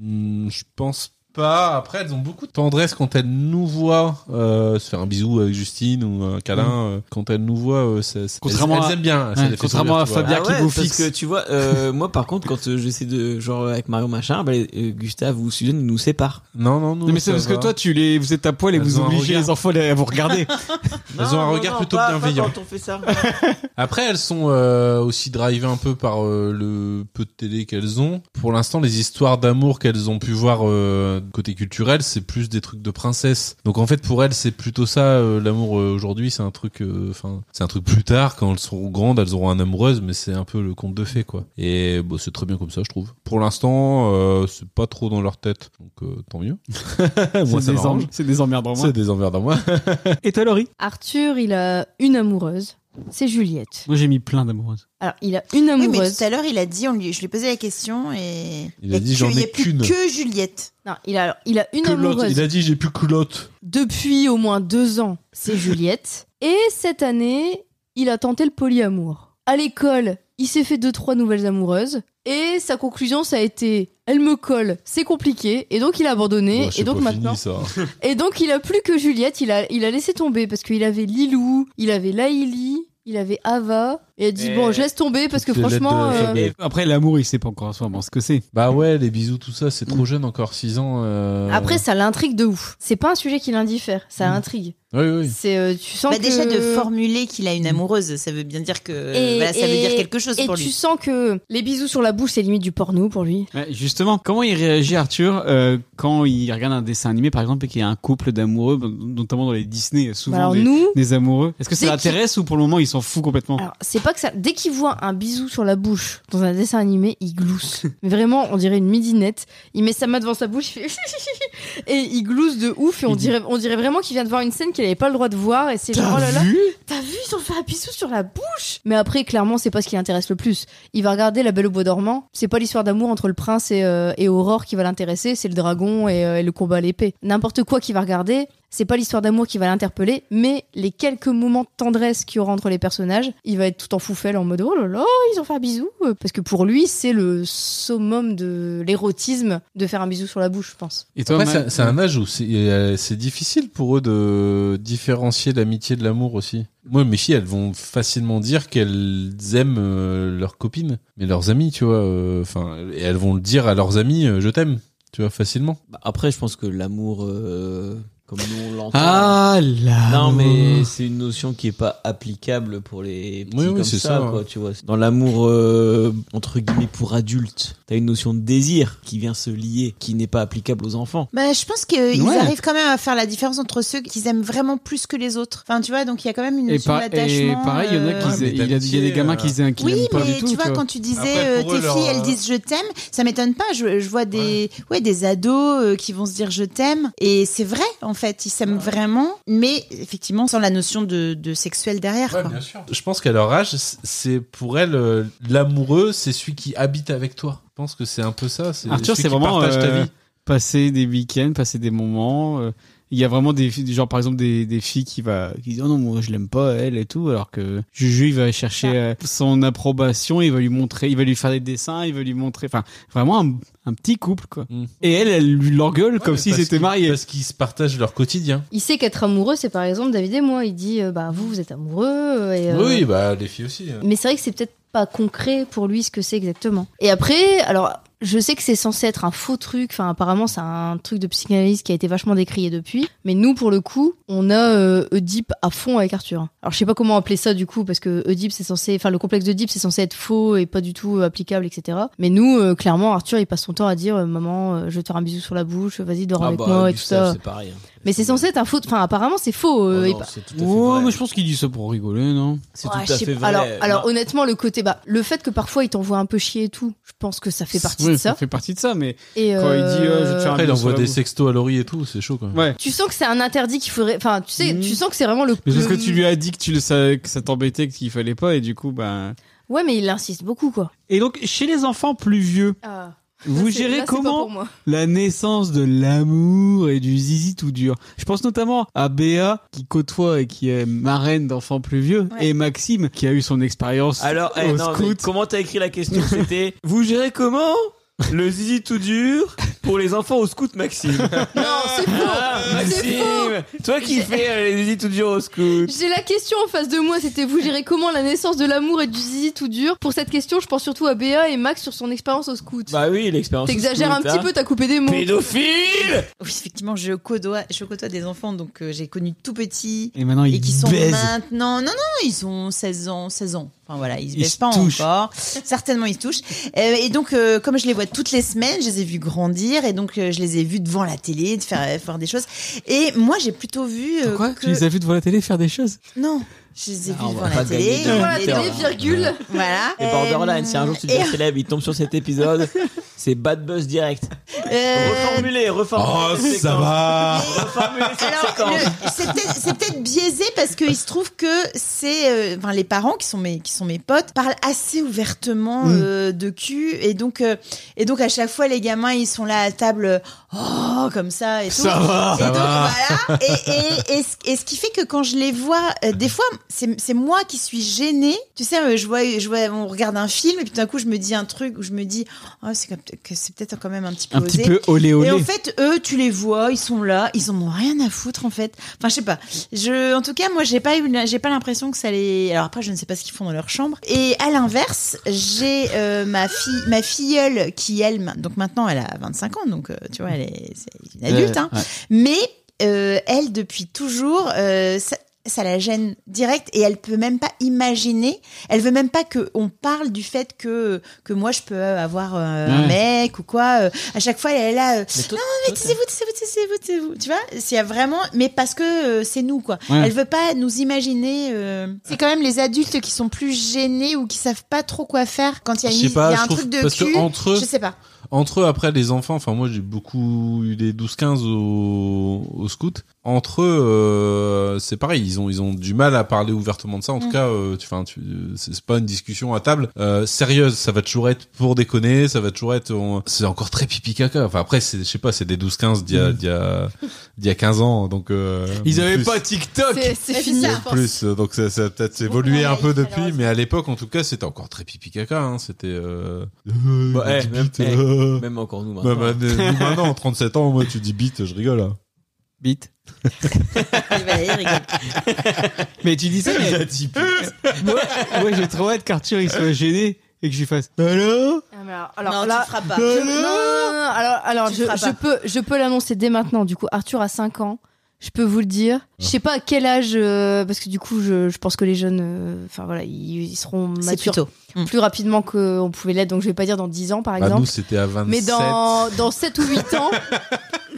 Speaker 3: Hmm, je pense pas. Après, elles ont beaucoup de tendresse quand elles nous voient euh, se faire un bisou avec Justine ou un câlin. euh, quand elles nous voient, euh, c'est- c'est-
Speaker 1: Hmm. Contrairement
Speaker 3: elles,
Speaker 1: à-
Speaker 3: elles aiment bien.
Speaker 1: Ouais,
Speaker 3: ça les fait
Speaker 1: contrairement
Speaker 3: sourire,
Speaker 1: à
Speaker 3: tu vois.
Speaker 1: Fabien. qui vous
Speaker 4: Ah parce
Speaker 1: fixe.
Speaker 4: que tu vois, euh, moi par contre, quand euh, j'essaie de genre avec Mario machin, bah, les- euh, Gustave ou Suzanne ils nous séparent.
Speaker 3: Non, non, non.
Speaker 1: Non, mais c'est
Speaker 3: ça
Speaker 1: parce que
Speaker 3: va.
Speaker 1: toi, tu les, vous êtes à poil et
Speaker 3: Elles
Speaker 1: vous
Speaker 3: ont un
Speaker 1: obligez
Speaker 3: regard.
Speaker 1: les enfants à vous regarder.
Speaker 3: Elles ont un regard plutôt bienveillant.
Speaker 4: on fait ça.
Speaker 3: [LAUGHS] Après, elles sont euh, aussi drivées un peu par euh, le peu de télé qu'elles ont. Pour l'instant, les histoires d'amour qu'elles ont pu voir euh, côté culturel, c'est plus des trucs de princesse. Donc en fait, pour elles, c'est plutôt ça euh, l'amour euh, aujourd'hui. C'est un truc, euh, enfin, c'est un truc plus tard quand elles seront grandes, elles auront un amoureuse, mais c'est un peu le conte de fées quoi. Et bon, c'est très bien comme ça, je trouve. Pour l'instant, euh, c'est pas trop dans leur tête, donc euh,
Speaker 1: [LAUGHS]
Speaker 3: tant mieux. Moi,
Speaker 1: c'est des,
Speaker 3: ça m'arrange.
Speaker 1: em- c'est des emmerdes en
Speaker 3: C'est
Speaker 1: moi.
Speaker 3: des envers dans moi.
Speaker 1: Et toi, Laurie
Speaker 5: Arthur, il a une amoureuse, c'est Juliette.
Speaker 1: Moi, j'ai mis plein d'amoureuses.
Speaker 5: Alors, il a une
Speaker 2: Oui,
Speaker 5: amoureuse.
Speaker 2: mais tout à l'heure, il a dit, on lui, je lui ai posé la question et.
Speaker 3: Il a dit,
Speaker 2: que-
Speaker 3: j'en ai
Speaker 2: il y a plus
Speaker 3: qu'une.
Speaker 2: Que Juliette.
Speaker 5: Non, il a, alors, il a une
Speaker 3: Culotte.
Speaker 5: amoureuse
Speaker 3: Il a dit, j'ai plus culotte.
Speaker 5: depuis au moins deux ans, c'est Juliette. Et cette année, il a tenté le polyamour. À l'école, il s'est fait deux, trois nouvelles amoureuses. Et sa conclusion, ça a été elle me colle, c'est compliqué. Et donc, il a abandonné.
Speaker 3: Bah, c'est
Speaker 5: et donc,
Speaker 3: pas
Speaker 5: maintenant.
Speaker 3: fini, ça.
Speaker 5: Et donc, il a plus que Juliette, il a, il a laissé tomber parce qu'il avait Lilou, il avait Laïli, il avait Ava. Et il a dit
Speaker 4: Et-
Speaker 5: Bon, je laisse tomber parce que
Speaker 3: Toutes les lettres
Speaker 5: franchement.
Speaker 3: de
Speaker 5: euh,
Speaker 3: l'alphabet.
Speaker 1: Après, l'amour, il sait pas encore en ce moment ce que c'est.
Speaker 3: Bah ouais, les bisous, tout ça, c'est trop jeune encore, 6 ans. euh.
Speaker 5: Après, ça l'intrigue de ouf. C'est pas un sujet qui l'indiffère, ça l'intrigue.
Speaker 3: Oui, Mm. oui.
Speaker 5: C'est, euh, tu sens
Speaker 2: Bah,
Speaker 5: que.
Speaker 2: déjà de formuler qu'il a une amoureuse, ça veut bien dire que.
Speaker 5: Et-
Speaker 2: voilà, ça veut
Speaker 5: et-
Speaker 2: dire quelque chose
Speaker 5: Et
Speaker 2: pour
Speaker 5: tu
Speaker 2: lui.
Speaker 5: sens que les bisous sur la bouche, c'est limite du porno pour lui.
Speaker 1: Ouais, justement, comment il réagit Arthur euh, quand il regarde un dessin animé, par exemple, et qu'il y a un couple d'amoureux, ben, notamment dans les Disney, souvent
Speaker 5: Bah, alors
Speaker 1: des,
Speaker 5: nous,
Speaker 1: des amoureux Est-ce que ça
Speaker 5: Dès
Speaker 1: l'intéresse ou pour le moment il s'en fout complètement
Speaker 5: alors c'est pas que ça. Dès qu'il voit un bisou sur la bouche dans un dessin animé,
Speaker 1: [LAUGHS]
Speaker 5: il glousse. Mais vraiment, on dirait une midinette. Il met sa main devant sa bouche, il fait [LAUGHS] et il glousse de ouf. Et on
Speaker 1: Il dit-
Speaker 5: dirait, on dirait vraiment qu'il vient de voir une scène qu'il avait pas le droit de voir. Et c'est genre, oh là là, t'as vu, ils ont fait un bisou sur la bouche. Mais après, clairement, c'est pas ce qui l'intéresse le plus. Il va regarder La Belle au Bois dormant. C'est pas l'histoire d'amour entre le prince et, euh, et Aurore qui va l'intéresser, c'est le dragon et, euh, et le combat à l'épée. N'importe quoi qu'il va regarder, c'est pas l'histoire d'amour qui va l'interpeller, mais les quelques moments de tendresse qu'il y aura entre les personnages, il va être tout en foufelle en mode oh là là, ils ont fait un bisou. Parce que pour lui, c'est le summum de l'érotisme de faire un bisou sur la bouche, je pense.
Speaker 1: Et toi,
Speaker 3: Après,
Speaker 1: Ma-
Speaker 3: c'est- c'est un âge où c'est euh, c'est difficile pour eux de différencier l'amitié de l'amour aussi. Moi, mes filles, elles vont facilement dire qu'elles aiment euh, leurs copines, mais leurs amis, tu vois. euh, Enfin, et elles vont le dire à leurs amis, euh, je t'aime, tu vois, facilement.
Speaker 4: Bah, après, je pense que l'amour, euh, comme nous on l'entend.
Speaker 1: Ah là
Speaker 4: Non, mais c'est une notion qui est pas applicable pour les petits
Speaker 3: Oui, oui,
Speaker 4: comme
Speaker 3: c'est
Speaker 4: ça,
Speaker 3: ça,
Speaker 4: quoi,
Speaker 3: ouais.
Speaker 4: tu vois. Dans l'amour euh, entre guillemets pour adultes, t'as une notion de désir qui vient se lier, qui n'est pas applicable aux enfants.
Speaker 2: Bah, je pense qu'ils
Speaker 1: Ouais.
Speaker 2: arrivent quand même à faire la différence entre ceux qu'ils aiment vraiment plus que les autres. Enfin, tu vois, donc il y a quand même une
Speaker 1: Et,
Speaker 2: notion
Speaker 1: par- et
Speaker 2: d'attachement.
Speaker 1: pareil, il y en a
Speaker 2: euh,
Speaker 1: qui.
Speaker 3: Ouais, mais
Speaker 1: il y a- il y a
Speaker 3: d'amitié,
Speaker 1: des gamins qui, qui
Speaker 2: Oui,
Speaker 1: l'aiment
Speaker 2: mais
Speaker 1: pas du tout.
Speaker 2: tu vois,
Speaker 1: tu vois.
Speaker 2: quand tu disais
Speaker 3: Après,
Speaker 2: euh,
Speaker 3: pour
Speaker 2: tes
Speaker 3: eux, leur,
Speaker 2: filles, elles
Speaker 3: euh,
Speaker 2: disent je t'aime, ça m'étonne pas. Je, je vois des, ouais. des ados euh, qui vont se dire je t'aime. Et c'est vrai, en fait, ils s'aiment vraiment, mais effectivement, sans la notion de, de sexuel derrière. quoi.
Speaker 3: Je pense qu'à leur âge, c- c'est pour elles, euh, l'amoureux, c'est celui qui habite avec toi. Je pense que c'est un peu ça. c'est
Speaker 1: Arthur,
Speaker 3: celui
Speaker 1: c'est
Speaker 3: qui
Speaker 1: vraiment
Speaker 3: partage ta
Speaker 1: euh,
Speaker 3: vie.
Speaker 1: passer des week-ends, passer des moments. euh, Il y a vraiment des filles- genre par exemple des, des filles qui va qui disent oh non moi je l'aime pas elle et tout alors que Juju il va chercher euh, son approbation, il va lui montrer, il va lui faire des dessins, il va lui montrer, enfin vraiment un, un petit couple quoi.
Speaker 3: Mm.
Speaker 1: Et elle elle lui l'engueule comme
Speaker 3: Ouais,
Speaker 1: s'ils
Speaker 3: parce
Speaker 1: étaient
Speaker 3: qu'ils-
Speaker 1: mariés.
Speaker 3: Parce qu'ils se partagent leur quotidien.
Speaker 5: Il sait qu'être amoureux, c'est par exemple David et moi. Il dit euh, bah vous, vous êtes amoureux. euh, Et, euh,
Speaker 3: Oui, bah les filles aussi. hein.
Speaker 5: Mais c'est vrai que c'est peut-être pas concret pour lui ce que c'est exactement. Et après, alors, je sais que c'est censé être un faux truc. Enfin, apparemment, c'est un truc de psychanalyse qui a été vachement décrié depuis. Mais nous, pour le coup, on a euh, Oedipe à fond avec Arthur. Alors, je sais pas comment appeler ça du coup, parce que Oedipe, c'est censé. Enfin, le complexe d'Oedipe, c'est censé être faux et pas du tout euh, applicable, etc. Mais nous, euh, clairement, Arthur, il passe son temps à dire euh, Maman, euh, je vais te faire un bisou sur la bouche, vas-y, dors avec moi et tout Ah bah, ça.
Speaker 4: Ah bah, c'est pareil. hein. Oh
Speaker 5: Mais c'est censé être un faux. Enfin, apparemment, c'est faux. euh, et pas-
Speaker 1: Ouais, mais je pense qu'il dit ça pour rigoler non
Speaker 4: C'est
Speaker 5: Ouais,
Speaker 4: tout à
Speaker 5: Ah, je sais
Speaker 4: fait
Speaker 5: pas.
Speaker 4: vrai.
Speaker 5: Alors, alors
Speaker 4: Non.
Speaker 5: honnêtement, le côté bah, le fait que parfois il t'envoie un peu chier et tout, je pense que ça fait partie
Speaker 1: Ouais,
Speaker 5: de ça.
Speaker 1: fait partie de ça mais
Speaker 5: Et
Speaker 1: Quand il dit, euh, je vais te faire un-
Speaker 3: Après, il envoie
Speaker 1: Sur la
Speaker 3: des
Speaker 1: bouffe.
Speaker 3: sextos à Laurie et tout, c'est chaud quand même.
Speaker 1: ouais.
Speaker 5: tu sens que c'est un interdit qu'il faudrait. Enfin, tu sais,
Speaker 1: Mhm.
Speaker 5: tu sens que c'est vraiment le.
Speaker 1: Mais parce que
Speaker 5: le-
Speaker 1: tu lui as dit que tu le savais que ça t'embêtait qu'il fallait pas et du coup bah
Speaker 5: Ouais, mais il insiste beaucoup quoi.
Speaker 1: et donc chez les enfants plus vieux
Speaker 5: Ah,
Speaker 1: vous gérez comment [LAUGHS] la naissance de l'amour et du zizi tout dur. Je pense notamment à Béa qui côtoie et qui est marraine d'enfants plus vieux
Speaker 2: Ouais.
Speaker 1: et Maxime qui a eu son expérience
Speaker 4: Alors, eh,
Speaker 1: au
Speaker 4: non, mais
Speaker 1: scout.
Speaker 4: [LAUGHS] comment t'as écrit la question C'était vous gérez comment Le zizi tout dur pour les enfants au scout, Maxime.
Speaker 5: Non, c'est faux.
Speaker 4: [LAUGHS] Ah,
Speaker 5: C'est faux.
Speaker 4: Maxime, toi
Speaker 5: [LAUGHS]
Speaker 4: qui fais euh, les zizi tout dur au scout.
Speaker 5: J'ai la question en face de moi, c'était vous gérez comment la naissance de l'amour et du zizi tout dur Pour cette question, je pense surtout à Béa et Max sur son expérience au scout.
Speaker 4: Bah oui, l'expérience.
Speaker 5: T'exagères
Speaker 4: au
Speaker 5: un
Speaker 4: scout,
Speaker 5: petit
Speaker 4: hein.
Speaker 5: peu, t'as coupé des mots.
Speaker 4: Pédophile
Speaker 2: Oui, effectivement, je côtoie, je côtoie des enfants, donc euh, j'ai connu tout petit.
Speaker 1: [LAUGHS] Et maintenant, ils
Speaker 2: Et qui sont
Speaker 1: baisent.
Speaker 2: maintenant. Non, non, ils ont 16 ans, 16 ans. Enfin voilà, ils se
Speaker 1: Ils
Speaker 2: baissent
Speaker 1: se
Speaker 2: pas
Speaker 1: touchent.
Speaker 2: encore. [LAUGHS] Certainement, ils se touchent. Euh, et donc, euh, comme je les vois toutes les semaines, je les ai vus grandir et donc euh, je les ai vus devant la télé, de faire, euh, faire des choses. Et moi, j'ai plutôt vu. euh,
Speaker 1: Quoi
Speaker 2: que-
Speaker 1: Tu les as vus devant la télé faire des choses
Speaker 2: Non, je les ai
Speaker 4: Ah, on
Speaker 2: vus devant
Speaker 4: va
Speaker 2: la
Speaker 4: pas
Speaker 2: télé.
Speaker 4: gagner de
Speaker 2: [LAUGHS]
Speaker 5: Voilà,
Speaker 4: Pédophile.
Speaker 5: télé, virgule.
Speaker 2: Voilà.
Speaker 4: Et borderline, si un jour tu deviens
Speaker 2: Et,
Speaker 4: célèbre, il tombe sur cet
Speaker 5: [LAUGHS]
Speaker 4: épisode, c'est bad buzz direct.
Speaker 2: euh,
Speaker 4: Reformuler, reformuler.
Speaker 3: Oh,
Speaker 4: cette
Speaker 3: ça
Speaker 4: séquence.
Speaker 3: va
Speaker 4: Reformuler cette
Speaker 2: Alors,
Speaker 4: séquence.
Speaker 2: le- c'est peut-être c'est peut-être biaisé parce qu'il se trouve que c'est, euh, enfin, les parents qui sont mes qui sont mes potes parlent assez ouvertement
Speaker 1: Mm.
Speaker 2: euh, de cul et donc euh, et donc à chaque fois les gamins ils sont là à table euh, oh comme ça et tout.
Speaker 1: Ça va
Speaker 2: et donc
Speaker 3: va.
Speaker 2: voilà. Et, et, et, ce- et ce qui fait que quand je les vois, euh, des fois, c'est c'est moi qui suis gênée. Tu sais, euh, je vois, je vois, on regarde un film et puis tout d'un coup, je me dis un truc où je me dis, oh, c'est comme- que c'est peut-être quand même un petit peu
Speaker 1: Un
Speaker 2: osé.
Speaker 1: petit peu olé
Speaker 2: Et
Speaker 1: olé.
Speaker 2: en fait, eux, tu les vois, ils sont là, ils en ont rien à foutre en fait. Enfin, je sais pas. Je, en tout cas, moi, j'ai pas eu, la- j'ai pas l'impression que ça les. Alors après, je ne sais pas ce qu'ils font dans leur chambre. Et à l'inverse, j'ai euh, ma fille, ma filleule qui elle, ma- donc maintenant, elle a 25 ans, donc euh, tu vois, elle est, c'est une adulte. hein.
Speaker 1: Euh, ouais.
Speaker 2: Mais euh, elle, depuis toujours, euh, ça, ça la gêne direct et elle peut même pas imaginer. Elle veut même pas que on parle du fait que que moi je peux avoir euh, un
Speaker 1: Ouais.
Speaker 2: mec ou quoi. euh, à chaque fois, elle est là. euh,
Speaker 4: Mais toi-
Speaker 2: mais
Speaker 4: toi,
Speaker 2: taisez-vous, taisez-vous, taisez-vous, taisez-vous. Tu vois, s'il y a vraiment, mais parce que euh, c'est nous quoi.
Speaker 1: Ouais.
Speaker 2: Elle veut pas nous imaginer. euh, C'est quand même les adultes qui sont plus gênés ou qui savent pas trop quoi faire quand il y a,
Speaker 3: Je
Speaker 2: une-
Speaker 3: sais
Speaker 2: il y
Speaker 3: pas,
Speaker 2: a
Speaker 3: je
Speaker 2: un
Speaker 3: trouve-
Speaker 2: truc de
Speaker 3: parce que
Speaker 2: cul.
Speaker 3: entre eux-
Speaker 2: Je sais [LAUGHS] pas.
Speaker 3: Entre eux, après, les enfants, enfin, moi, j'ai beaucoup eu les 12-15 au, au scout. Entre eux, euh, c'est pareil, ils ont, ils ont du mal à parler ouvertement de ça. En tout
Speaker 2: Mm.
Speaker 3: cas, euh, tu, 'fin, tu, euh, c'est c'est pas une discussion à table euh, sérieuse. Ça va toujours être pour déconner, ça va toujours être... on- C'est encore très pipi-caca. Enfin, après, c'est- je sais pas, c'est des 12-15 d'il y, a- d'il y, a- d'il y a 15 ans, donc... euh,
Speaker 1: Ils avaient
Speaker 3: plus.
Speaker 1: pas TikTok
Speaker 5: C'est- C'est
Speaker 2: Mais
Speaker 5: fini.
Speaker 2: c'est
Speaker 5: je
Speaker 2: ça.
Speaker 5: pense.
Speaker 3: plus euh, donc ça, ça a peut-être évolué
Speaker 5: Ouais,
Speaker 3: un peu depuis
Speaker 5: malheureusement.
Speaker 3: mais à l'époque en tout cas c'était encore très pipi caca hein, c'était euh... [LAUGHS]
Speaker 4: Bah, eh,
Speaker 3: tu
Speaker 4: même-
Speaker 3: bites,
Speaker 4: eh,
Speaker 3: euh,
Speaker 4: Même encore nous.
Speaker 3: bah,
Speaker 4: maintenant.
Speaker 3: bah, nous, maintenant, en 37 ans, moi, tu dis bite, je rigole. hein.
Speaker 1: Bite.
Speaker 2: Valérie rigole.
Speaker 1: Mais tu dis ça,
Speaker 4: [LAUGHS]
Speaker 1: mais moi, [LAUGHS] moi, j'ai trop hâte qu'Arthur il soit gêné et que je lui fasse
Speaker 4: Bah
Speaker 1: Alors
Speaker 5: Ah, mais Alors, alors
Speaker 2: non,
Speaker 5: là,
Speaker 2: tu le feras pas.
Speaker 5: Ah, Je- non, non, non, non, alors, alors
Speaker 2: Tu
Speaker 5: je,
Speaker 2: feras
Speaker 5: je
Speaker 2: pas.
Speaker 5: peux, je peux l'annoncer dès maintenant. Du coup, Arthur a 5 ans. Je peux vous le dire. Je sais pas à quel âge, euh, parce que du coup, je, je pense que les jeunes, euh, enfin voilà, ils, ils seront
Speaker 2: C'est
Speaker 5: matures
Speaker 2: plutôt.
Speaker 5: plus rapidement qu'on pouvait l'être. Donc, je vais pas dire dans 10 ans, par
Speaker 3: Bah, nous,
Speaker 5: exemple.
Speaker 3: c'était à 27.
Speaker 5: Mais dans, dans 7 ou
Speaker 3: [LAUGHS]
Speaker 5: 8 ans,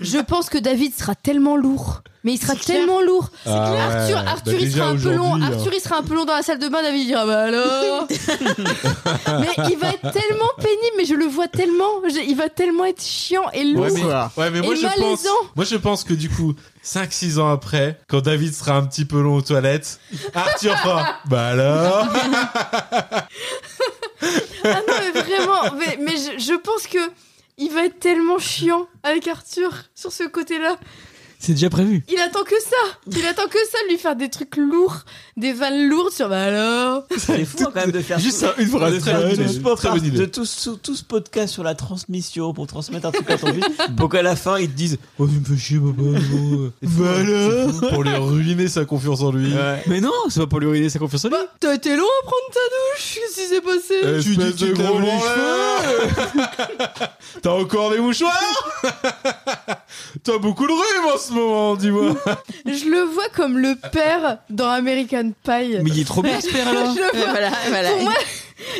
Speaker 5: je pense que David sera tellement lourd. Mais il sera
Speaker 2: C'est clair.
Speaker 5: tellement lourd.
Speaker 3: Ah ouais.
Speaker 5: Arthur,
Speaker 3: Bah,
Speaker 5: Arthur il
Speaker 3: déjà
Speaker 5: sera un peu long.
Speaker 3: aujourd'hui, hein.
Speaker 5: Arthur, il sera un peu long dans la salle de bain. David il dira bah
Speaker 3: [LAUGHS]
Speaker 5: alors. mais il va être tellement pénible, mais je le vois tellement. Je- il va tellement être chiant et lourd.
Speaker 3: Ouais, mais, ouais, mais moi,
Speaker 5: Et
Speaker 3: je pense,
Speaker 5: malaisant.
Speaker 3: moi, je pense que du coup, 5-6 ans après, quand David sera un petit peu long aux toilettes, Arthur fera Bah alors
Speaker 5: Ah non, mais vraiment. Mais, mais je, je pense que il va être tellement chiant avec Arthur sur ce côté-là.
Speaker 1: C'est déjà
Speaker 3: [LAUGHS]
Speaker 1: prévu.
Speaker 5: Il attend que ça. Il attend que ça de lui faire des trucs lourds, des vannes lourdes sur bah alors.
Speaker 4: C'est fou quand même de faire
Speaker 1: Juste
Speaker 4: tout-
Speaker 1: ça, une phrase.
Speaker 4: de faire
Speaker 1: Ouais,
Speaker 4: tout
Speaker 1: ouais,
Speaker 4: ce podcast-
Speaker 3: euh, très bonne idée.
Speaker 4: de tout, ce- tout ce podcast sur la transmission pour transmettre un truc à ton fils pour qu'à la fin ils te disent oh tu me fais
Speaker 3: bah,
Speaker 4: chier papa oh, c'est fou,
Speaker 1: Bah alors
Speaker 4: c'est
Speaker 3: Pour lui ruiner sa confiance en lui.
Speaker 4: fou. Ouais.
Speaker 1: Mais non, c'est pas pour lui ruiner sa confiance en lui.
Speaker 5: Bah, t'as été long à prendre ta douche. Qu'est-ce qui s'est passé
Speaker 3: Espèce
Speaker 1: dis que tu
Speaker 3: de
Speaker 1: te
Speaker 3: gros
Speaker 1: laves les
Speaker 3: branleur. [LAUGHS] T'as encore des mouchoirs [LAUGHS] T'as beaucoup de rhume en ce moment, dis-moi
Speaker 5: Je le vois comme le père dans American Pie.
Speaker 1: Mais il est trop bien ce père
Speaker 5: [LAUGHS] Je
Speaker 1: alors.
Speaker 5: le vois.
Speaker 2: Voilà, voilà.
Speaker 5: Pour moi,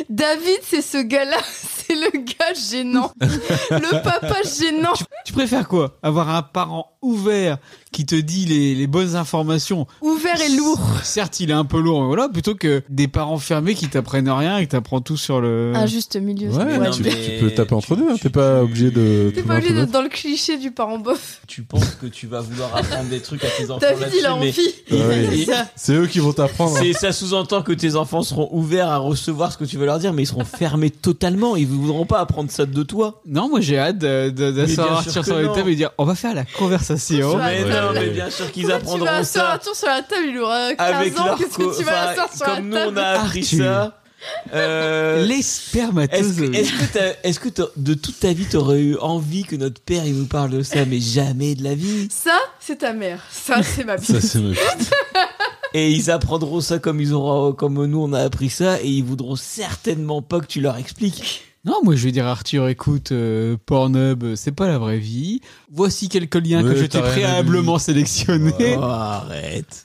Speaker 5: David, c'est ce gars-là. [LAUGHS] C'est le gars
Speaker 4: [LAUGHS]
Speaker 5: gênant. le papa gênant.
Speaker 1: Tu préfères quoi Avoir un parent ouvert qui te dit les, les bonnes informations
Speaker 5: Ouvert et lourd.
Speaker 1: Certes, il est un peu lourd, mais voilà, plutôt que des parents fermés qui t'apprennent rien et que t'apprends tout sur le.
Speaker 5: Un juste milieu.
Speaker 3: Ouais,
Speaker 5: c'est
Speaker 4: mais
Speaker 5: vrai.
Speaker 3: tu,
Speaker 4: mais
Speaker 3: tu peux taper entre
Speaker 4: tu-
Speaker 3: deux, hein,
Speaker 4: tu-
Speaker 3: t'es pas
Speaker 4: tu-
Speaker 3: obligé de.
Speaker 5: T'es pas obligé d'être dans le cliché du parent bof.
Speaker 4: tu penses que tu vas vouloir apprendre des trucs à tes enfants
Speaker 5: David, il a
Speaker 4: là-dessus, mais-
Speaker 5: envie.
Speaker 3: Ouais. C'est eux qui vont t'apprendre.
Speaker 4: C'est- ça sous-entend que tes enfants seront ouverts à recevoir ce que tu veux leur dire, mais ils seront fermés totalement. Ils voudront pas apprendre ça de toi.
Speaker 1: Non, moi j'ai hâte de- de-
Speaker 4: Mais bien
Speaker 1: d'asseoir
Speaker 4: sûr
Speaker 1: Arthur
Speaker 4: que
Speaker 1: sur le
Speaker 4: non.
Speaker 1: thème et dire on va faire la conversation.
Speaker 5: Ouais.
Speaker 4: Mais non,
Speaker 3: Ouais.
Speaker 4: mais bien sûr qu'ils
Speaker 5: Bah Pourquoi tu vas
Speaker 4: apprendront
Speaker 5: asseoir un
Speaker 4: ça
Speaker 5: tour sur la table, il aura 15
Speaker 4: avec
Speaker 5: ans.
Speaker 4: leur
Speaker 5: Qu'est-ce
Speaker 4: co-
Speaker 5: que tu vas
Speaker 4: enfin,
Speaker 5: asseoir sur
Speaker 4: comme nous
Speaker 5: la
Speaker 4: on a
Speaker 5: table
Speaker 4: appris
Speaker 1: Arthur.
Speaker 4: ça. Euh,
Speaker 1: Les
Speaker 4: Est-ce que,
Speaker 1: spermatozoïdes.
Speaker 4: est-ce que, t'as- est-ce que t'as- de toute ta vie t'aurais eu envie que notre père il nous parle de ça, mais jamais de la vie.
Speaker 5: Ça, c'est ta mère. Ça, c'est ma vie.
Speaker 3: Ça, c'est moche.
Speaker 4: Et ils apprendront ça comme ils auront, comme nous on a appris ça, et ils voudront certainement pas que tu leur expliques.
Speaker 1: Non, moi je vais dire Arthur, écoute, euh, Pornhub, euh, c'est pas la vraie vie. Voici quelques liens
Speaker 3: Ouais,
Speaker 1: que je t'ai
Speaker 3: t'as rien à
Speaker 1: préalablement sélectionnés.
Speaker 4: Oh, arrête.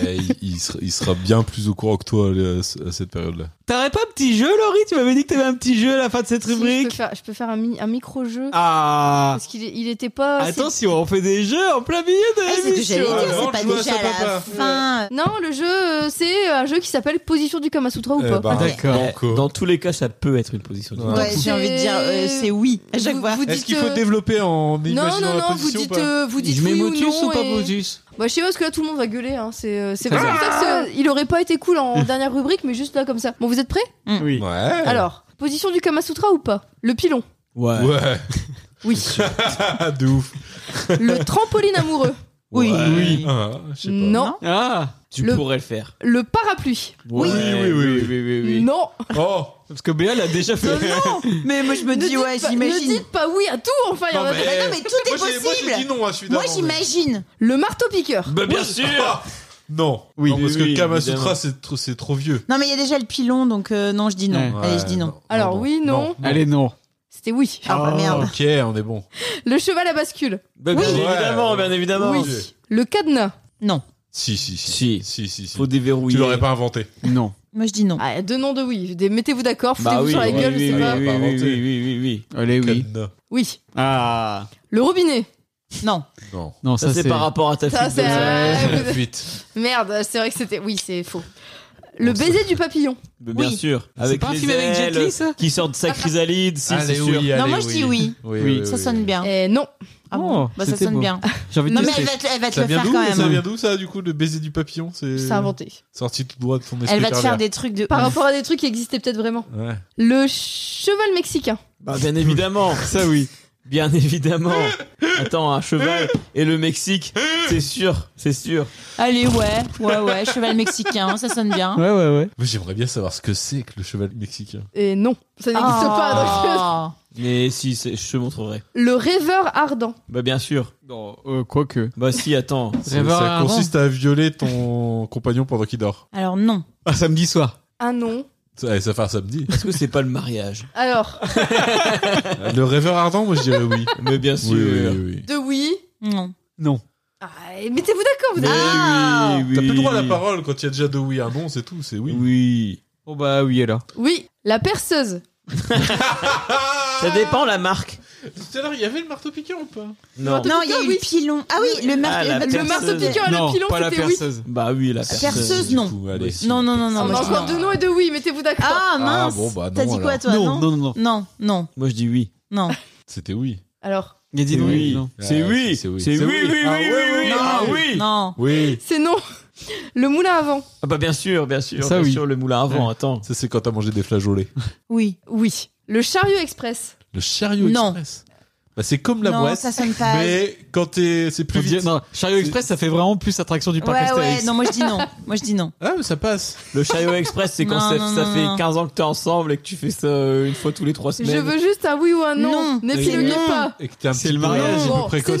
Speaker 3: Eh, il, il sera, il sera bien plus au courant que toi là, à, ce- à cette période-là.
Speaker 1: T'aurais pas un petit jeu, Laurie Tu m'avais dit que t'avais un petit jeu à la fin de cette
Speaker 5: Si, je, peux
Speaker 1: rubrique.
Speaker 5: faire, je peux faire un, mi- un micro-jeu.
Speaker 1: Ah
Speaker 5: Parce qu'il est- il était pas. Ah, c'est-
Speaker 1: Attention, on fait des jeux en plein milieu
Speaker 2: Ah,
Speaker 1: de
Speaker 2: c'est ce que j'allais
Speaker 1: l'émission.
Speaker 2: dire,
Speaker 3: Avant
Speaker 2: c'est
Speaker 3: de
Speaker 2: pas
Speaker 3: jouer à
Speaker 2: déjà
Speaker 3: ça,
Speaker 2: à la
Speaker 3: papa.
Speaker 2: fin.
Speaker 5: Non, le jeu, euh, c'est un jeu qui s'appelle Position du Kama Sutra ou
Speaker 3: Eh
Speaker 5: pas.
Speaker 3: bah,
Speaker 1: D'accord.
Speaker 4: Eh,
Speaker 3: Encore.
Speaker 4: Dans tous les cas, ça peut être une position. de-
Speaker 3: Ouais.
Speaker 2: Ouais, j'ai envie de dire, euh, c'est oui à chaque
Speaker 5: Vous-
Speaker 2: fois.
Speaker 5: vous dites,
Speaker 3: Est-ce qu'il faut
Speaker 5: euh,
Speaker 3: développer en
Speaker 5: Non,
Speaker 3: imaginant
Speaker 5: non,
Speaker 3: la
Speaker 5: non, vous
Speaker 3: position ou
Speaker 5: dites,
Speaker 3: pas
Speaker 5: euh, vous dites
Speaker 1: je mets
Speaker 5: oui ou
Speaker 1: Motus
Speaker 5: non.
Speaker 1: ou, pas
Speaker 5: et-
Speaker 1: Motus
Speaker 5: Bah, je sais pas, parce que là, tout le monde va gueuler. Hein. C'est euh, c'est
Speaker 1: Très
Speaker 5: pour ça
Speaker 2: Ah.
Speaker 5: que c'est- il aurait pas été cool
Speaker 3: Hum.
Speaker 5: en dernier rubrique, mais juste là, comme ça. Bon, vous êtes prêts
Speaker 1: Oui.
Speaker 3: Ouais.
Speaker 5: Alors, position du Kama Sutra ou pas Le pilon.
Speaker 4: Ouais.
Speaker 3: Ouais.
Speaker 5: Oui.
Speaker 3: Ah, [LAUGHS] de ouf. [LAUGHS]
Speaker 5: le trampoline amoureux.
Speaker 2: Oui.
Speaker 3: Ouais.
Speaker 2: Oui.
Speaker 3: Ah, je sais pas.
Speaker 5: Non.
Speaker 1: Ah
Speaker 4: Tu
Speaker 5: Le-
Speaker 4: pourrais le faire.
Speaker 5: Le parapluie.
Speaker 1: oui.
Speaker 3: oui, oui,
Speaker 1: oui,
Speaker 5: Non.
Speaker 3: Oh
Speaker 1: Parce que Béa l'a déjà fait.
Speaker 2: Mais moi je me
Speaker 5: Ne
Speaker 2: dis
Speaker 5: dites
Speaker 2: ouais,
Speaker 5: pas- Ne
Speaker 2: j'imagine.
Speaker 5: dites pas oui à tout, enfin, il y en
Speaker 3: Non,
Speaker 5: a-
Speaker 3: mais-
Speaker 2: Mais non mais tout est
Speaker 3: Eh, Moi, j'ai- moi, j'ai dit
Speaker 2: possible.
Speaker 3: non à celui
Speaker 2: Moi
Speaker 3: d'avant, mais-
Speaker 2: j'imagine.
Speaker 5: Le marteau-piqueur.
Speaker 4: [LAUGHS] Bah, bien
Speaker 3: Oui.
Speaker 4: sûr.
Speaker 3: Ah [LAUGHS] Non.
Speaker 1: Oui,
Speaker 3: Non, parce
Speaker 4: oui,
Speaker 3: que Kama
Speaker 4: évidemment.
Speaker 3: Sutra, c'est trop, c'est trop vieux.
Speaker 2: Non mais il y a déjà le pilon donc euh, non je dis non.
Speaker 1: Ouais.
Speaker 2: Allez je dis non.
Speaker 5: Alors, oui, non.
Speaker 1: Allez, non.
Speaker 5: C'était oui.
Speaker 2: Ah bah
Speaker 1: Oh.
Speaker 2: merde.
Speaker 3: Ok, on est bon.
Speaker 5: Le cheval à bascule.
Speaker 4: Bah, bien
Speaker 3: Oui.
Speaker 4: évidemment, bien évidemment.
Speaker 3: Oui.
Speaker 5: Le cadenas.
Speaker 2: Non.
Speaker 3: Si, si, si.
Speaker 4: Si.
Speaker 3: si, si, si.
Speaker 4: Faut déverrouiller.
Speaker 3: Tu l'aurais pas inventé.
Speaker 1: Non.
Speaker 2: Moi je dis non.
Speaker 5: Ah, deux noms de oui. Des- Mettez-vous d'accord, foutez-vous
Speaker 4: Bah oui,
Speaker 5: sur la
Speaker 4: oui,
Speaker 5: gueule,
Speaker 4: oui,
Speaker 5: je sais
Speaker 4: oui,
Speaker 5: pas.
Speaker 4: oui,
Speaker 3: Pas
Speaker 4: oui,
Speaker 3: inventé.
Speaker 4: oui, oui, oui.
Speaker 1: Allez, oui.
Speaker 3: Cadenas.
Speaker 5: Oui.
Speaker 1: Ah
Speaker 5: Le robinet.
Speaker 2: Non. [LAUGHS]
Speaker 3: Non.
Speaker 1: Non,
Speaker 4: Ça, c'est par rapport à ta
Speaker 5: Ça,
Speaker 4: fuite
Speaker 5: c'est-
Speaker 4: de-
Speaker 5: Ouais.
Speaker 3: La fuite.
Speaker 5: Merde, c'est vrai que c'était. Oui, c'est faux. Le baiser du papillon.
Speaker 4: Mais bien
Speaker 2: Oui.
Speaker 4: sûr.
Speaker 1: C'est pas un
Speaker 4: les
Speaker 1: film avec Jet
Speaker 4: ailes,
Speaker 1: Li, ça
Speaker 4: Qui sort de sa chrysalide, si, c'est
Speaker 3: Allez,
Speaker 4: sûr.
Speaker 3: oui, allez,
Speaker 2: non moi je dis oui.
Speaker 3: Oui,
Speaker 1: Oui.
Speaker 3: Euh, oui,
Speaker 2: Ça
Speaker 3: oui,
Speaker 2: sonne
Speaker 3: oui.
Speaker 4: Hein
Speaker 2: bien.
Speaker 5: Eh non.
Speaker 2: Ah bon
Speaker 1: Oh,
Speaker 2: Bah ça
Speaker 1: c'était
Speaker 2: sonne
Speaker 1: beau.
Speaker 2: bien.
Speaker 1: J'ai envie de
Speaker 2: Non mais elle
Speaker 1: tester.
Speaker 2: va te, elle va te
Speaker 3: Ça
Speaker 2: le
Speaker 3: vient
Speaker 2: faire
Speaker 3: d'où
Speaker 2: quand
Speaker 3: Ça
Speaker 2: même.
Speaker 3: vient d'où ça du coup le baiser du papillon C'est
Speaker 5: C'est inventé.
Speaker 3: sorti tout droit de ton esprit.
Speaker 2: Elle va te faire
Speaker 3: pervers.
Speaker 2: des trucs de.
Speaker 5: Par
Speaker 2: ouf.
Speaker 5: rapport à des trucs qui existaient peut-être vraiment.
Speaker 3: Ouais.
Speaker 5: Le cheval mexicain.
Speaker 4: Bah, bien évidemment.
Speaker 1: Ça, oui.
Speaker 4: Bien évidemment. Attends, un cheval et le Mexique, c'est sûr, c'est sûr.
Speaker 2: Allez ouais ouais ouais cheval mexicain ça sonne
Speaker 1: [LAUGHS]
Speaker 2: bien.
Speaker 1: Ouais, ouais, ouais.
Speaker 3: Moi j'aimerais bien savoir ce que c'est que le cheval mexicain.
Speaker 5: Et Eh, non. Ça n'existe
Speaker 4: Ah.
Speaker 5: pas. donc- euh,
Speaker 2: Oh.
Speaker 4: Mais si, c'est- je te montrerai.
Speaker 5: Le rêveur ardent.
Speaker 4: Bah bien sûr.
Speaker 1: Non, euh, quoique.
Speaker 4: Bah si, attends.
Speaker 3: C'est-
Speaker 1: Rêveur
Speaker 3: Ça
Speaker 1: avant.
Speaker 3: consiste à violer ton compagnon pendant qu'il dort.
Speaker 2: Alors non.
Speaker 1: Ah, samedi soir.
Speaker 5: Ah non.
Speaker 3: Ça, eh, ça fait un
Speaker 2: [LAUGHS]
Speaker 3: samedi.
Speaker 4: Est-ce que c'est pas le mariage
Speaker 5: Alors,
Speaker 3: le rêveur ardent, moi je dirais oui.
Speaker 4: Mais bien
Speaker 3: Oui,
Speaker 4: sûr.
Speaker 3: oui, oui. oui.
Speaker 5: de oui.
Speaker 2: Non.
Speaker 1: Non.
Speaker 5: Ah, et mettez-vous d'accord, vous
Speaker 4: Mais
Speaker 5: avez-
Speaker 2: Ah
Speaker 4: oui, oui.
Speaker 3: T'as plus le droit à la parole quand il y a déjà deux oui, un non, c'est tout, c'est oui.
Speaker 4: Oui.
Speaker 1: Bon, bah oui, alors.
Speaker 5: Oui, la perceuse.
Speaker 4: Ça dépend la marque.
Speaker 3: Tout à l'heure, il y avait le marteau piqueur ou pas
Speaker 4: Non.
Speaker 2: Non il y a
Speaker 5: cas,
Speaker 2: eu
Speaker 5: oui.
Speaker 2: le pilon. Ah oui le
Speaker 4: Ah, la
Speaker 2: marteau.
Speaker 5: Eh, Le
Speaker 4: perceuse.
Speaker 5: marteau-piqueur et le Ah, pilon,
Speaker 1: pas la
Speaker 5: c'était oui.
Speaker 1: perceuse.
Speaker 4: Bah oui, la personne.
Speaker 2: Perceuse.
Speaker 3: Du
Speaker 2: non.
Speaker 3: coup, allez.
Speaker 2: Non non non non.
Speaker 5: On
Speaker 2: moi,
Speaker 5: a
Speaker 2: je dis
Speaker 5: encore
Speaker 2: non.
Speaker 5: deux noms et deux oui, mettez-vous d'accord.
Speaker 2: Ah mince.
Speaker 3: bon, bah, non,
Speaker 2: T'as dit quoi
Speaker 3: alors.
Speaker 2: toi
Speaker 1: non, non, non, non.
Speaker 2: Non non
Speaker 4: Moi je dis oui.
Speaker 2: non.
Speaker 3: C'était oui.
Speaker 5: Alors,
Speaker 1: Il a dit
Speaker 4: C'est
Speaker 1: non.
Speaker 4: oui.
Speaker 1: non.
Speaker 4: C'est
Speaker 3: Ah,
Speaker 4: oui.
Speaker 3: c'est oui.
Speaker 4: C'est
Speaker 3: C'est
Speaker 4: oui, oui,
Speaker 3: oui.
Speaker 4: oui,
Speaker 3: Ah,
Speaker 4: oui, oui. Ah oui.
Speaker 2: Non.
Speaker 3: [LAUGHS] Oui.
Speaker 5: c'est non. Le moulin avant.
Speaker 4: Ah bah bien sûr, bien sûr.
Speaker 1: Ça,
Speaker 4: bien
Speaker 1: oui.
Speaker 4: sûr, le moulin avant, attends.
Speaker 3: Ça, c'est quand t'as mangé des flageolets.
Speaker 2: Oui.
Speaker 5: Oui. Le chariot express.
Speaker 3: Le chariot
Speaker 2: Non.
Speaker 3: express. Bah, c'est comme la
Speaker 2: non
Speaker 3: boîte.
Speaker 2: ça sonne pas.
Speaker 3: Mais quand t'es. C'est plus
Speaker 1: Plus
Speaker 3: vite.
Speaker 1: Non, Chariot Express, ça fait vraiment plus attraction du parc
Speaker 2: Ouais ouais
Speaker 1: Astérix.
Speaker 2: non moi je dis non. Moi je dis non.
Speaker 3: Ah, mais ça passe.
Speaker 4: Le Chariot Express, c'est quand
Speaker 2: Non,
Speaker 4: ça,
Speaker 2: non,
Speaker 4: ça
Speaker 2: non,
Speaker 4: fait
Speaker 2: non.
Speaker 4: 15 ans que t'es ensemble et que tu fais ça euh, une fois tous les 3 semaines.
Speaker 5: Je veux juste un oui ou un non.
Speaker 2: Non.
Speaker 5: N'épiloguez
Speaker 2: C'est non.
Speaker 5: pas.
Speaker 3: Et que t'es un
Speaker 1: C'est
Speaker 3: petit
Speaker 1: le
Speaker 3: peu-
Speaker 1: mariage.
Speaker 3: un petit peu
Speaker 5: Bon,
Speaker 3: précoce.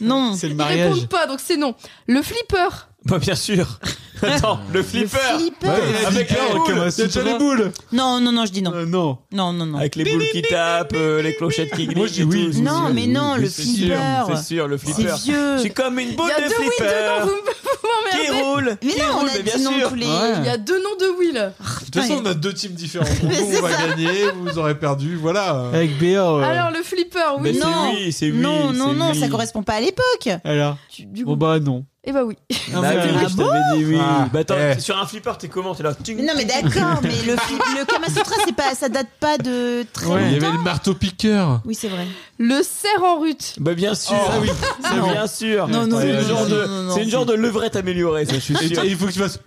Speaker 3: [LAUGHS]
Speaker 5: non.
Speaker 2: Non.
Speaker 1: C'est le
Speaker 5: Ils
Speaker 1: mariage.
Speaker 5: répondent pas, donc c'est non. Le flipper.
Speaker 4: Bah bien
Speaker 2: [LAUGHS]
Speaker 4: sûr. Attends, le flipper.
Speaker 2: Flipper.
Speaker 3: Ouais,
Speaker 1: Ah,
Speaker 3: il a
Speaker 4: Avec
Speaker 3: dit
Speaker 4: la
Speaker 3: que-
Speaker 4: boule,
Speaker 3: que ma
Speaker 1: il y a déjà
Speaker 3: soupe
Speaker 1: les
Speaker 3: là.
Speaker 2: Non non non je dis non.
Speaker 1: Euh, non.
Speaker 2: Non non non.
Speaker 4: Avec les boules qui tapent, euh, les clochettes qui glissent.
Speaker 3: Moi, je dis
Speaker 4: et
Speaker 3: oui.
Speaker 4: tout.
Speaker 2: Non, mais non, le
Speaker 4: C'est sûr,
Speaker 2: flipper.
Speaker 4: C'est sûr, le
Speaker 2: C'est
Speaker 4: flipper.
Speaker 2: vieux.
Speaker 4: C'est comme une
Speaker 5: Il
Speaker 4: boule
Speaker 5: y a
Speaker 4: de
Speaker 5: deux oui, deux non.
Speaker 4: flipper
Speaker 5: Vous, [LAUGHS] vous
Speaker 4: qui
Speaker 5: m'emmerdez.
Speaker 4: roule.
Speaker 2: Mais
Speaker 4: qui
Speaker 2: non, on
Speaker 4: roule,
Speaker 2: a
Speaker 4: mais bien
Speaker 2: dit non
Speaker 4: sûr.
Speaker 2: tous les.
Speaker 1: Ouais.
Speaker 5: Il y a deux noms de oui là.
Speaker 3: De toute façon, on a deux teams différents. Nous,
Speaker 2: Mais
Speaker 3: on
Speaker 2: c'est
Speaker 3: va
Speaker 2: ça.
Speaker 3: gagner, vous aurez perdu, voilà.
Speaker 1: Avec Béa. ouais.
Speaker 5: Alors le flipper,
Speaker 4: Mais
Speaker 5: oui.
Speaker 2: Non.
Speaker 4: c'est oui, c'est oui.
Speaker 2: Non, non,
Speaker 4: c'est
Speaker 2: non,
Speaker 4: oui.
Speaker 2: ça correspond pas à l'époque.
Speaker 1: Alors.
Speaker 5: Tu- Du
Speaker 1: Bon,
Speaker 5: coup,
Speaker 1: bah non.
Speaker 5: eh bah oui.
Speaker 4: Ah,
Speaker 1: Ah,
Speaker 4: oui,
Speaker 1: bon
Speaker 4: je t'avais dit oui.
Speaker 1: Ah,
Speaker 4: Bah attends,
Speaker 3: eh.
Speaker 4: sur un flipper, t'es comment T'es là. ting,
Speaker 2: Mais non, mais d'accord, mais le, fi- le Kama Sutra, c'est pas, ça date pas de très
Speaker 1: Ouais.
Speaker 3: Il y
Speaker 2: longtemps.
Speaker 3: avait le marteau piqueur.
Speaker 2: Oui, c'est vrai.
Speaker 5: Le cerf en rut.
Speaker 4: Bah bien sûr,
Speaker 3: Oh.
Speaker 4: Ah oui, c'est
Speaker 2: Non.
Speaker 4: bien sûr.
Speaker 2: Non, non,
Speaker 3: non,
Speaker 4: c'est le
Speaker 3: non,
Speaker 4: genre
Speaker 2: non,
Speaker 4: de,
Speaker 2: non, non,
Speaker 4: c'est une genre de levrette améliorée, ça, je suis
Speaker 3: Et,
Speaker 4: sûr.
Speaker 3: et il faut que tu fasses.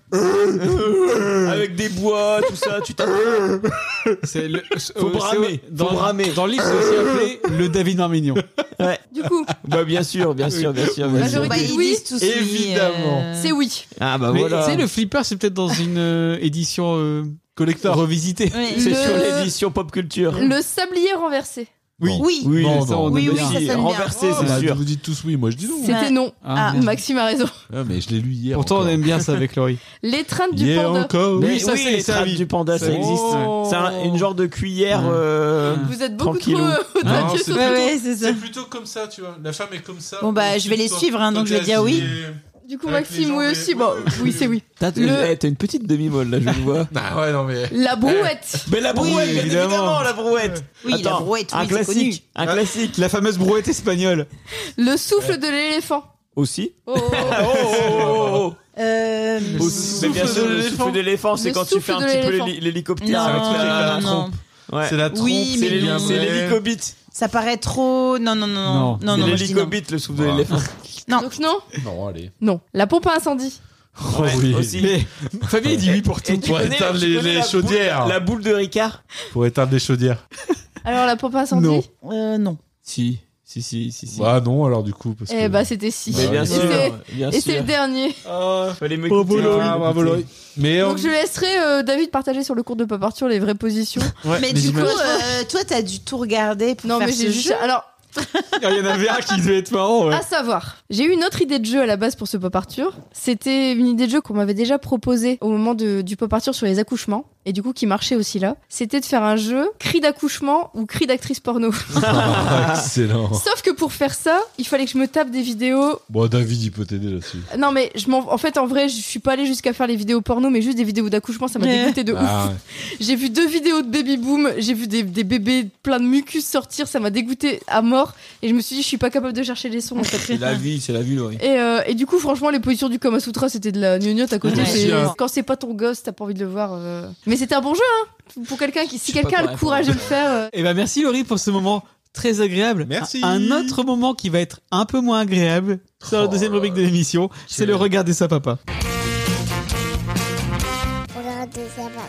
Speaker 4: Avec des bois, tout ça, tu t'as.
Speaker 1: C'est le.
Speaker 4: Faut bramer, faut
Speaker 1: Dans,
Speaker 4: bramer.
Speaker 1: dans l'île, c'est aussi appelé le David Marmignon.
Speaker 4: Ouais.
Speaker 5: Du coup,
Speaker 4: [LAUGHS] Bah bien sûr, bien sûr, bien sûr. bien
Speaker 5: Bah,
Speaker 4: sûr.
Speaker 5: j'aurais-
Speaker 2: Bah,
Speaker 5: dit
Speaker 2: ils
Speaker 5: oui.
Speaker 2: disent tous
Speaker 4: Évidemment.
Speaker 2: oui, euh,
Speaker 5: c'est oui.
Speaker 4: Ah bah
Speaker 1: Mais tu
Speaker 4: voilà.
Speaker 1: sais, le flipper, c'est peut-être dans une euh, édition euh,
Speaker 3: Collector.
Speaker 4: Revisité.
Speaker 2: Oui.
Speaker 4: C'est
Speaker 5: Le-
Speaker 4: sur l'édition pop culture.
Speaker 5: Le sablier renversé.
Speaker 3: Oui.
Speaker 2: Oui.
Speaker 4: Oui,
Speaker 1: Bon,
Speaker 4: ça,
Speaker 1: bon,
Speaker 4: on
Speaker 1: oui,
Speaker 4: est
Speaker 1: oui, ça
Speaker 4: aussi.
Speaker 2: sonne bien.
Speaker 4: renversé,
Speaker 3: Oh, là,
Speaker 4: c'est sûr.
Speaker 3: Vous dites tous oui, moi je dis non.
Speaker 5: C'était non.
Speaker 1: Ah, merde.
Speaker 5: Maxime a raison.
Speaker 3: Ah, mais je l'ai lu hier.
Speaker 1: Pourtant, on
Speaker 3: encore.
Speaker 1: aime bien ça avec Laurie.
Speaker 5: L'étreinte du
Speaker 3: Yeah,
Speaker 5: panda.
Speaker 3: encore.
Speaker 1: Mais-
Speaker 3: Oui.
Speaker 1: Oui, ça, c'est-
Speaker 4: les
Speaker 1: c'est un
Speaker 4: trappes
Speaker 1: mythe.
Speaker 4: du panda, ça
Speaker 1: C'est-
Speaker 4: existe.
Speaker 5: Oh.
Speaker 4: C'est un- une genre de cuillère. euh,
Speaker 5: Vous êtes beaucoup
Speaker 4: Tranquillou.
Speaker 5: trop. euh,
Speaker 3: Non,
Speaker 5: audacieux
Speaker 3: c'est
Speaker 5: sur
Speaker 2: Ouais,
Speaker 5: tout.
Speaker 2: ouais, c'est ça.
Speaker 3: C'est plutôt comme ça, tu vois. La femme est comme ça.
Speaker 2: Bon, bah, je vais les suivre, hein, donc je vais dire oui.
Speaker 5: Du coup,
Speaker 3: Avec les
Speaker 5: Maxime,
Speaker 3: gens
Speaker 5: oui
Speaker 3: des-
Speaker 5: aussi. Bon, oui, c'est oui.
Speaker 4: T'as
Speaker 5: Le-
Speaker 4: eh, t'as une petite demi-molle là, je le vois.
Speaker 3: Ah ouais, non, mais.
Speaker 5: La brouette.
Speaker 4: [LAUGHS] Mais la brouette,
Speaker 1: Oui,
Speaker 4: bien
Speaker 1: évidemment.
Speaker 4: évidemment, la brouette.
Speaker 2: Oui, la
Speaker 4: Attends,
Speaker 2: brouette, oui,
Speaker 4: un
Speaker 2: c'est connu.
Speaker 4: classique, un
Speaker 3: Ah.
Speaker 4: classique.
Speaker 1: La fameuse brouette espagnole.
Speaker 5: Le souffle de l'éléphant.
Speaker 4: Aussi.
Speaker 5: Oh, oh, oh.
Speaker 4: Ah. Oh, oh, oh, oh,
Speaker 2: Euh,
Speaker 4: oh. [LAUGHS] Aussi. Mais bien
Speaker 3: souffle
Speaker 4: sûr,
Speaker 3: de
Speaker 4: le
Speaker 3: l'éléphant.
Speaker 4: souffle de l'éléphant, c'est
Speaker 5: Le
Speaker 4: quand tu fais
Speaker 5: souffle
Speaker 4: un
Speaker 5: de
Speaker 4: petit peu
Speaker 5: l'éléphant.
Speaker 4: l'héli- l'hélicoptère. avec
Speaker 2: Non,
Speaker 4: la-
Speaker 2: non,
Speaker 4: la
Speaker 2: non.
Speaker 4: trompe. Ouais.
Speaker 3: C'est la trompe.
Speaker 2: Oui, mais
Speaker 4: C'est l'héli-
Speaker 2: non.
Speaker 4: c'est l'hélicobite.
Speaker 2: Ça paraît trop. Non, non, non, non, non,
Speaker 4: C'est
Speaker 2: non, moi, je dis non.
Speaker 4: l'hélicobite, le souffle de
Speaker 3: Ouais.
Speaker 4: l'éléphant.
Speaker 2: Non.
Speaker 5: Donc non,
Speaker 3: Non, allez.
Speaker 5: non. La pompe à incendie.
Speaker 3: Oh
Speaker 4: [LAUGHS] Ouais,
Speaker 3: oui.
Speaker 4: aussi. [LAUGHS]
Speaker 1: Mais Fabien, il dit oui pour tout.
Speaker 4: Et tu
Speaker 3: Pour
Speaker 4: connais-
Speaker 3: éteindre
Speaker 4: tu
Speaker 3: les-
Speaker 4: connais
Speaker 3: les
Speaker 4: la boule-
Speaker 3: chaudières.
Speaker 4: La boule de Ricard
Speaker 3: Pour éteindre les chaudières.
Speaker 5: Alors la pompe à incendie.
Speaker 1: Non.
Speaker 2: Euh, non.
Speaker 4: Si, si, si, si. si.
Speaker 3: Bah, non, alors, du coup. Parce
Speaker 5: Eh
Speaker 3: que...
Speaker 5: bah c'était si.
Speaker 4: Mais bien
Speaker 5: Et
Speaker 4: sûr,
Speaker 5: c'est-
Speaker 4: bien
Speaker 5: Et
Speaker 4: sûr.
Speaker 5: c'est le dernier.
Speaker 4: Oh, fallait me
Speaker 1: Bravo, Laurie.
Speaker 3: Ah, bravo, Laurie. Mais on-
Speaker 5: Donc je laisserai euh, David partager sur le cours de Pop Arthur les vraies positions.
Speaker 2: mais
Speaker 1: mais
Speaker 2: du coup,
Speaker 5: j'imagine-
Speaker 2: euh, toi, t'as dû tout regarder pour
Speaker 5: Non
Speaker 2: faire
Speaker 5: mais
Speaker 2: ce
Speaker 5: j'ai juste...
Speaker 2: jeu.
Speaker 5: Alors,
Speaker 1: Il y en avait un qui devait être marrant,
Speaker 4: Ah.
Speaker 1: ouais.
Speaker 5: à savoir, j'ai eu une autre idée de jeu à la base pour ce Pop Arthur. C'était une idée de jeu qu'on m'avait déjà proposée au moment de- du Pop Arthur sur les accouchements. Et du coup, qui marchait aussi là. C'était de faire un jeu cri d'accouchement ou cri d'actrice porno.
Speaker 3: [LAUGHS] Ah, excellent.
Speaker 5: Sauf que pour faire ça, il fallait que je me tape des vidéos
Speaker 3: Bon, David, il peut t'aider là-dessus.
Speaker 5: Non mais je m'en... en fait en vrai je suis pas allée jusqu'à faire les vidéos porno mais juste des vidéos d'accouchement ça m'a
Speaker 2: Ouais.
Speaker 5: dégoûté de
Speaker 3: Ah,
Speaker 5: ouf. J'ai vu deux vidéos de baby boom, j'ai vu des, des bébés plein de mucus sortir, ça m'a dégoûté à mort et je me suis dit je suis pas capable de chercher les sons
Speaker 4: [LAUGHS]
Speaker 5: en fait.
Speaker 4: C'est la vie, c'est la vie, Laurie.
Speaker 5: Et, euh, et du coup franchement les positions du Kama Sutra c'était de la gnognotte à côté.
Speaker 2: Ouais.
Speaker 5: C'est-
Speaker 2: Si, hein.
Speaker 5: Quand c'est pas ton gosse t'as pas envie de le voir. euh. Mais c'était un bon jeu hein pour quelqu'un qui si
Speaker 4: Je sais pas
Speaker 5: quelqu'un a
Speaker 4: quoi
Speaker 5: le courage de le faire. euh.
Speaker 1: Et bah merci Laurie pour ce moment très agréable.
Speaker 3: Merci.
Speaker 1: Un autre moment qui va être un peu moins agréable sur la
Speaker 3: Oh
Speaker 1: deuxième
Speaker 3: là
Speaker 1: rubrique de l'émission, c'est le regard des sa papa.
Speaker 7: Regardez ça, papa.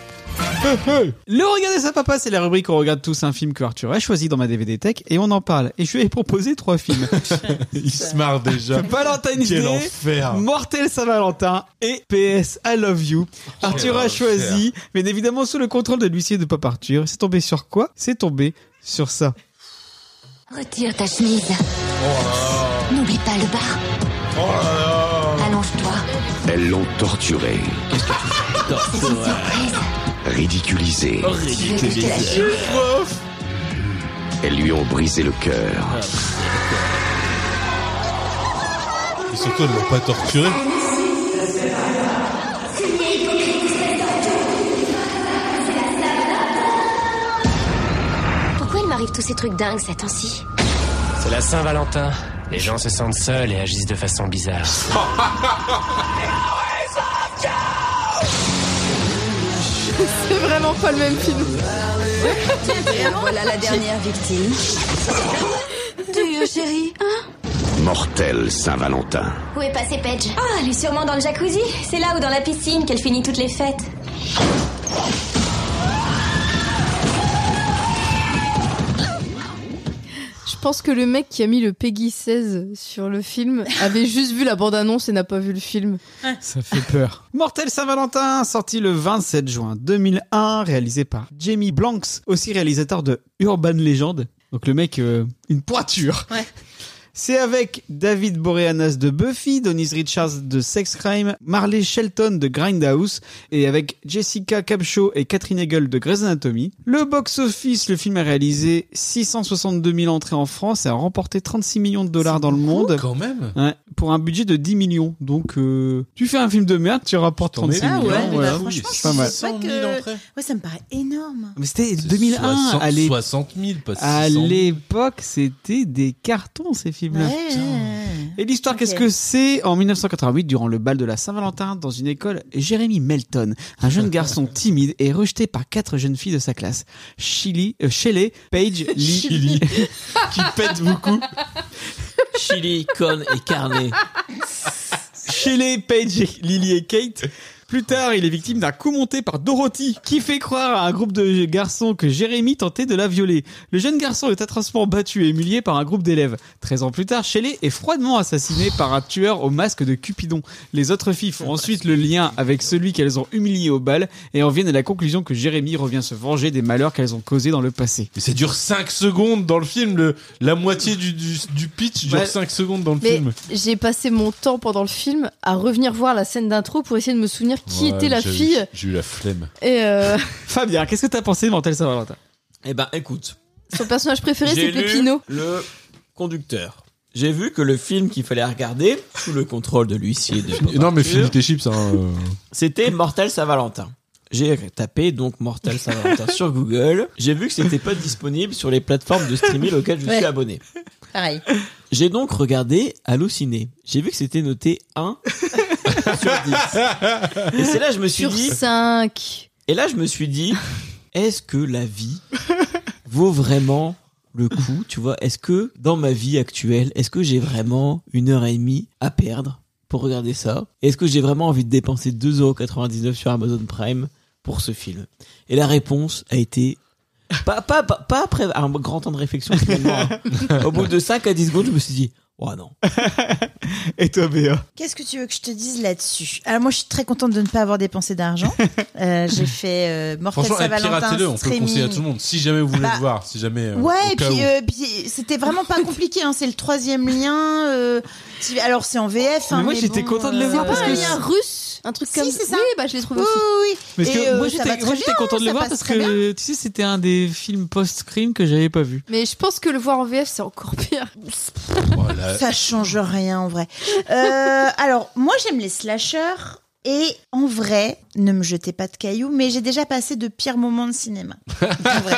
Speaker 1: Le regard des sa papa, c'est la rubrique où on regarde tous un film que Arthur a choisi dans ma DVD Tech et on en parle. Et je lui ai proposé trois
Speaker 3: [LAUGHS]
Speaker 1: films.
Speaker 3: il se marre déjà.
Speaker 1: Valentine's
Speaker 3: Quel
Speaker 1: Day,
Speaker 3: enfer.
Speaker 1: Mortel Saint-Valentin et PS I Love You. Arthur a
Speaker 3: enfer.
Speaker 1: choisi, mais évidemment sous le contrôle de l'huissier de Pop Arthur. C'est tombé sur quoi C'est tombé sur ça.
Speaker 6: Retire ta chemise. N'oublie pas le bar. Allonge-toi.
Speaker 8: Elles l'ont torturé,
Speaker 6: Prise.
Speaker 8: ridiculisé.
Speaker 6: Tu veux que je te la chie
Speaker 8: Elles lui ont brisé le cœur.
Speaker 3: Et surtout, elles l'ont pas torturé.
Speaker 6: Pourquoi il m'arrive tous ces trucs dingues ces temps-ci
Speaker 9: C'est la Saint-Valentin. Les gens se sentent seuls et agissent de façon bizarre.
Speaker 5: C'est vraiment pas le même film.
Speaker 6: Voilà la dernière victime.
Speaker 8: Mortel Saint-Valentin.
Speaker 6: Où est passée Paige Ah, elle est sûrement dans le jacuzzi. C'est là ou dans la piscine qu'elle finit toutes les fêtes.
Speaker 5: Je pense que le mec qui a mis le Peggy 16 sur le film avait juste vu la bande-annonce et n'a pas vu le film.
Speaker 1: Ça fait peur. [LAUGHS] Mortel Saint-Valentin, sorti le 27 juin 2001, réalisé par Jamie Blanks, aussi réalisateur de Urban Legend. Donc le mec, euh, une pointure.
Speaker 2: Ouais.
Speaker 1: [LAUGHS] C'est avec David Boreanaz de Buffy, Denise Richards de Sex Crime, Marley Shelton de Grindhouse et avec Jessica Capshaw et Catherine Hegel de Grey's Anatomy. Le box-office, le film a réalisé 662 000 entrées en France et a remporté 36 millions de dollars dans le monde.
Speaker 3: Quand même.
Speaker 1: Ouais, pour un budget de 10 millions. Donc, euh, tu fais un film de merde, tu rapportes
Speaker 3: Putain, mais-
Speaker 1: 36
Speaker 2: Ah ouais,
Speaker 1: millions.
Speaker 2: mais
Speaker 1: voilà.
Speaker 2: bah, franchement,
Speaker 1: pas mal.
Speaker 2: c'est
Speaker 3: 600
Speaker 2: pas
Speaker 3: 000
Speaker 2: que-
Speaker 3: entrées.
Speaker 2: Ouais, ça me paraît énorme.
Speaker 1: Mais c'était 2001. à l'é-
Speaker 3: 60 000, pas 600
Speaker 1: à
Speaker 3: 000.
Speaker 1: l'époque, c'était des cartons, ces films-là.
Speaker 2: Ouais.
Speaker 1: Et l'histoire,
Speaker 2: Ok.
Speaker 1: qu'est-ce que c'est En 1988, durant le bal de la Saint-Valentin, dans une école, Jérémy Melton, un jeune
Speaker 2: [LAUGHS]
Speaker 1: garçon timide, est rejeté par quatre jeunes filles de sa classe. Chili, euh, Shelley,
Speaker 2: [LAUGHS]
Speaker 1: Paige, Lee,
Speaker 3: Chili.
Speaker 1: [LAUGHS] qui pète beaucoup.
Speaker 4: Chili, con et carnet.
Speaker 1: Shelley, Paige, et- Lily et Kate Plus tard, il est victime d'un coup monté par Dorothy, qui fait croire à un groupe de garçons que Jérémy tentait de la violer. Le jeune garçon est atrocement battu et humilié par un groupe d'élèves. 13 ans plus tard, Shelley est froidement assassiné par un tueur au masque de Cupidon. Les autres filles font ensuite le lien avec celui qu'elles ont humilié au bal et en viennent à la conclusion que Jérémy revient se venger des malheurs qu'elles ont causés dans le passé.
Speaker 3: Mais ça dure 5 secondes dans le film, le, la moitié du, du, du pitch dure
Speaker 1: Ouais.
Speaker 3: 5 secondes dans le
Speaker 5: Mais
Speaker 3: film.
Speaker 5: j'ai passé mon temps pendant le film à revenir voir la scène d'intro pour essayer de me souvenir qui
Speaker 3: Ouais,
Speaker 5: était la
Speaker 3: j'ai-
Speaker 5: fille.
Speaker 3: J'ai eu la flemme.
Speaker 5: Et
Speaker 3: [LAUGHS]
Speaker 5: euh,
Speaker 1: Fabien, qu'est-ce que t'as pensé de Mental Saint-Valentin
Speaker 4: Eh ben, écoute.
Speaker 5: son personnage préféré,
Speaker 4: J'ai
Speaker 5: c'est
Speaker 4: lu
Speaker 5: Pépino.
Speaker 4: Le conducteur. J'ai vu que le film qu'il fallait regarder, sous le contrôle de l'huissier de Pop
Speaker 3: Non, mais
Speaker 4: Culture,
Speaker 3: finis tes chips. Hein, euh.
Speaker 4: C'était Mortal Saint-Valentin. J'ai tapé donc Mortal
Speaker 2: [LAUGHS]
Speaker 4: Saint-Valentin sur Google. J'ai vu que c'était pas disponible sur les plateformes de streaming auxquelles je
Speaker 2: Ouais.
Speaker 4: suis abonné.
Speaker 2: Pareil.
Speaker 4: J'ai donc regardé Allociné. J'ai vu que c'était noté 1 sur 10. Et c'est là que je me suis
Speaker 5: Sur
Speaker 4: dit
Speaker 5: 5.
Speaker 4: et là je me suis dit est-ce que la vie vaut vraiment le coup, tu vois Est-ce que dans ma vie actuelle, est-ce que j'ai vraiment une heure et demie à perdre pour regarder ça Est-ce que j'ai vraiment envie de dépenser 2,99€ sur Amazon Prime pour ce film Et la réponse a été pas, pas, pas, pas après un grand temps de réflexion finalement. hein. Au bout de 5 à 10 secondes, je me suis dit oh non.
Speaker 1: Et toi, Béa
Speaker 2: Qu'est-ce que tu veux que je te dise là-dessus Alors moi, je suis très contente de ne pas avoir
Speaker 1: [LAUGHS]
Speaker 2: dépensé d'argent. Euh, j'ai fait euh, Mortal
Speaker 3: Franchement, eh,
Speaker 2: Saint-Valentin
Speaker 3: piratez-le, on peut le conseiller à tout le monde. Si jamais vous voulez
Speaker 2: Bah,
Speaker 3: le voir, si jamais. euh,
Speaker 2: Ouais,
Speaker 3: au
Speaker 2: et
Speaker 3: cas
Speaker 2: puis,
Speaker 3: où.
Speaker 2: euh, puis c'était vraiment pas compliqué. Hein, c'est le troisième lien. euh, tu- alors c'est en VF. hein,
Speaker 1: Mais moi,
Speaker 2: mais
Speaker 1: j'étais
Speaker 2: bon,
Speaker 1: content de le
Speaker 2: euh,
Speaker 1: voir
Speaker 5: Pas
Speaker 1: parce
Speaker 5: un
Speaker 1: que
Speaker 5: lien russe Un truc
Speaker 2: Si,
Speaker 5: comme
Speaker 2: c'est ça.
Speaker 5: Oui, bah je l'ai trouvé
Speaker 2: Oui,
Speaker 5: aussi.
Speaker 2: oui, oui.
Speaker 1: Parce que
Speaker 2: Et, euh,
Speaker 1: moi
Speaker 2: ça va
Speaker 1: j'étais
Speaker 2: très
Speaker 1: moi,
Speaker 2: bien,
Speaker 1: j'étais content de le
Speaker 2: ça
Speaker 1: voir
Speaker 2: passe
Speaker 1: parce
Speaker 2: très bien.
Speaker 1: que tu sais c'était un des films post-crime que j'avais pas vu.
Speaker 5: Mais je pense que le voir en VF, c'est encore pire.
Speaker 3: Voilà.
Speaker 2: euh,
Speaker 1: Euh.
Speaker 2: Ça change rien en vrai. Euh, alors, moi j'aime les slashers et en vrai, ne me jetez pas de cailloux, mais j'ai déjà passé de pires moments de cinéma.
Speaker 1: [LAUGHS]
Speaker 2: En vrai.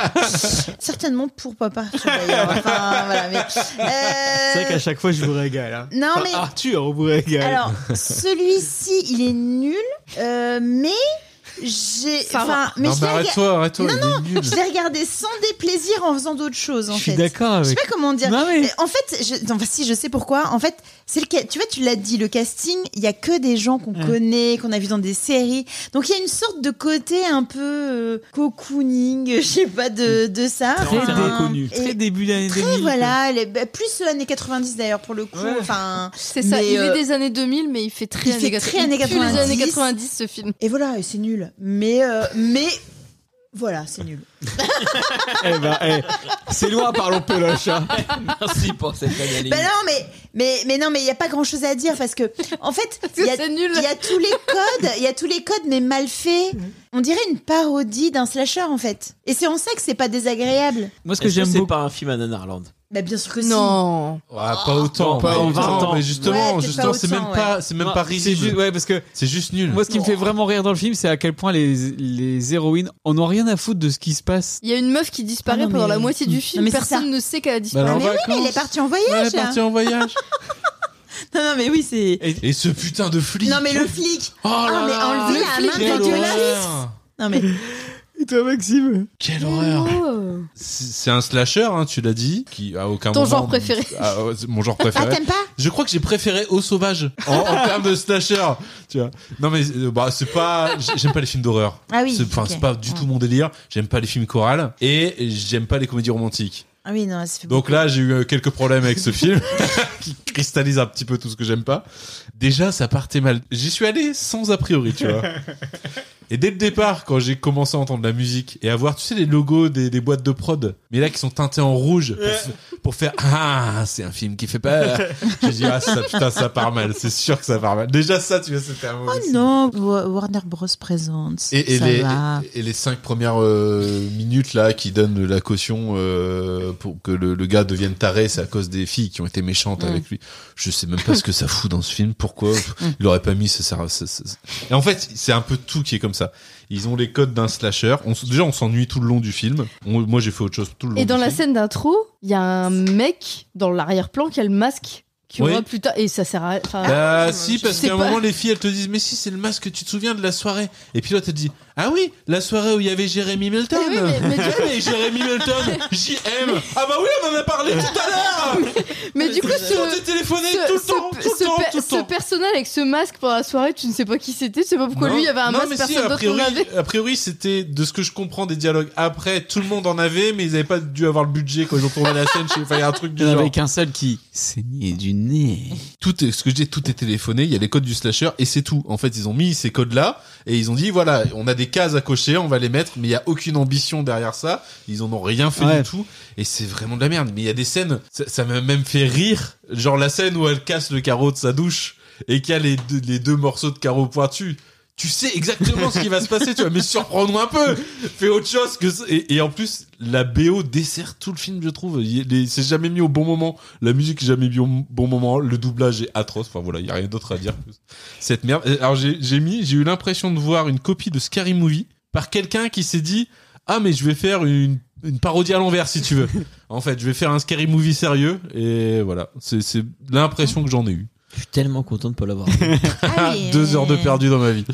Speaker 2: Certainement pour Papa Arthur, d'ailleurs. Enfin, voilà, mais, euh,
Speaker 1: C'est vrai qu'à ah, chaque fois je vous régale. hein.
Speaker 2: Non,
Speaker 1: Enfin,
Speaker 2: mais-
Speaker 1: Arthur vous régale.
Speaker 2: alors, celui-ci, il est nul, euh, mais j'ai.
Speaker 5: Ça va.
Speaker 2: Enfin, mais
Speaker 3: non,
Speaker 2: je
Speaker 3: mais
Speaker 2: l'ai rega-
Speaker 3: arrête-toi, arrête-toi.
Speaker 2: [LAUGHS]
Speaker 3: il est nul.
Speaker 2: je l'ai regardé sans déplaisir en faisant d'autres choses, en
Speaker 1: je
Speaker 2: fait.
Speaker 1: suis d'accord
Speaker 2: Je sais
Speaker 1: avec.
Speaker 2: pas comment dire.
Speaker 1: Non, mais-
Speaker 2: Euh, En fait, je, non, enfin, si je sais pourquoi. En fait, c'est le ca- tu vois, tu l'as dit, le casting, il y a que des gens qu'on connaît, qu'on a vu dans des séries. Donc il y a une sorte de côté un peu euh, cocooning, [LAUGHS] je sais pas de, de ça.
Speaker 1: Mm. Très
Speaker 4: déconnu.
Speaker 2: et-
Speaker 1: Très début d'année
Speaker 2: très,
Speaker 1: 2000,
Speaker 2: voilà, les- bah, plus années 90 d'ailleurs pour le coup.
Speaker 1: Ouais.
Speaker 2: Enfin,
Speaker 5: C'est ça,
Speaker 2: Mais,
Speaker 5: il
Speaker 2: euh,
Speaker 5: est des années 2000, mais il fait très
Speaker 2: il fait
Speaker 5: années
Speaker 2: très années
Speaker 5: il pue les années
Speaker 2: 90.
Speaker 5: 90, ce film.
Speaker 2: et voilà, et c'est nul. Mais euh, mais voilà, c'est nul.
Speaker 1: quoi. Eh ben, eh, c'est loin, parlons peloche. hein.
Speaker 4: Merci pour cette analyse.
Speaker 2: Ben non, mais mais mais non, mais il y a pas grand chose à dire parce que
Speaker 1: [LAUGHS]
Speaker 2: en fait, il y a
Speaker 5: C'est nul.
Speaker 2: Il y a tous les codes, il y a tous les codes, mais mal faits. On dirait une parodie d'un slasher en fait. Et c'est en ça que c'est pas désagréable.
Speaker 1: Moi ce
Speaker 4: Est-ce
Speaker 1: que j'aime
Speaker 4: c'est
Speaker 1: beaucoup.
Speaker 4: pas un film à Nanarland
Speaker 2: Bah bien sûr que
Speaker 5: Non.
Speaker 3: Ouais, pas autant.
Speaker 1: pas
Speaker 3: mais-
Speaker 1: autant.
Speaker 3: non, mais justement,
Speaker 2: Ouais, peut-être
Speaker 3: justement,
Speaker 2: pas
Speaker 3: c'est même
Speaker 2: autant,
Speaker 3: pas, c'est même
Speaker 1: Non,
Speaker 3: pas
Speaker 1: c'est
Speaker 3: risible.
Speaker 1: juste- Ouais parce que
Speaker 3: C'est juste nul.
Speaker 1: moi ce qui me fait vraiment rire dans le film c'est à quel point les les héroïnes en ont rien à foutre de ce qui se passe.
Speaker 5: Il y a une meuf qui disparaît
Speaker 2: Ah non,
Speaker 5: pendant
Speaker 2: mais-
Speaker 5: la moitié du film.
Speaker 2: Non, mais c'est
Speaker 5: Personne ne sait qu'elle a
Speaker 3: Bah,
Speaker 5: disparu.
Speaker 2: si. Ah,
Speaker 3: en
Speaker 2: mais oui, mais il
Speaker 3: vacances.
Speaker 2: est parti en
Speaker 3: Ouais, elle
Speaker 2: voyage. hein.
Speaker 3: est partie en
Speaker 2: [LAUGHS]
Speaker 3: voyage.
Speaker 2: Non, non, mais oui, c'est.
Speaker 3: Et ce putain de flic.
Speaker 2: Non, mais le flic.
Speaker 3: Oh là
Speaker 2: Ah, mais
Speaker 3: là.
Speaker 2: enlever
Speaker 5: le
Speaker 2: la
Speaker 5: flic,
Speaker 2: main
Speaker 3: Quelle
Speaker 2: dégueulasse.
Speaker 3: horreur.
Speaker 2: Non, mais.
Speaker 1: Et toi Maxime
Speaker 3: Quelle
Speaker 2: Ah,
Speaker 3: horreur.
Speaker 5: Oh.
Speaker 3: C'est c'est un slasher, hein, tu l'as dit, qui à aucun
Speaker 5: Ton
Speaker 3: moment.
Speaker 5: genre préféré.
Speaker 3: [LAUGHS] Ah, ouais, c'est mon genre
Speaker 2: Ah,
Speaker 3: préféré.
Speaker 2: t'aimes pas
Speaker 3: Je crois que j'ai préféré Au Sauvage en,
Speaker 2: [LAUGHS]
Speaker 3: en termes de slasher. Tu vois. Non mais euh, bah c'est pas. j'ai- J'aime pas les films d'horreur.
Speaker 2: Ah oui,
Speaker 3: C'est enfin,
Speaker 2: ok.
Speaker 3: c'est pas du tout mon délire. J'aime pas les films chorales et j'aime pas les comédies romantiques.
Speaker 2: Ah oui, non, ça fait
Speaker 3: Donc là, j'ai eu euh, quelques problèmes avec ce
Speaker 2: [LAUGHS]
Speaker 3: film qui cristallise un petit peu tout ce que j'aime pas. Déjà, ça partait mal. J'y suis allé sans a priori, tu
Speaker 2: [LAUGHS]
Speaker 3: vois. Et dès le départ, quand j'ai commencé à entendre la musique et à voir, tu sais, les logos des, des boîtes de prod, mais là qui sont teintés en rouge pour, f- pour faire ah c'est un film qui fait peur. J'ai dit ah ça putain ça part mal, c'est sûr que ça part mal. Déjà ça, tu vois, c'était un
Speaker 2: beaucoup.
Speaker 3: mauvais
Speaker 2: Oh
Speaker 3: signe.
Speaker 2: non, Wa- Warner Bros. présente.
Speaker 3: euh, Et, et
Speaker 2: ça
Speaker 3: les, [LAUGHS]
Speaker 2: va.
Speaker 3: et les cinq premières euh, minutes là qui donnent la caution euh, pour que le, le gars devienne taré, c'est à cause des filles qui ont été méchantes
Speaker 2: Mm.
Speaker 3: avec lui. Je sais même pas ce que ça fout dans ce film. Pourquoi il aurait pas mis ce, ça- ça- ça- ça- Et en fait, c'est un peu tout qui est comme ça. Ils ont les codes d'un slasher. On, s- déjà, on s'ennuie tout le long du film. On- bah, moi, j'ai fait autre chose tout le long.
Speaker 5: Et dans
Speaker 3: du
Speaker 5: la
Speaker 3: film.
Speaker 5: scène d'intro, il y a un mec dans l'arrière-plan qui a le masque Tu
Speaker 3: Oui.
Speaker 5: vois, plus tard. Et ça sert à. enfin,
Speaker 3: Bah
Speaker 5: Ah, je
Speaker 3: si, parce
Speaker 5: sais
Speaker 3: qu'à un
Speaker 5: pas.
Speaker 3: moment, les filles, elles te disent, mais si, c'est le masque, tu te souviens de la soirée Et puis l'autre, elle te dit, ah oui, la soirée où il y avait Jérémy Milton
Speaker 5: Mais oui, mais- mais du-
Speaker 3: Eh, mais Jérémy Milton,
Speaker 5: [LAUGHS]
Speaker 3: JM Ah bah oui, on en a parlé tout à l'heure
Speaker 5: Mais du coup,
Speaker 3: Ils ont
Speaker 5: ce.
Speaker 3: été téléphonés
Speaker 5: ce-
Speaker 3: tout le
Speaker 5: ce-
Speaker 3: temps, tout
Speaker 5: ce
Speaker 3: le temps,
Speaker 5: per-
Speaker 3: tout le
Speaker 5: ce
Speaker 3: temps
Speaker 5: personnage avec ce masque pendant la soirée, tu ne sais pas qui c'était, tu sais pas pourquoi
Speaker 3: Non.
Speaker 5: lui il avait un
Speaker 3: non,
Speaker 5: masque,
Speaker 3: mais si,
Speaker 5: personne
Speaker 3: a
Speaker 5: d'autre en
Speaker 3: priori, [LAUGHS]
Speaker 5: avait.
Speaker 3: a priori, c'était de ce que je comprends des dialogues. Après, tout le monde en avait, mais ils n'avaient pas dû avoir le budget quand ils ont tourné la scène. Il fallait un truc
Speaker 1: Il
Speaker 3: du
Speaker 1: n'y en
Speaker 3: genre.
Speaker 1: avait qu'un seul qui saignait du nez.
Speaker 3: Tout est, ce que je dis, tout est téléphoné. Il y a les codes du slasher et c'est tout. En fait, ils ont mis ces codes-là et ils ont dit voilà, on a des cases à cocher, on va les mettre, mais il y a aucune ambition derrière ça. Ils en ont rien fait
Speaker 1: Ouais.
Speaker 3: du tout et c'est vraiment de la merde. Mais il y a des scènes, ça ça m'a même fait rire, genre la scène où elle casse le carreau de sa douche et qu'il y a les deux, les deux morceaux de carreau pointus. Tu sais exactement ce qui va se passer, tu vas mais surprendre un peu. Fais autre chose que ça. Et, et en plus, la BO dessert tout le film, je trouve. Il y a les- C'est jamais mis au bon moment. La musique est jamais mis au bon moment. Le doublage est atroce. Enfin voilà, il y a rien d'autre à dire. que Cette merde. Et Alors j'ai j'ai mis, j'ai eu l'impression de voir une copie de Scary Movie par quelqu'un qui s'est dit ah mais je vais faire une une parodie à l'envers si tu veux. [LAUGHS] en fait, je vais faire un Scary Movie sérieux et voilà. C'est c'est l'impression que j'en ai eu.
Speaker 4: Je suis tellement content de pas l'avoir.
Speaker 2: Ah oui.
Speaker 3: Deux heures de perdu dans ma vie.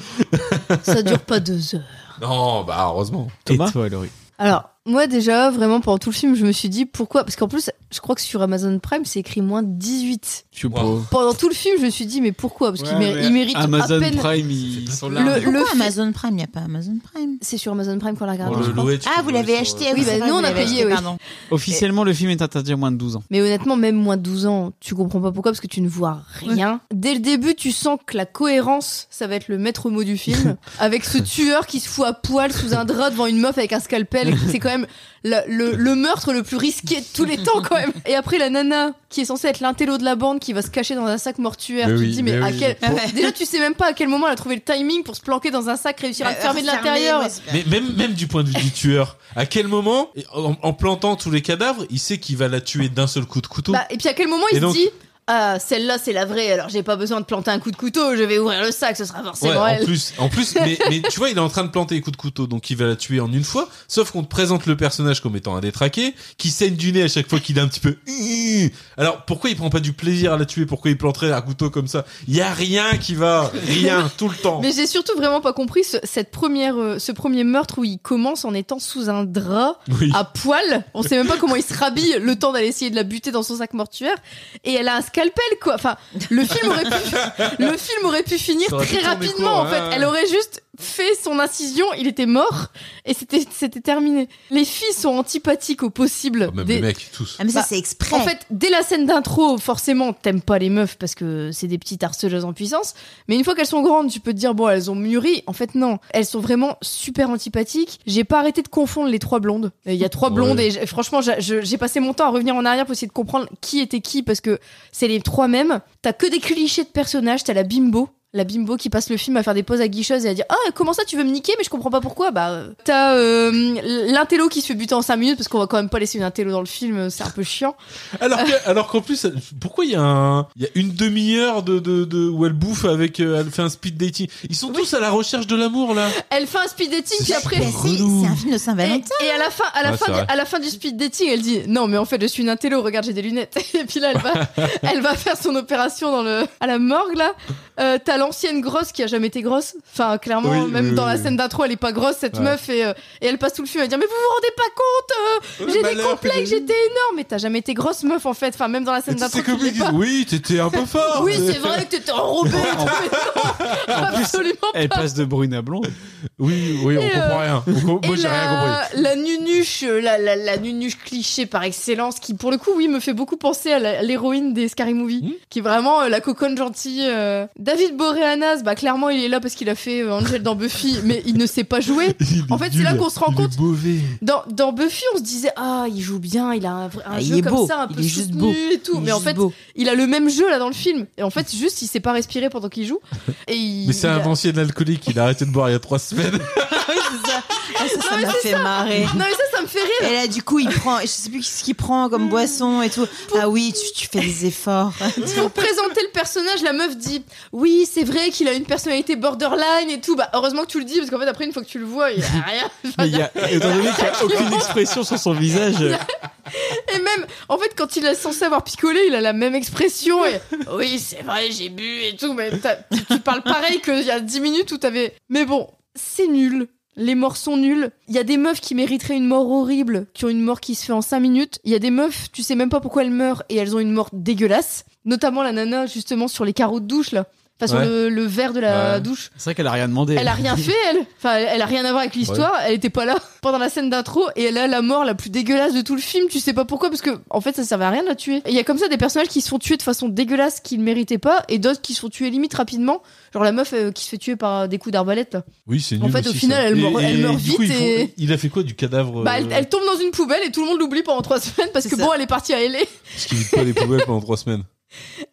Speaker 5: Ça dure pas deux heures.
Speaker 3: Non, bah heureusement.
Speaker 4: Thomas
Speaker 1: Et toi, Laurie
Speaker 5: Alors, moi déjà, vraiment, pendant tout le film, je me suis dit pourquoi Parce qu'en plus, je crois que sur Amazon Prime, c'est écrit moins 18.
Speaker 1: Je suis
Speaker 3: pas-
Speaker 5: Pendant tout le film, je me suis dit, mais pourquoi Parce qu'il
Speaker 1: Ouais,
Speaker 5: mé-
Speaker 1: mais
Speaker 5: il mérite à
Speaker 1: Amazon
Speaker 5: peine.
Speaker 1: Prime, ils sont là.
Speaker 5: Le, le
Speaker 2: Pourquoi
Speaker 5: fi-
Speaker 2: Amazon Prime Il n'y a pas Amazon Prime.
Speaker 5: C'est sur Amazon Prime qu'on l'a regardé.
Speaker 3: Pour Oh le
Speaker 5: je crois.
Speaker 3: louer, tu
Speaker 2: Ah,
Speaker 3: peux
Speaker 2: vous
Speaker 3: le
Speaker 2: l'avez
Speaker 3: sur-
Speaker 2: acheté
Speaker 5: Oui,
Speaker 2: c'est
Speaker 5: bah,
Speaker 2: vrai,
Speaker 5: nous,
Speaker 2: vous
Speaker 5: on a
Speaker 2: l'avez
Speaker 5: payé,
Speaker 2: acheté,
Speaker 5: oui.
Speaker 2: [LAUGHS] pardon.
Speaker 1: Officiellement, le film est interdit à moins de 12 ans.
Speaker 5: Mais honnêtement, même moins de 12 ans, tu comprends pas pourquoi, parce que tu ne vois rien. Dès le début, tu sens que la cohérence, ça va être le maître mot
Speaker 3: [LAUGHS]
Speaker 5: du film. avec ce tueur qui se fout à poil sous un drap devant une meuf avec
Speaker 3: [LAUGHS]
Speaker 5: un scalpel. C'est quand même la- le, le meurtre le plus risqué de tous les temps, quand même. Et après, la nana, qui est censée être l'intello de la bande, qui va se cacher dans un sac mortuaire.
Speaker 3: Mais
Speaker 5: tu
Speaker 3: oui,
Speaker 5: te dis, mais,
Speaker 3: mais
Speaker 5: à
Speaker 3: oui.
Speaker 5: quel.
Speaker 2: Ouais.
Speaker 5: Déjà, tu sais même pas à quel moment elle a trouvé le timing pour se planquer dans un sac, réussir à le
Speaker 2: Euh,
Speaker 5: fermer de
Speaker 2: fermé,
Speaker 5: l'intérieur.
Speaker 2: ouais, c'est-
Speaker 3: Mais même, même du point de vue du tueur, à quel moment, en, en plantant tous les cadavres, il sait qu'il va la tuer d'un seul coup de couteau
Speaker 5: Bah, et puis à quel moment il
Speaker 3: Et donc-
Speaker 5: se dit ah, celle-là, c'est la vraie, alors j'ai pas besoin de planter un coup de couteau, je vais ouvrir le sac, ce sera
Speaker 3: Ouais,
Speaker 5: forcément
Speaker 3: en
Speaker 5: elle.
Speaker 3: plus, en plus
Speaker 5: [LAUGHS]
Speaker 3: mais, mais tu vois, il est en train de planter les coups de couteau, donc il va la tuer en une fois. Sauf qu'on te présente le personnage comme étant un détraqué, qui saigne du nez à chaque fois qu'il est un petit peu. [LAUGHS] Alors pourquoi il prend pas du plaisir à la tuer Pourquoi il planterait un couteau comme ça Il y a rien qui va,
Speaker 5: [LAUGHS]
Speaker 3: rien tout le temps.
Speaker 5: Mais j'ai surtout vraiment pas compris ce, cette première, euh, ce premier meurtre où il commence en étant sous un drap
Speaker 3: Oui.
Speaker 5: à poil. On sait même pas comment il se rhabille le temps d'aller essayer de la buter dans son sac mortuaire. Et elle a un scalpel, quoi. Enfin, le film
Speaker 3: [LAUGHS]
Speaker 5: aurait pu, le film aurait pu finir
Speaker 3: Ça aurait
Speaker 5: très
Speaker 3: pu tourner
Speaker 5: rapidement,
Speaker 3: court,
Speaker 5: en fait.
Speaker 3: ouais, ouais.
Speaker 5: Elle aurait juste fait son incision, il était mort, et c'était, c'était terminé. Les filles sont antipathiques au possible.
Speaker 3: Oh, Même
Speaker 5: des-
Speaker 3: les mecs,
Speaker 5: [LAUGHS]
Speaker 3: tous.
Speaker 2: Ah, mais ça,
Speaker 5: Bah,
Speaker 2: c'est exprès.
Speaker 5: En fait, dès la scène d'intro, forcément, t'aimes pas les meufs parce que c'est des petites harceleuses en puissance. Mais une fois qu'elles sont grandes, tu peux te dire, bon, elles ont mûri. En fait, non. Elles sont vraiment super antipathiques. J'ai pas arrêté de confondre les trois blondes. Il y a trois blondes et j'- franchement, j'a- je- j'ai passé mon temps à revenir en arrière pour essayer de comprendre qui était qui parce que c'est les trois mêmes. T'as que des clichés de personnages. T'as la bimbo. La bimbo qui passe le film à faire des pauses aguicheuses et à dire Ah, comment ça tu veux me niquer Mais je comprends pas pourquoi. Bah, euh, t'as euh, l'intello qui se fait buter en 5 minutes parce qu'on va quand même pas laisser une intello dans le film, c'est un peu chiant.
Speaker 3: Alors que, alors qu'en plus, pourquoi il y a un, il y a une demi-heure de, de, de où elle bouffe avec, euh, elle fait un speed dating. Ils sont tous à la recherche de l'amour là.
Speaker 5: Elle fait un speed dating,
Speaker 3: C'est
Speaker 5: puis après.
Speaker 2: Mais si, c'est un film de
Speaker 5: Et,
Speaker 2: Saint-Valentin.
Speaker 5: et à la fin, à la
Speaker 3: Ouais,
Speaker 5: fin,
Speaker 3: c'est
Speaker 5: du-
Speaker 3: vrai.
Speaker 5: à la fin du speed dating, elle dit non mais en fait je suis une intello, regarde j'ai des lunettes. [LAUGHS] Et puis là
Speaker 3: [LAUGHS]
Speaker 5: elle va, elle va faire son opération dans le à la morgue là. Euh, T'as l'ancienne grosse qui a jamais été grosse. Enfin clairement
Speaker 3: Oui,
Speaker 5: même
Speaker 3: oui,
Speaker 5: dans
Speaker 3: oui,
Speaker 5: la
Speaker 3: oui.
Speaker 5: scène d'intro elle est pas grosse cette
Speaker 3: Ouais.
Speaker 5: meuf et, euh, et elle passe tout le film à dire mais vous vous rendez pas compte euh,
Speaker 3: Ouais,
Speaker 5: j'ai des
Speaker 3: malheur,
Speaker 5: complexes
Speaker 3: puis-
Speaker 5: j'étais énorme mais t'as jamais été grosse meuf en fait. Enfin même dans la
Speaker 3: Et
Speaker 5: scène
Speaker 3: tous
Speaker 5: d'intro
Speaker 3: ces
Speaker 5: tu
Speaker 3: couples
Speaker 5: l'es
Speaker 3: ils disent,
Speaker 5: pas.
Speaker 3: oui, t'étais un
Speaker 5: [LAUGHS]
Speaker 3: peu fort.
Speaker 5: Oui c'est vrai que t'étais enrobée.
Speaker 3: [LAUGHS]
Speaker 1: En-
Speaker 5: mais non, absolument
Speaker 1: Elle
Speaker 5: pas.
Speaker 1: passe de brune à blonde.
Speaker 3: Oui, oui, on
Speaker 5: Et, euh,
Speaker 3: comprend rien. On com-
Speaker 2: Oh,
Speaker 5: Et
Speaker 3: Moi, j'ai rien compris.
Speaker 5: la, la nunuche, euh, la, la, la nunuche cliché par excellence, qui pour le coup, oui, me fait beaucoup penser à la- à l'héroïne des Scary Movie,
Speaker 3: Hmm.
Speaker 5: qui est vraiment euh, la coconne gentille. euh. David Boreanaz, bah clairement, il est là parce qu'il a fait euh, Angel
Speaker 2: [LAUGHS]
Speaker 5: dans Buffy, mais [LAUGHS] il ne sait pas jouer. En fait, c'est là qu'on se rend compte.
Speaker 3: mauvais.
Speaker 5: Dans, dans Buffy, on se disait ah il joue bien, il a un, vrai- un
Speaker 2: Ah, il
Speaker 5: jeu
Speaker 2: est
Speaker 5: comme
Speaker 2: beau,
Speaker 5: ça un peu
Speaker 2: il est juste
Speaker 5: soutenu
Speaker 2: beau,
Speaker 5: et tout, mais en fait il a le même jeu là dans le film. Et en fait juste il
Speaker 2: [LAUGHS]
Speaker 5: sait pas respirer pendant qu'il joue. Et il,
Speaker 3: Mais c'est
Speaker 5: il a-
Speaker 3: un ancien alcoolique, il a arrêté de boire il y a trois semaines.
Speaker 2: Ah, ça, ça m'a fait marrer.
Speaker 5: Non, mais ça, ça me fait rire.
Speaker 2: Et là, du coup, il prend, je sais plus ce qu'il prend
Speaker 5: Mm.
Speaker 2: comme boisson et tout. Ah oui, tu, tu fais des efforts.
Speaker 5: [LAUGHS] Pour présenter le personnage, la meuf dit Oui, c'est vrai qu'il a une personnalité borderline et tout. Bah, heureusement que tu le dis, parce qu'en fait, après, une fois que tu le vois, il a rien.
Speaker 1: Mais il y a, étant donné qu'il n'y
Speaker 5: [LAUGHS]
Speaker 1: a aucune expression sur son visage, [LAUGHS] euh,
Speaker 5: Et même, en fait, quand il est censé avoir picolé, il a la même expression. Et, oui, c'est vrai, j'ai bu et tout, mais t'as- tu, tu parles pareil qu'il y a 10 minutes où t'avais. Mais bon, c'est nul. Les morts sont nuls. Il y a des meufs qui mériteraient une mort horrible, qui ont une mort qui se fait en 5 minutes. Il y a des meufs, tu sais même pas pourquoi elles meurent et elles ont une mort dégueulasse. Notamment la nana, justement, sur les carreaux de douche, là. Enfin, sur
Speaker 3: Ouais.
Speaker 5: le, le verre de la
Speaker 3: Ouais.
Speaker 5: douche.
Speaker 1: c'est vrai qu'elle a rien demandé.
Speaker 5: Elle a
Speaker 1: [LAUGHS]
Speaker 5: rien fait, elle. Enfin, elle elle a rien à voir avec l'histoire. Elle était pas là pendant la scène d'intro et elle a la mort la plus dégueulasse de tout le film. Tu sais pas pourquoi, parce que en fait, ça servait à rien de la tuer. Et Il y a comme ça des personnages qui se font tuer de façon dégueulasse qu'ils ne méritaient pas et d'autres qui se font tuer limite rapidement. Genre la meuf euh, qui se fait tuer par euh, des coups d'arbalète. là.
Speaker 3: [LAUGHS] Oui, c'est
Speaker 5: En
Speaker 3: nul
Speaker 5: fait, au
Speaker 3: aussi,
Speaker 5: final,
Speaker 3: ça.
Speaker 5: elle meurt- elle meurt
Speaker 3: du coup,
Speaker 5: vite
Speaker 3: ils font-
Speaker 5: et-
Speaker 3: Il a fait quoi du cadavre
Speaker 5: Bah,
Speaker 3: euh,
Speaker 5: elle, elle tombe dans une poubelle et tout le monde l'oublie pendant trois [LAUGHS] semaines parce
Speaker 2: C'est
Speaker 5: que
Speaker 2: ça.
Speaker 5: bon, elle est partie à LA.
Speaker 3: Parce qu'il vide pas les poubelles pendant trois
Speaker 5: [LAUGHS]
Speaker 3: semaines.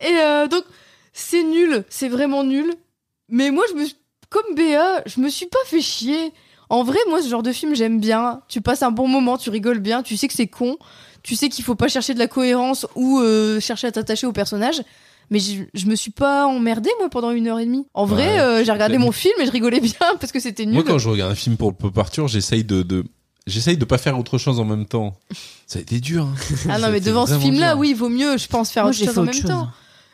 Speaker 5: Et euh, donc, c'est nul, c'est vraiment nul. Mais moi, je me, suis- comme Béa, je me suis pas fait chier. En vrai, moi, ce genre de film, j'aime bien. Tu passes un bon moment, tu rigoles bien, tu sais que c'est con, tu sais qu'il faut pas chercher de la cohérence ou euh, chercher à t'attacher au personnage. Mais je, je me suis pas emmerdée, moi, pendant une heure et demie. En vrai,
Speaker 3: Ouais.
Speaker 5: euh, j'ai regardé
Speaker 3: T'as-
Speaker 5: mon film et je rigolais bien [LAUGHS] parce que c'était nul.
Speaker 3: Moi, quand je regarde un film pour le pop Arthur, j'essaye de, de, j'essaye de pas faire autre chose en même temps. Ça a été dur. hein.
Speaker 5: Ah
Speaker 3: Ça a
Speaker 5: non, mais
Speaker 3: été
Speaker 5: devant ce
Speaker 3: vraiment
Speaker 5: film-là,
Speaker 3: dur.
Speaker 5: oui, il vaut mieux, je pense, faire
Speaker 2: Moi,
Speaker 5: autre
Speaker 2: j'ai
Speaker 5: chose
Speaker 2: fait
Speaker 5: en
Speaker 2: autre
Speaker 5: même
Speaker 2: chose.
Speaker 5: temps.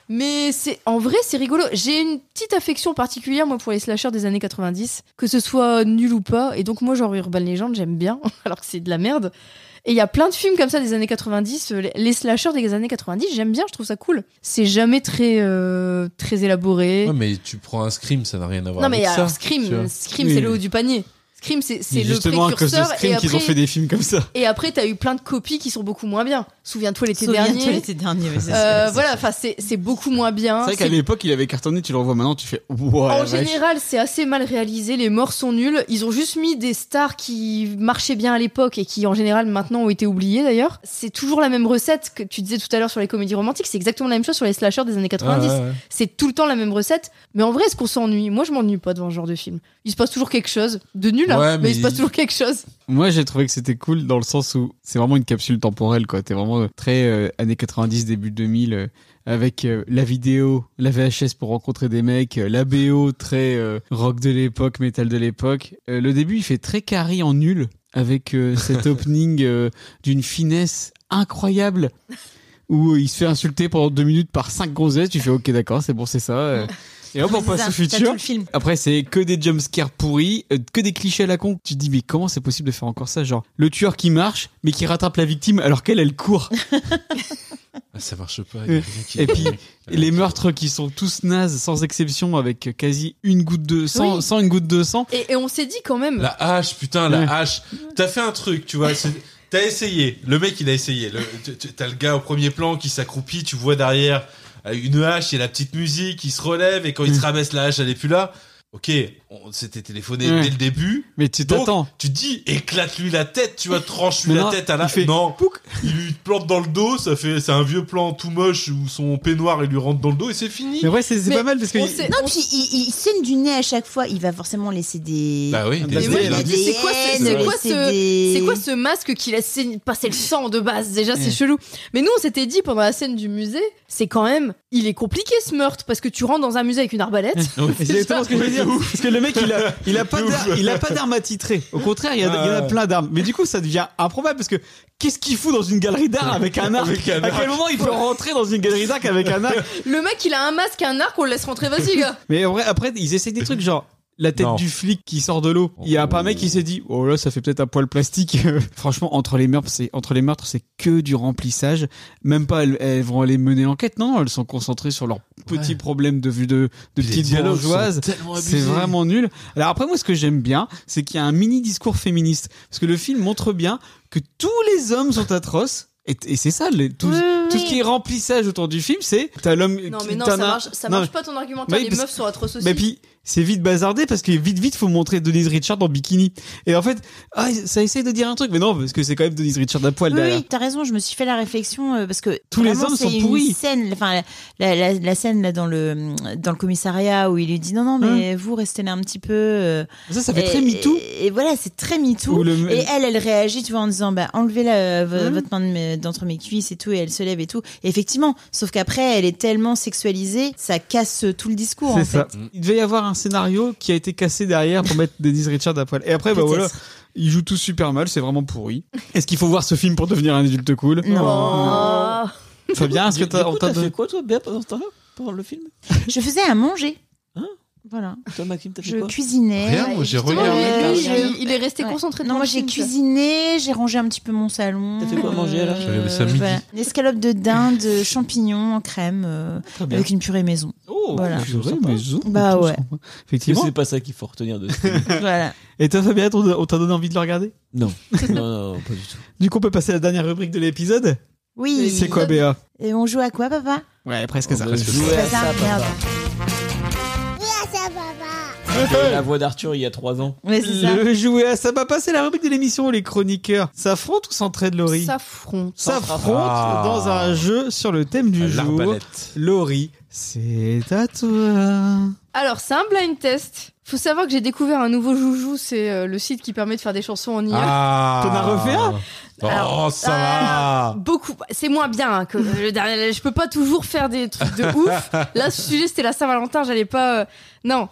Speaker 5: Mais c'est en vrai, c'est rigolo. J'ai une petite affection particulière, moi, pour les slashers des années 90, que ce soit nul ou pas. Et donc, moi, genre Urban Legend, j'aime bien, [LAUGHS] alors que c'est de la merde. Et il y a plein de films comme ça des années 90. euh, les- Les slashers des années 90, j'aime bien, je trouve ça cool. C'est jamais très, euh, très élaboré.
Speaker 3: Ouais, mais tu prends un scream, ça n'a rien à voir
Speaker 5: non,
Speaker 3: avec
Speaker 5: mais
Speaker 3: ça.
Speaker 5: alors,
Speaker 3: tu vois.
Speaker 5: Scream, Scream
Speaker 1: Oui.
Speaker 5: c'est le haut du panier. Scream, c'est c'est
Speaker 1: C'est
Speaker 5: le
Speaker 1: justement à cause de
Speaker 5: précurseur. Et
Speaker 1: Scream qu'ils ont fait
Speaker 5: après, Hein,
Speaker 1: des films comme ça.
Speaker 5: et après, t'as eu plein de copies qui sont beaucoup moins bien. Souviens-toi l'été
Speaker 2: Souviens-toi
Speaker 5: dernier.
Speaker 2: l'été dernier, mais c'est-
Speaker 5: Euh, voilà, enfin c'est c'est beaucoup moins bien.
Speaker 1: C'est vrai qu'à
Speaker 5: C'est-
Speaker 1: l'époque, il avait cartonné, tu le revois maintenant, tu fais Ouah, la
Speaker 5: en
Speaker 1: vache.
Speaker 5: général, c'est assez mal réalisé, les morts sont nuls. Ils ont juste mis des stars qui marchaient bien à l'époque et qui, en général, maintenant ont été oubliées d'ailleurs. C'est toujours la même recette que tu disais tout à l'heure sur les comédies romantiques, c'est exactement la même chose sur les slashers des années 90.
Speaker 3: Ah, Ouais, ouais, ouais.
Speaker 5: C'est tout le temps la même recette. Mais en vrai, est-ce qu'on s'ennuie Moi, je m'ennuie pas devant ce genre de film. Il se passe toujours quelque chose. De nul, hein,
Speaker 3: Ouais,
Speaker 5: mais
Speaker 3: mais
Speaker 5: il se passe
Speaker 3: il-
Speaker 5: toujours quelque chose.
Speaker 1: Moi, j'ai trouvé que c'était cool dans le sens où c'est vraiment une capsule temporelle, quoi. T'es vraiment euh, très euh, années 90, début 2000, euh, avec euh, la vidéo, la VHS pour rencontrer des mecs, euh, la BO très euh, rock de l'époque, métal de l'époque. Euh, le début, il fait très carré en nul, avec euh, cet opening euh, d'une finesse incroyable. Où euh, il se fait insulter pendant deux minutes par cinq gonzesses, tu fais ok d'accord, c'est bon, c'est ça. euh. Et hop, on
Speaker 2: C'est
Speaker 1: passe
Speaker 2: ça,
Speaker 1: au
Speaker 2: t'as tout
Speaker 1: futur.
Speaker 2: le film.
Speaker 1: Après, c'est que des jumpscares pourris, euh, que des clichés à la con. Tu te dis, mais comment c'est possible de faire encore ça Genre, le tueur qui marche, mais qui rattrape la victime alors qu'elle, elle
Speaker 3: [LAUGHS]
Speaker 1: court.
Speaker 3: Ah, ça marche pas. il y a rien qui-
Speaker 1: Et puis,
Speaker 3: Ah,
Speaker 1: Et les
Speaker 3: qui-
Speaker 1: meurtres qui sont tous nazes, sans exception, avec quasi une goutte de sang, sans une goutte de sang.
Speaker 5: Et, et on s'est dit quand même.
Speaker 3: La hache, putain, la
Speaker 1: Ouais.
Speaker 3: hache. T'as fait un truc, tu vois. c'est- T'as essayé. Le mec, il a essayé. Le- tu- tu- T'as le gars au premier plan qui s'accroupit, tu vois derrière euh, une hache, il y a la petite musique, il se relève et quand
Speaker 1: Mm.
Speaker 3: il se rabaisse, la hache, elle est plus là. Ok, on s'était téléphoné
Speaker 1: Ouais.
Speaker 3: dès le début.
Speaker 1: Mais tu
Speaker 3: Donc,
Speaker 1: t'attends.
Speaker 3: Tu te dis, éclate-lui la tête, tu vois, tranche-lui
Speaker 1: Mais
Speaker 3: la
Speaker 1: non,
Speaker 3: tête à la
Speaker 1: il fait
Speaker 3: Non,
Speaker 1: pouc.
Speaker 3: il lui plante dans le dos, ça fait, c'est un vieux plan tout moche où son peignoir, il lui rentre dans le dos et c'est fini.
Speaker 1: Mais ouais, c'est c'est
Speaker 5: Mais
Speaker 1: pas mal parce que.
Speaker 5: on s'est-
Speaker 2: Non, puis il, il saigne du nez à chaque fois. Il va forcément laisser des.
Speaker 3: Bah oui,
Speaker 1: Mais
Speaker 3: des-
Speaker 5: Mais moi,
Speaker 3: des-
Speaker 5: je me
Speaker 3: des-
Speaker 5: dis, c'est quoi ce, c'est quoi
Speaker 2: C'est
Speaker 5: ce-
Speaker 2: des-
Speaker 5: c'est quoi ce masque qui laisse saigner- passer le sang de base Déjà, c'est
Speaker 1: Ouais.
Speaker 5: chelou. Mais nous, on s'était dit pendant la scène du musée, c'est quand même, il est compliqué ce meurtre parce que tu rentres dans un musée avec une arbalète.
Speaker 1: [LAUGHS]
Speaker 3: [LAUGHS]
Speaker 1: C'est exactement ce que je veux dire. Parce que le mec, il a, il a pas
Speaker 3: C'est
Speaker 1: d'ar-
Speaker 3: ouf.
Speaker 1: il a pas d'armes à titrer. Au contraire, il y, a, il y en a
Speaker 3: Ouais.
Speaker 1: plein d'armes. Mais du coup, ça devient improbable parce que qu'est-ce qu'il fout dans une galerie d'art avec un arc
Speaker 3: Avec un
Speaker 1: À quel
Speaker 3: arc.
Speaker 1: moment il peut rentrer dans une galerie d'art avec un arc
Speaker 5: Le mec, il a un masque, un arc, on le laisse rentrer, vas-y, gars.
Speaker 1: Mais en vrai, après, ils essayent des trucs genre la tête
Speaker 3: Non.
Speaker 1: du flic qui sort de l'eau. Il y a pas un mec qui s'est dit oh là ça fait peut-être un poil plastique. [LAUGHS] Franchement, entre les meurtres, c'est entre les meurtres, c'est que du remplissage. Même pas elles, elles vont aller mener l'enquête. Non, non, elles sont concentrées sur leurs petits
Speaker 3: Ouais.
Speaker 1: problèmes de vue de, de
Speaker 3: des
Speaker 1: petites
Speaker 3: dialogues
Speaker 1: bourgeoises.
Speaker 3: sont tellement
Speaker 1: C'est
Speaker 3: abusés.
Speaker 1: vraiment nul. Alors après, moi, ce que j'aime bien, c'est qu'il y a un mini discours féministe. Parce que le film montre bien que tous les hommes sont atroces Et, et c'est ça, les- tout,
Speaker 5: Oui, oui,
Speaker 1: tout
Speaker 5: oui.
Speaker 1: ce qui est remplissage autour du film, c'est t'as l'homme.
Speaker 5: Non,
Speaker 1: qui-
Speaker 5: mais non,
Speaker 1: t'en
Speaker 5: ça
Speaker 1: as-
Speaker 5: marche, ça
Speaker 1: Non,
Speaker 5: marche pas ton argumentaire.
Speaker 1: Mais
Speaker 5: les
Speaker 1: parce-
Speaker 5: meufs sont atroces aussi.
Speaker 1: mais puis c'est vite bazardé parce que vite vite faut montrer Denise Richard en bikini. Et en fait, ah, ça essaye de dire un truc, mais non parce que c'est quand même Denise Richard à poil
Speaker 2: Oui,
Speaker 1: derrière.
Speaker 2: oui, t'as raison, je me suis fait la réflexion euh, parce que
Speaker 1: Tous les
Speaker 2: vraiment,
Speaker 1: hommes
Speaker 2: c'est
Speaker 1: sont
Speaker 2: une
Speaker 1: pourris.
Speaker 2: Scène, enfin, la, la- la scène là dans le dans le commissariat où il lui dit non
Speaker 1: Hein
Speaker 2: non mais vous restez là un petit peu. euh,
Speaker 1: Ça, ça fait
Speaker 2: et-
Speaker 1: très MeToo.
Speaker 2: Et, et voilà, c'est très
Speaker 1: Ou
Speaker 2: MeToo.
Speaker 1: le-
Speaker 2: Et elle, elle réagit, tu vois, en disant bah enlevez la, vo-
Speaker 1: Mhm.
Speaker 2: votre main de mes- d'entre mes cuisses et tout, et elle se lève et tout. Et effectivement, sauf qu'après, elle est tellement sexualisée, ça casse tout le discours. en
Speaker 1: C'est
Speaker 2: fait.
Speaker 1: ça. Il devait y avoir un scénario qui a été cassé derrière pour mettre Denise Richard à poil. Et après, bah
Speaker 2: Peut-être.
Speaker 1: voilà, ils jouent tous super mal, c'est vraiment pourri. Est-ce qu'il faut voir ce film pour devenir un adulte cool
Speaker 2: Non.
Speaker 5: Oh.
Speaker 1: Ah, Fabien, est-ce que
Speaker 4: Du- du
Speaker 1: t'as,
Speaker 4: coup,
Speaker 1: on t'a
Speaker 4: t'as
Speaker 1: donné-
Speaker 4: fait quoi, toi, Béa, pendant ce temps-là Pendant le film
Speaker 2: Je faisais à manger.
Speaker 4: Hein
Speaker 2: voilà.
Speaker 4: Toi, Maxime, t'as fait
Speaker 2: Je
Speaker 4: quoi
Speaker 2: cuisinais.
Speaker 3: Rien, moi, j'ai
Speaker 5: Justement,
Speaker 3: regardé.
Speaker 5: lui,
Speaker 4: Ouais.
Speaker 5: il est- il est resté
Speaker 2: Ouais.
Speaker 5: concentré.
Speaker 2: Non, moi j'ai cuisiné, j'ai rangé un petit peu mon salon. Euh,
Speaker 4: T'as fait quoi à manger, alors
Speaker 3: J'avais mis ça à midi.
Speaker 2: Une escalope de dinde, champignons en crème, euh,
Speaker 4: Très bien.
Speaker 2: avec une
Speaker 4: [LAUGHS]
Speaker 2: purée maison.
Speaker 4: Oh,
Speaker 2: Voilà.
Speaker 4: je me
Speaker 1: Purée
Speaker 4: sens pas.
Speaker 1: maison,
Speaker 2: Bah
Speaker 1: tout
Speaker 2: ouais.
Speaker 1: ça.
Speaker 4: Mais
Speaker 1: Effectivement.
Speaker 4: c'est pas ça qu'il faut retenir de
Speaker 5: [LAUGHS]
Speaker 2: voilà.
Speaker 1: Et toi, Fabien, on t'a- on t'a donné envie de le regarder
Speaker 4: Non. non, non, non, pas du tout.
Speaker 1: Du coup, on peut passer à la dernière rubrique de l'épisode
Speaker 2: Oui.
Speaker 1: C'est quoi, Béa
Speaker 2: Et on joue à quoi, papa
Speaker 1: Ouais, presque ça.
Speaker 4: On va jouer à ça,
Speaker 2: merde.
Speaker 4: papa.
Speaker 7: Oui, à ça, papa.
Speaker 4: C'était la voix d'Arthur il y a 3 ans.
Speaker 2: Ouais, c'est ça.
Speaker 1: Le jouer à ça papa, c'est la rubrique de l'émission où les chroniqueurs s'affrontent ou s'entraident, Laurie
Speaker 5: S'affronte.
Speaker 1: S'affrontent
Speaker 3: Ah.
Speaker 1: dans un jeu sur le thème du jour.
Speaker 3: L'arbalète.
Speaker 1: Laurie, c'est à toi.
Speaker 5: Alors, c'est un blind test. Faut savoir que j'ai découvert un nouveau joujou, c'est euh, le site qui permet de faire des chansons en IA.
Speaker 3: Ah
Speaker 1: T'en as refait un
Speaker 3: Oh,
Speaker 5: Alors,
Speaker 3: ça
Speaker 5: ah,
Speaker 3: va
Speaker 5: Beaucoup, c'est moins bien hein, que le dernier. Je peux pas toujours faire des trucs de ouf. Là, ce sujet, c'était la Saint-Valentin, j'allais pas. euh, Non.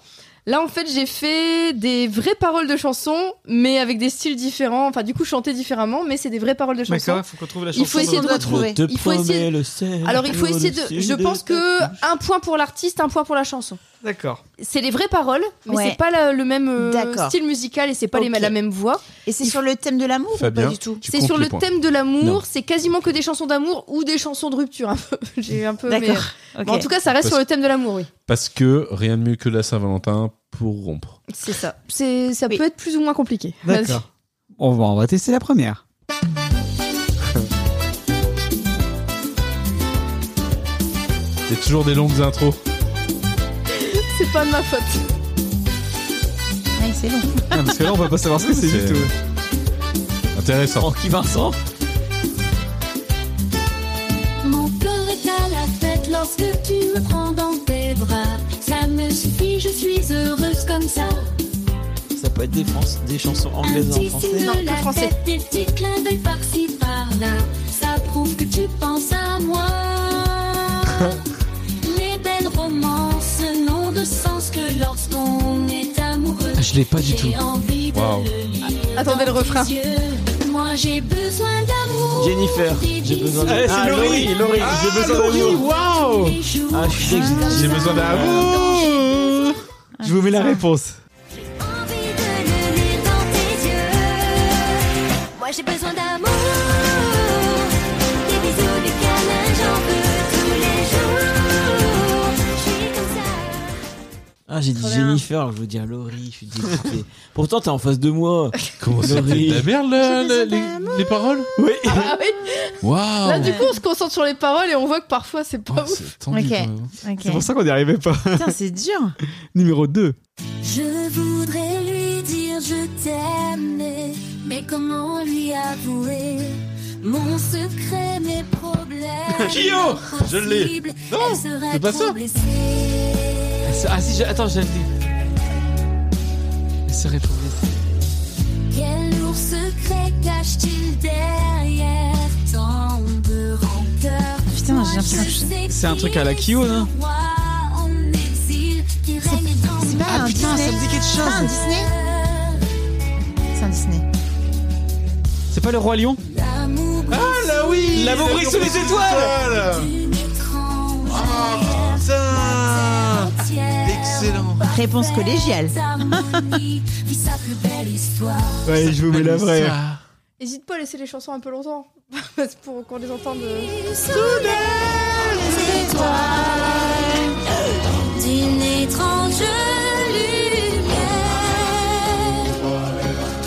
Speaker 5: Là, en fait, j'ai fait des vraies paroles de chansons, mais avec des styles différents. Enfin, du coup, chanter différemment, mais c'est des vraies paroles de chansons.
Speaker 1: faut qu'on trouve la
Speaker 5: Il faut essayer de retrouver.
Speaker 4: Je te
Speaker 5: Il faut essayer.
Speaker 4: promets le sel.
Speaker 5: Alors, il faut essayer de.
Speaker 4: au-dessus
Speaker 5: Je
Speaker 4: de
Speaker 5: pense
Speaker 4: ta-
Speaker 5: que un point pour l'artiste, un point pour la chanson.
Speaker 1: D'accord.
Speaker 5: C'est les vraies paroles, mais
Speaker 2: Ouais.
Speaker 5: c'est pas la- le même euh,
Speaker 2: D'accord.
Speaker 5: style musical et c'est pas les-
Speaker 2: Ok.
Speaker 5: la même voix.
Speaker 2: Et c'est sur le thème de l'amour ou
Speaker 3: Fabien.
Speaker 2: pas du tout
Speaker 3: Tu
Speaker 5: C'est
Speaker 3: comptes
Speaker 5: sur
Speaker 3: les
Speaker 5: le
Speaker 3: points.
Speaker 5: thème de
Speaker 4: Non.
Speaker 5: l'amour, c'est quasiment que des chansons d'amour ou des chansons de rupture. un peu. [LAUGHS] J'ai eu un peu. mais-
Speaker 2: D'accord. ok.
Speaker 5: Mais euh, en tout cas, ça reste
Speaker 3: Parce-
Speaker 5: sur le thème de l'amour, oui.
Speaker 3: Parce que rien de mieux que la Saint-Valentin pour rompre.
Speaker 5: C'est ça. C'est, ça
Speaker 2: Oui.
Speaker 5: peut être plus ou moins compliqué. Vas-y.
Speaker 1: D'accord. On va, on va tester la
Speaker 4: [LAUGHS]
Speaker 1: première.
Speaker 3: C'est toujours des longues intros.
Speaker 5: C'est pas de ma faute.
Speaker 2: Ouais, c'est long.
Speaker 1: Ah, parce que là, on va pas savoir ce que c'est
Speaker 3: C'est-
Speaker 1: du tout.
Speaker 3: Intéressant.
Speaker 4: Francky Vincent
Speaker 6: Mon cœur est à la fête lorsque tu me prends dans tes bras. Ça me suffit, je suis heureuse comme ça.
Speaker 4: Ça peut être des, France- des chansons
Speaker 6: Un
Speaker 4: anglaises en
Speaker 6: petit signe
Speaker 4: français.
Speaker 5: Non,
Speaker 6: de
Speaker 5: que
Speaker 6: la
Speaker 5: français.
Speaker 6: tête, des petits clins d'œil par-ci par-là. Ça prouve que tu penses à moi. Les belles romances n'ont de sens que lorsqu'on est amoureux.
Speaker 4: Ah, Je l'ai pas du tout.
Speaker 6: J'ai envie de
Speaker 3: Waouh.
Speaker 6: le lire
Speaker 5: Ah, Attendez
Speaker 6: dans
Speaker 5: le refrain.
Speaker 6: tes yeux. Moi j'ai besoin d'amour.
Speaker 4: Jennifer, j'ai besoin de.
Speaker 1: Allez, c'est
Speaker 4: Ah,
Speaker 1: Laurie,
Speaker 4: Laurie, j'ai besoin d'amour.
Speaker 1: Waouh
Speaker 6: Les jours
Speaker 4: Ah, je suis dégoûté.
Speaker 3: J'ai besoin d'amour.
Speaker 1: Je vous mets la réponse.
Speaker 6: Envie de le lire dans tes yeux. Moi j'ai besoin d'amour. Des bisous, des câlins, j'en veux tous les jours. Je suis comme ça.
Speaker 4: Ah, j'ai dit
Speaker 2: Trop bien.
Speaker 4: Jennifer, alors je veux dire Laurie, je suis dégoûté. Pourtant, t'es en face
Speaker 1: [LAUGHS]
Speaker 4: de moi.
Speaker 3: Comment c'était
Speaker 4: Laurie.
Speaker 3: de la merde, là,
Speaker 2: J'ai
Speaker 3: les-
Speaker 2: besoin
Speaker 3: les, les paroles
Speaker 1: Oui.
Speaker 5: Ah oui.
Speaker 3: Waouh
Speaker 5: Là, du coup, on se concentre sur les paroles et on voit que parfois, c'est
Speaker 3: Oh,
Speaker 1: Ah,
Speaker 5: pas ouf.
Speaker 3: c'est tendu,
Speaker 2: Ok.
Speaker 3: quand même. hein.
Speaker 1: C'est pour
Speaker 2: Ok.
Speaker 1: ça qu'on n'y arrivait pas. [LAUGHS]
Speaker 2: Putain, c'est dur.
Speaker 1: Numéro 2.
Speaker 6: Je voudrais lui dire je t'aime, mais- mais comment lui avouer mon secret, mes
Speaker 3: [LAUGHS]
Speaker 6: problèmes
Speaker 3: Kyo, je l'ai.
Speaker 6: impossibles.
Speaker 3: Non,
Speaker 6: Elle serait
Speaker 3: c'est pas
Speaker 6: trop
Speaker 3: ça.
Speaker 6: blessée.
Speaker 4: Ah, si, je- attends, je le dis. Elle serait pour
Speaker 6: Quel lourd secret cache-t-il derrière tant de rancœur
Speaker 2: Putain, j'ai
Speaker 6: Moi,
Speaker 2: l'impression
Speaker 6: je
Speaker 2: que
Speaker 6: sais
Speaker 1: C'est un
Speaker 6: qui
Speaker 1: truc à la hein.
Speaker 6: est
Speaker 1: Kyo,
Speaker 6: ce
Speaker 1: non
Speaker 6: roi en exil qui règne dans
Speaker 2: C'est pas
Speaker 10: Ah,
Speaker 6: mon
Speaker 2: un
Speaker 1: putain,
Speaker 2: Disney.
Speaker 1: ça me dit quelque
Speaker 2: C'est pas un
Speaker 1: chose.
Speaker 2: Disney.
Speaker 6: cœur.
Speaker 2: C'est un Disney.
Speaker 1: C'est pas le roi lion
Speaker 6: L'amour
Speaker 3: Ah là oui
Speaker 1: L'amour brille sous les étoiles.
Speaker 6: d'une étrange
Speaker 4: Ah,
Speaker 3: Oh, putain
Speaker 6: entière.
Speaker 3: Excellent
Speaker 2: Réponse collégiale.
Speaker 6: Harmonie vit sa plus belle histoire.
Speaker 1: Ouais, je vous mets la vraie.
Speaker 5: Hésite pas à laisser les chansons un peu longtemps. [LAUGHS] C'est pour qu'on les entende. euh.
Speaker 6: Sous les étoiles d'une étrange lumière,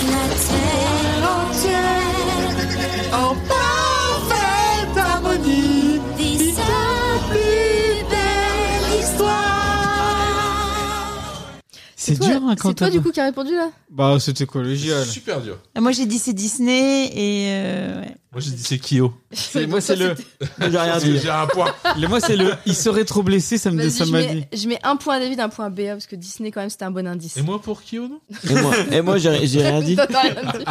Speaker 6: la terre entière en parfait
Speaker 1: C'est
Speaker 5: Toi,
Speaker 1: dur, hein,
Speaker 5: C'est
Speaker 1: quand
Speaker 5: toi du coup qui a répondu là
Speaker 1: Bah, c'était quoi le
Speaker 3: C'est
Speaker 1: gial [LAUGHS]
Speaker 3: Super dur.
Speaker 2: Ah, Moi, j'ai dit c'est Disney et. euh, ouais.
Speaker 3: Moi j'ai dit c'est Kyo.
Speaker 1: Moi, c'est le.
Speaker 4: [LAUGHS] J'ai rien dit.
Speaker 3: J'ai un point.
Speaker 1: le- Moi, c'est le. Il serait trop blessé, ça me
Speaker 5: Vas-y,
Speaker 1: ça
Speaker 5: je,
Speaker 1: m'a dit.
Speaker 5: mets- je mets un point à David, un point à Béa, parce que Disney, quand même, c'était un bon indice.
Speaker 3: Et
Speaker 5: [LAUGHS]
Speaker 3: moi pour Kyo non
Speaker 4: Et moi, et moi, j'ai j'ai rien dit.
Speaker 5: Toi, t'as rien dit.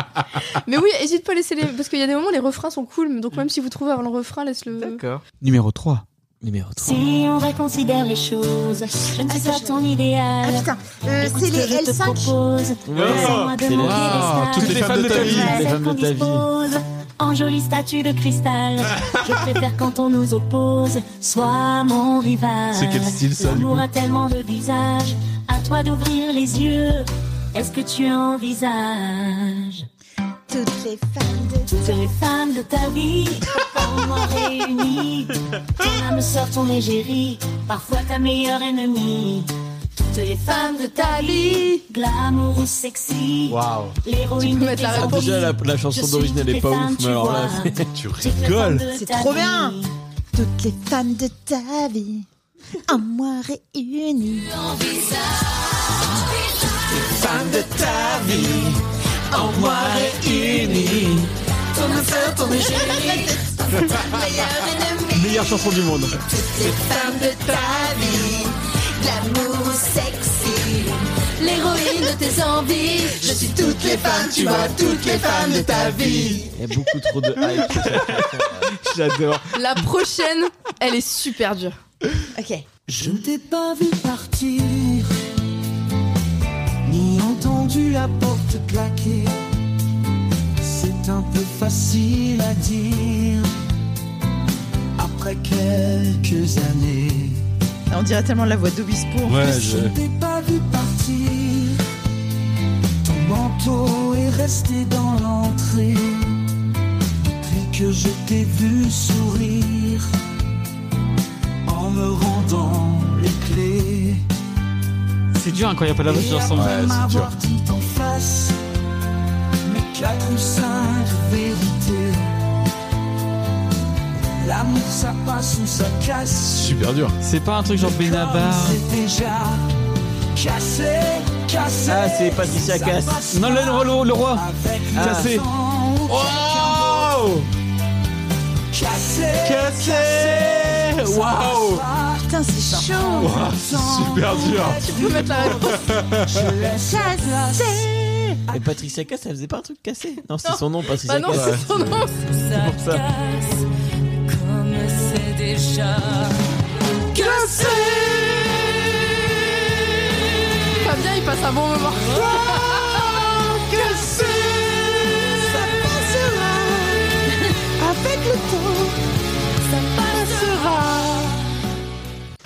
Speaker 5: mais oui, hésite pas à laisser les. Parce qu'il y a des moments, les refrains sont cool, mais donc même si vous trouvez avant le refrain, laisse-le. [LAUGHS]
Speaker 1: D'accord. Numéro 3.
Speaker 4: Numéro 3.
Speaker 6: Si on réconsidère les choses, je ne suis pas ton
Speaker 2: Ah
Speaker 6: idéal.
Speaker 2: putain, euh,
Speaker 6: Écoute
Speaker 2: c'est
Speaker 6: ce que
Speaker 2: les
Speaker 6: je te
Speaker 2: L5.
Speaker 6: propose. Laisse-moi
Speaker 4: Oh. C'est
Speaker 6: demander
Speaker 3: Ah,
Speaker 6: des
Speaker 3: toutes
Speaker 6: stars.
Speaker 3: les femmes de ta vie.
Speaker 4: les
Speaker 6: Celles
Speaker 4: femmes de
Speaker 6: qu'on
Speaker 4: ta vie.
Speaker 6: dispose En jolie statue de
Speaker 3: [LAUGHS]
Speaker 6: cristal, je préfère quand on nous oppose. Sois mon rival.
Speaker 3: C'est quel style, ça, du
Speaker 6: L'amour
Speaker 3: coup
Speaker 6: a tellement de visages. À toi d'ouvrir les yeux. Est-ce que tu envisages
Speaker 7: Toutes les femmes de
Speaker 6: toutes les femmes de ta vie en moi réunies. Ton âme sort ton égérie, parfois ta meilleure ennemie. Toutes les femmes de ta vie, glamour ou sexy.
Speaker 3: Waouh.
Speaker 6: L'héroïne de
Speaker 5: mettre
Speaker 6: tes
Speaker 1: Ah,
Speaker 5: la réponse.
Speaker 6: envies.
Speaker 4: Déjà, la, la
Speaker 6: Je
Speaker 4: chanson
Speaker 6: suis
Speaker 4: d'origine, elle
Speaker 6: toutes
Speaker 4: est
Speaker 6: les
Speaker 4: pas
Speaker 6: femmes,
Speaker 4: ouf,
Speaker 6: tu
Speaker 4: mais alors là,
Speaker 6: vois.
Speaker 3: Tu
Speaker 6: Toutes les femmes
Speaker 3: rigoles.
Speaker 6: de
Speaker 2: C'est
Speaker 6: ta
Speaker 2: trop
Speaker 6: vie.
Speaker 2: bien.
Speaker 7: toutes les femmes de ta vie. En moi réunies.
Speaker 4: Femme de ta vie, en moi réunie. Ton sœur, ton Meilleure chanson du monde.
Speaker 7: Femme de ta vie. L'amour sexy. L'héroïne de tes envies. Je suis toutes les femmes, tu vois, toutes les femmes de ta vie.
Speaker 4: Il y a beaucoup trop de hype. sur cette chanson. J'adore.
Speaker 5: La prochaine, elle est super dure.
Speaker 2: Ok.
Speaker 10: Je ne t'ai pas vu partir, ni entendu la porte claquer. C'est un peu facile à dire. Après quelques années,
Speaker 2: Ah, On dirait tellement la voix d'Obispo.
Speaker 3: Ouais,
Speaker 10: je
Speaker 3: je...
Speaker 10: ne t'ai pas vu partir. Ton manteau est resté dans l'entrée. Depuis que je t'ai vu sourire, en me rendant les clés.
Speaker 1: C'est dur hein, quand il n'y a pas la voix qui ressemble.
Speaker 10: après
Speaker 3: Ouais, c'est dur.
Speaker 10: m'avoir dit en face mes quatre ou cinq vérités. L'amour ça passe ou ça casse.
Speaker 3: Super dur.
Speaker 1: C'est pas un truc genre Benabar.
Speaker 10: Comme C'est déjà cassé, cassé.
Speaker 4: Ah, c'est Patricia
Speaker 10: Ça
Speaker 4: Cass.
Speaker 10: passe
Speaker 1: Non, le, le, le- le roi.
Speaker 10: Avec le
Speaker 1: Cassé.
Speaker 10: temps,
Speaker 3: Oh
Speaker 10: cassé,
Speaker 3: Cassé Waouh
Speaker 2: Putain, c'est chaud.
Speaker 3: Waouh, c'est Super dur.
Speaker 5: Tu peux mettre la réponse.
Speaker 10: Je laisse la place.
Speaker 4: Et Patricia Cass, elle faisait pas un truc cassé Non, c'est son nom, Patricia
Speaker 5: Bah non,
Speaker 4: Cass.
Speaker 5: c'est son nom.
Speaker 4: c'est pour ça.
Speaker 6: Comme c'est déjà
Speaker 5: Fabien, il passe un bon moment.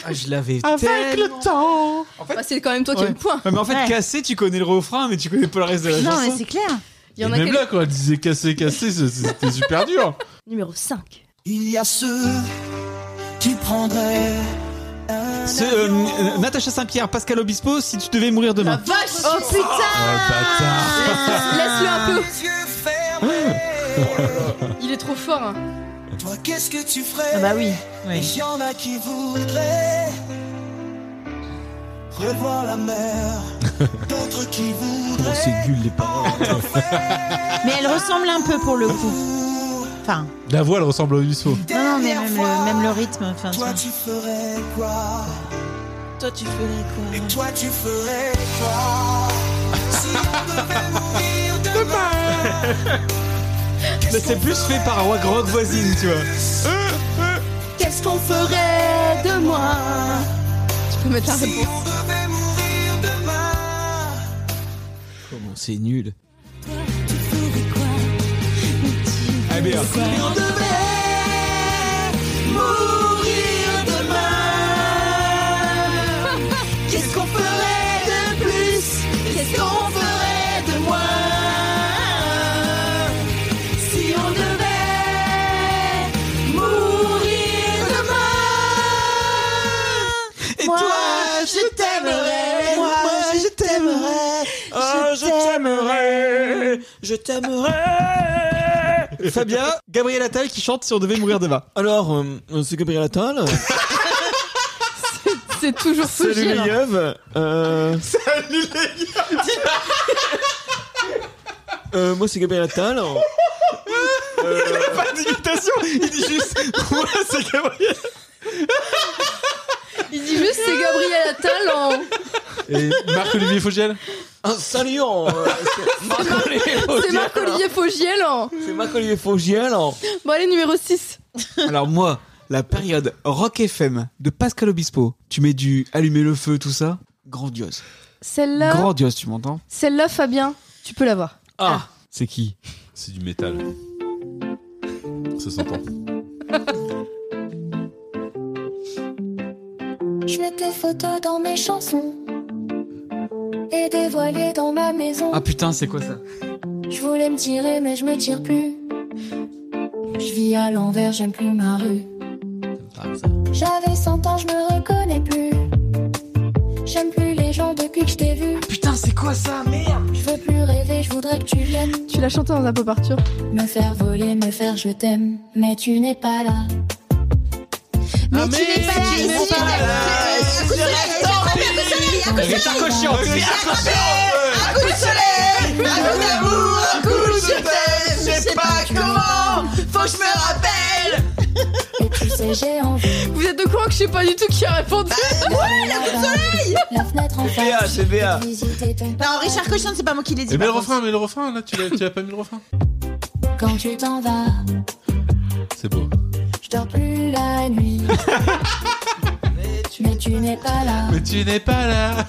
Speaker 1: Ah, je l'avais
Speaker 2: Avec le temps.
Speaker 5: Bah, c'est quand même toi qui as
Speaker 1: Ouais.
Speaker 5: le point.
Speaker 1: Ouais, mais en fait,
Speaker 2: Ouais.
Speaker 1: cassé, tu connais le refrain, mais tu connais pas le reste de la
Speaker 2: Non,
Speaker 1: chanson.
Speaker 2: mais c'est clair.
Speaker 5: Il y en
Speaker 3: Et
Speaker 5: a
Speaker 3: même
Speaker 5: quelques-
Speaker 3: là, quand elle disait cassé, cassé, c'est- c'était super dur.
Speaker 5: Numéro 5.
Speaker 10: Il y a ceux qui prendraient un
Speaker 1: Ce, euh,
Speaker 10: avion.
Speaker 1: euh, Natacha Saint-Pierre, Pascal [LAUGHS] Obispo, si [LAUGHS] tu devais mourir
Speaker 5: La
Speaker 1: demain.
Speaker 5: vache
Speaker 2: Oh putain.
Speaker 5: Laisse-le un
Speaker 1: euh,
Speaker 5: peu.
Speaker 10: Les yeux fermés.
Speaker 5: Il est trop fort. hein.
Speaker 10: Toi, qu'est-ce que tu ferais
Speaker 2: Ah bah oui.
Speaker 10: Et
Speaker 2: oui.
Speaker 10: y en a qui voudraient revoir
Speaker 1: [LAUGHS]
Speaker 10: la mer, d'autres qui voudraient.
Speaker 4: les paroles.
Speaker 2: Mais elle ressemble un peu pour le coup. Enfin,
Speaker 3: La voix, elle ressemble au Yusso.
Speaker 2: non, non, mais même le, même le rythme. Enfin, tu
Speaker 10: Toi
Speaker 2: vois.
Speaker 10: tu ferais quoi
Speaker 2: Toi, tu ferais
Speaker 10: Et
Speaker 2: quoi
Speaker 10: toi tu ferais quoi Si on devait
Speaker 1: [LAUGHS]
Speaker 10: mourir demain
Speaker 1: Là, c'est plus fait par Rock Rock voisine, tu vois.
Speaker 10: Qu'est-ce qu'on ferait
Speaker 5: De moi. Tu peux mettre la
Speaker 10: Si
Speaker 5: réponse.
Speaker 10: on devait mourir demain
Speaker 4: Comment c'est nul.
Speaker 1: Ah,
Speaker 4: euh,
Speaker 1: bien.
Speaker 7: Qu'est-ce qu'on ferait de plus Qu'est-ce qu'on ferait de moins Si on devait mourir demain
Speaker 1: Et toi, je t'aimerais. Moi, je t'aimerais. Oh, je t'aimerais. Je t'aimerais. Fabien, Gabriel Attal qui chante si on devait mourir demain.
Speaker 4: Alors, euh, c'est Gabriel Attal.
Speaker 5: C'est toujours hein.
Speaker 4: Salut
Speaker 5: Fugir.
Speaker 4: les yeux. Euh... Salut les euh, Moi c'est Gabriel Attal. Euh,
Speaker 1: Pas d'imitation, il dit [LAUGHS] juste Moi, c'est Gabriel.
Speaker 5: Il dit juste c'est Gabriel Attal hein. en.
Speaker 4: et
Speaker 3: Marc-Olivier Fogel
Speaker 4: un salut en, euh, c'est Marc-Olivier
Speaker 5: C'est
Speaker 4: Fogiel.
Speaker 5: Marc-Olivier Fogiel en.
Speaker 4: C'est Marc-Olivier Fogiel.
Speaker 5: Bon, allez, numéro 6.
Speaker 1: Alors, moi, la période Rock FM de Pascal Obispo, tu mets du allumer le feu, tout ça, grandiose.
Speaker 5: Celle-là,
Speaker 1: Grandiose, tu m'entends
Speaker 5: celle-là, Fabien, tu peux l'avoir.
Speaker 4: Ah,
Speaker 1: C'est qui
Speaker 3: C'est du métal. Ça s'entend.
Speaker 6: Je mets tes photos dans mes chansons et dévoilées dans ma maison.
Speaker 1: Ah putain, c'est quoi ça
Speaker 6: Je voulais me tirer, mais je me tire plus. Je vis à l'envers, j'aime plus ma rue. J'avais 100 ans, je me reconnais plus. J'aime plus les gens depuis que je t'ai vu.
Speaker 1: Putain, c'est quoi ça
Speaker 6: Je veux plus rêver, je voudrais que tu viennes.
Speaker 5: Tu l'as chanté dans un pop Arthur.
Speaker 6: Me faire voler, me faire je t'aime, mais tu n'es pas là.
Speaker 2: Mais tu n'es pas là,
Speaker 1: tu
Speaker 2: ici,
Speaker 1: n'es pas
Speaker 2: t'as-
Speaker 1: là,
Speaker 2: t'as- t'as- t'as-
Speaker 4: Richard Cochian.
Speaker 2: Un coup de soleil, un coup d'amour, un coup de je t'aime, je sais
Speaker 10: Ah,
Speaker 2: pas comment, faut que je me rappelle.
Speaker 6: Et tu sais, j'ai envie.
Speaker 5: Vous êtes de courant que je sais pas du tout qui a répondu.
Speaker 6: la soleil La fenêtre en
Speaker 4: C'est BA,
Speaker 6: face.
Speaker 4: c'est BA.
Speaker 6: de visiter ton
Speaker 2: Non, Richard Cochon, c'est pas moi qui l'ai dit.
Speaker 3: Et Eh, mais le
Speaker 2: par contre.
Speaker 3: ben, refrain, mais le refrain, là, tu l'as, tu l'as pas mis le refrain
Speaker 6: Quand tu t'en vas,
Speaker 3: C'est beau.
Speaker 6: je dors plus la nuit. Mais tu n'es pas là.
Speaker 3: Mais tu n'es pas [LAUGHS] là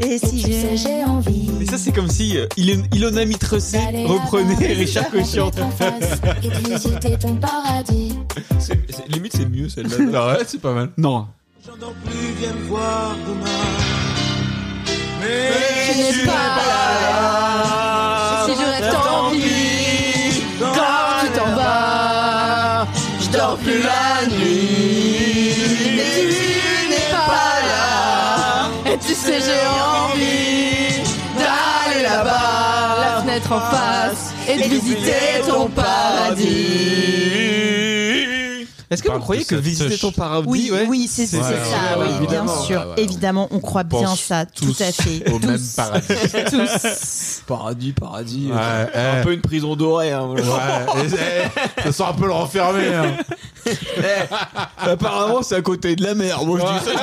Speaker 2: Et si
Speaker 6: Tu sais,
Speaker 2: j'ai.
Speaker 6: j'ai envie.
Speaker 1: Mais ça, c'est comme si euh, Il- Ilona Mitressé
Speaker 2: Bah,
Speaker 6: d'aller
Speaker 1: reprenait
Speaker 6: là-bas,
Speaker 1: Richard
Speaker 6: de la
Speaker 1: Cochian.
Speaker 6: fenêtre en face [LAUGHS] Et de visiter ton paradis.
Speaker 4: C'est- c'est- Limite c'est mieux celle-là.
Speaker 3: Bah ouais, c'est pas mal.
Speaker 1: Non.
Speaker 10: J'entends plus, viens me voir demain. Mais,
Speaker 5: tu n'es pas
Speaker 10: là.
Speaker 5: Si je reste en vie, quand tu t'en vas, je dors plus la nuit. Mais tu n'es pas là, et tu sais, j'ai envie d'aller là-bas, la fenêtre en face, et de visiter ton paradis.
Speaker 1: Est-ce que
Speaker 3: On
Speaker 1: vous
Speaker 3: parle
Speaker 1: croyez
Speaker 3: de
Speaker 1: que
Speaker 3: sa
Speaker 1: visiter
Speaker 3: touche.
Speaker 1: ton paradis
Speaker 2: Oui,
Speaker 1: ouais,
Speaker 2: oui, c'est c'est
Speaker 3: Ouais, ouais,
Speaker 2: ça,
Speaker 3: ouais,
Speaker 2: oui,
Speaker 3: ouais,
Speaker 2: bien
Speaker 3: ouais,
Speaker 2: sûr.
Speaker 3: ouais, ouais.
Speaker 2: Évidemment, on croit bien
Speaker 3: pense
Speaker 2: ça, tout
Speaker 3: tous
Speaker 2: à fait.
Speaker 3: Au
Speaker 2: tous.
Speaker 3: même paradis.
Speaker 4: Tous. Paradis, paradis. euh,
Speaker 3: Ouais, eh.
Speaker 4: Un peu une prison dorée. Hein, voilà.
Speaker 3: Ouais, et- [LAUGHS] eh, ça sent un peu le renfermé. hein.
Speaker 4: Apparemment, c'est à côté de la mer. Moi, je dis ça,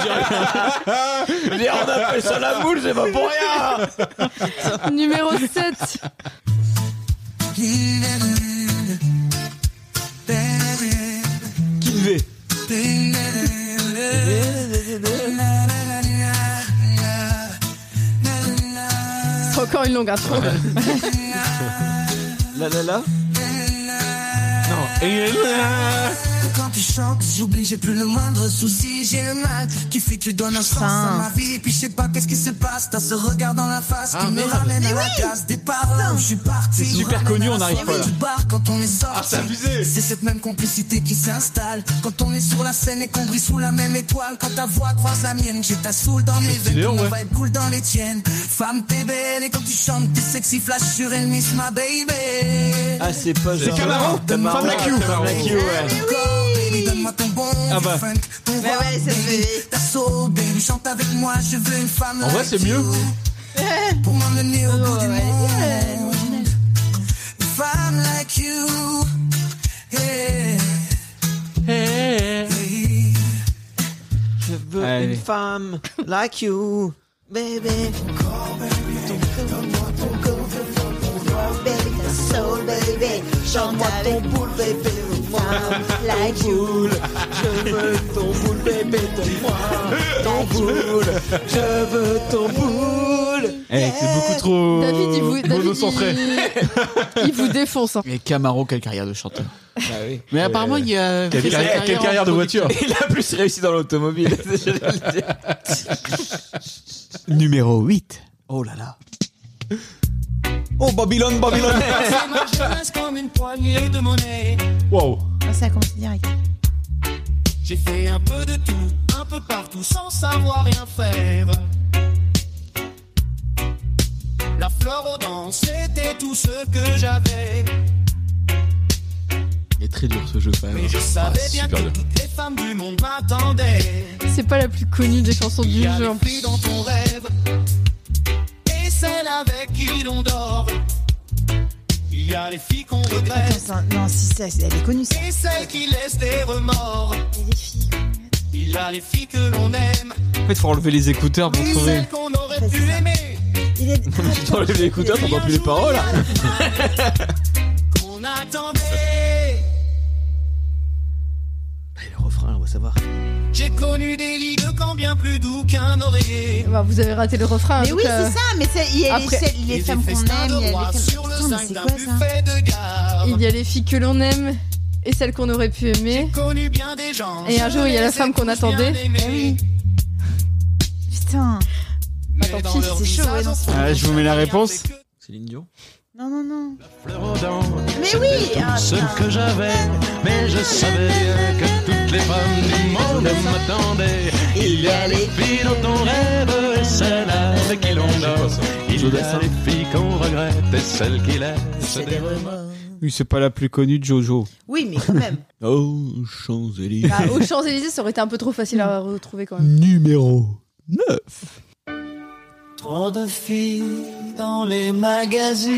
Speaker 4: je dis rien. Mais on appelle ça la boule, c'est pas pour rien.
Speaker 5: [LAUGHS] Numéro 7.
Speaker 10: Il est lune, belle lune.
Speaker 4: Qui devait
Speaker 5: C'est encore une longue intro.
Speaker 4: La la la.
Speaker 10: Quand tu chantes, j'oublie, j'ai plus le moindre souci, j'ai le mal. Tu fais, tu donnes un sens à ma vie, et puis je sais pas qu'est-ce qui se passe. T'as ce regard dans la face qui me ramène à la case départ. Là où je suis parti.
Speaker 4: Ah, C'est super connu, on n'arrive Ah, pas là.
Speaker 10: Tu barres quand on est sorti.
Speaker 3: c'est abusé.
Speaker 10: C'est cette même complicité qui s'installe. Quand on est sur la scène et qu'on brille sous la même étoile. Quand ta voix croise la mienne, j'ai ta soul dans mes veines.
Speaker 3: stylé,
Speaker 10: Ton
Speaker 3: ouais.
Speaker 10: vibe coule dans les tiennes. Femme, t'es belle, et quand tu chantes, t'es sexy, flash sur elle, miss ma baby.
Speaker 4: Ah, c'est pas. C'est
Speaker 1: Camaro.
Speaker 4: Femme la Q. Femme la Q, ouais.
Speaker 2: Ah,
Speaker 10: Corps, baby, donne-moi ton bon
Speaker 4: Ah
Speaker 10: vieux
Speaker 4: bah.
Speaker 10: funk, ton rock,
Speaker 2: ouais, c'est
Speaker 10: baby,
Speaker 2: fait.
Speaker 10: ta soul, baby, chante avec moi, je veux une femme
Speaker 3: En vrai,
Speaker 10: like
Speaker 3: c'est mieux.
Speaker 10: you,
Speaker 2: [LAUGHS]
Speaker 10: Pour m'emmener au bout du monde. Une femme like you. yeah. Hey.
Speaker 4: Je veux
Speaker 1: Allez.
Speaker 4: une femme like you, baby.
Speaker 2: Baby, soul, baby, chante-moi ton boule, baby, moi, like you.
Speaker 4: Je veux ton boule, bébé, donne-moi ton boule. Je veux ton boule.
Speaker 1: Eh, c'est beaucoup trop.
Speaker 3: euh,
Speaker 5: David, il vous, David,
Speaker 3: monocentré.
Speaker 5: il- il vous défonce. hein.
Speaker 1: Mais Camaro, quelle carrière de chanteur.
Speaker 4: Bah oui.
Speaker 1: Mais apparemment, il y a.
Speaker 3: Quelle, carrière, quelle carrière de voiture
Speaker 4: Il a plus réussi dans l'automobile. Je vais le dire.
Speaker 1: Numéro 8. Oh là là. Oh, Babylone, Babylone.
Speaker 10: comme une poignée de monnaie.
Speaker 3: Wow.
Speaker 2: Ah, Ça commence direct.
Speaker 10: J'ai fait un peu de tout, un peu partout, sans savoir rien faire. La fleur aux dents, c'était tout ce que j'avais.
Speaker 1: Et
Speaker 4: très dur ce jeu quand même.
Speaker 10: je savais
Speaker 3: Ah, super bien.
Speaker 10: toutes les femmes du monde m'attendaient.
Speaker 5: C'est pas la plus connue des chansons
Speaker 10: Il
Speaker 5: du
Speaker 10: y a
Speaker 5: jeu. en
Speaker 10: des
Speaker 5: plus.
Speaker 10: filles dans ton rêve et celle avec qui l'on dort. Il y a les filles qu'on regrette
Speaker 2: Attends, non, si, ça, c'est- elle est connue, ça.
Speaker 10: et celles qui laissent des remords. Il y a les filles que l'on aime
Speaker 4: En fait, faut enlever les écouteurs pour
Speaker 10: et
Speaker 4: trouver.
Speaker 10: celles qu'on aurait
Speaker 2: Vas-y,
Speaker 10: pu
Speaker 2: ça.
Speaker 10: aimer.
Speaker 2: Il
Speaker 3: [LAUGHS]
Speaker 2: est...
Speaker 3: Oh,
Speaker 4: T'enlèves les écouteurs, t'entends plus les
Speaker 10: [LAUGHS]
Speaker 4: paroles.
Speaker 10: Qu'on attendait.
Speaker 4: Bah, Le refrain, on va savoir.
Speaker 10: J'ai connu des lits de camp bien plus doux qu'un oreiller.
Speaker 5: Bah, vous avez raté le refrain.
Speaker 2: Mais
Speaker 5: donc,
Speaker 2: oui,
Speaker 5: euh,
Speaker 2: c'est ça, mais c'est- il y a les-
Speaker 5: Après-
Speaker 2: c'est- les
Speaker 10: Et des
Speaker 2: femmes qu'on aime,
Speaker 10: festins
Speaker 2: il y a
Speaker 10: de
Speaker 2: les
Speaker 10: roi
Speaker 2: femmes.
Speaker 10: sur le
Speaker 2: Putain, mais
Speaker 10: zinc
Speaker 2: c'est
Speaker 10: d'un
Speaker 2: quoi ça
Speaker 10: buffet de gare.
Speaker 5: Il y a les filles que l'on aime et celles qu'on aurait pu aimer.
Speaker 10: connu bien des gens.
Speaker 5: Et un jour, il y a la femme qu'on attendait.
Speaker 10: Oui.
Speaker 2: Putain.
Speaker 5: Attends, si, c'est
Speaker 2: chaud, ouais, non, c'est-
Speaker 1: Ah, je vous mets la réponse.
Speaker 4: Céline Dion.
Speaker 2: Non, non, non.
Speaker 3: Tout
Speaker 2: Mais oui ah,
Speaker 3: ce
Speaker 2: putain.
Speaker 3: que j'avais, mais je savais bien que toutes les femmes du monde m'attendaient. Il y a les filles dans ton rêve et celles avec qui l'on dort. Il y a les filles qu'on regrette et celles qui laissent des
Speaker 1: Oui, c'est pas la plus connue de Jojo.
Speaker 2: Oui, mais quand même.
Speaker 4: Oh, Champs-Élysées.
Speaker 5: Bah, aux Champs-Élysées, ça aurait été un peu trop facile à retrouver quand même.
Speaker 4: Numéro 9.
Speaker 10: Trop de filles dans les magazines.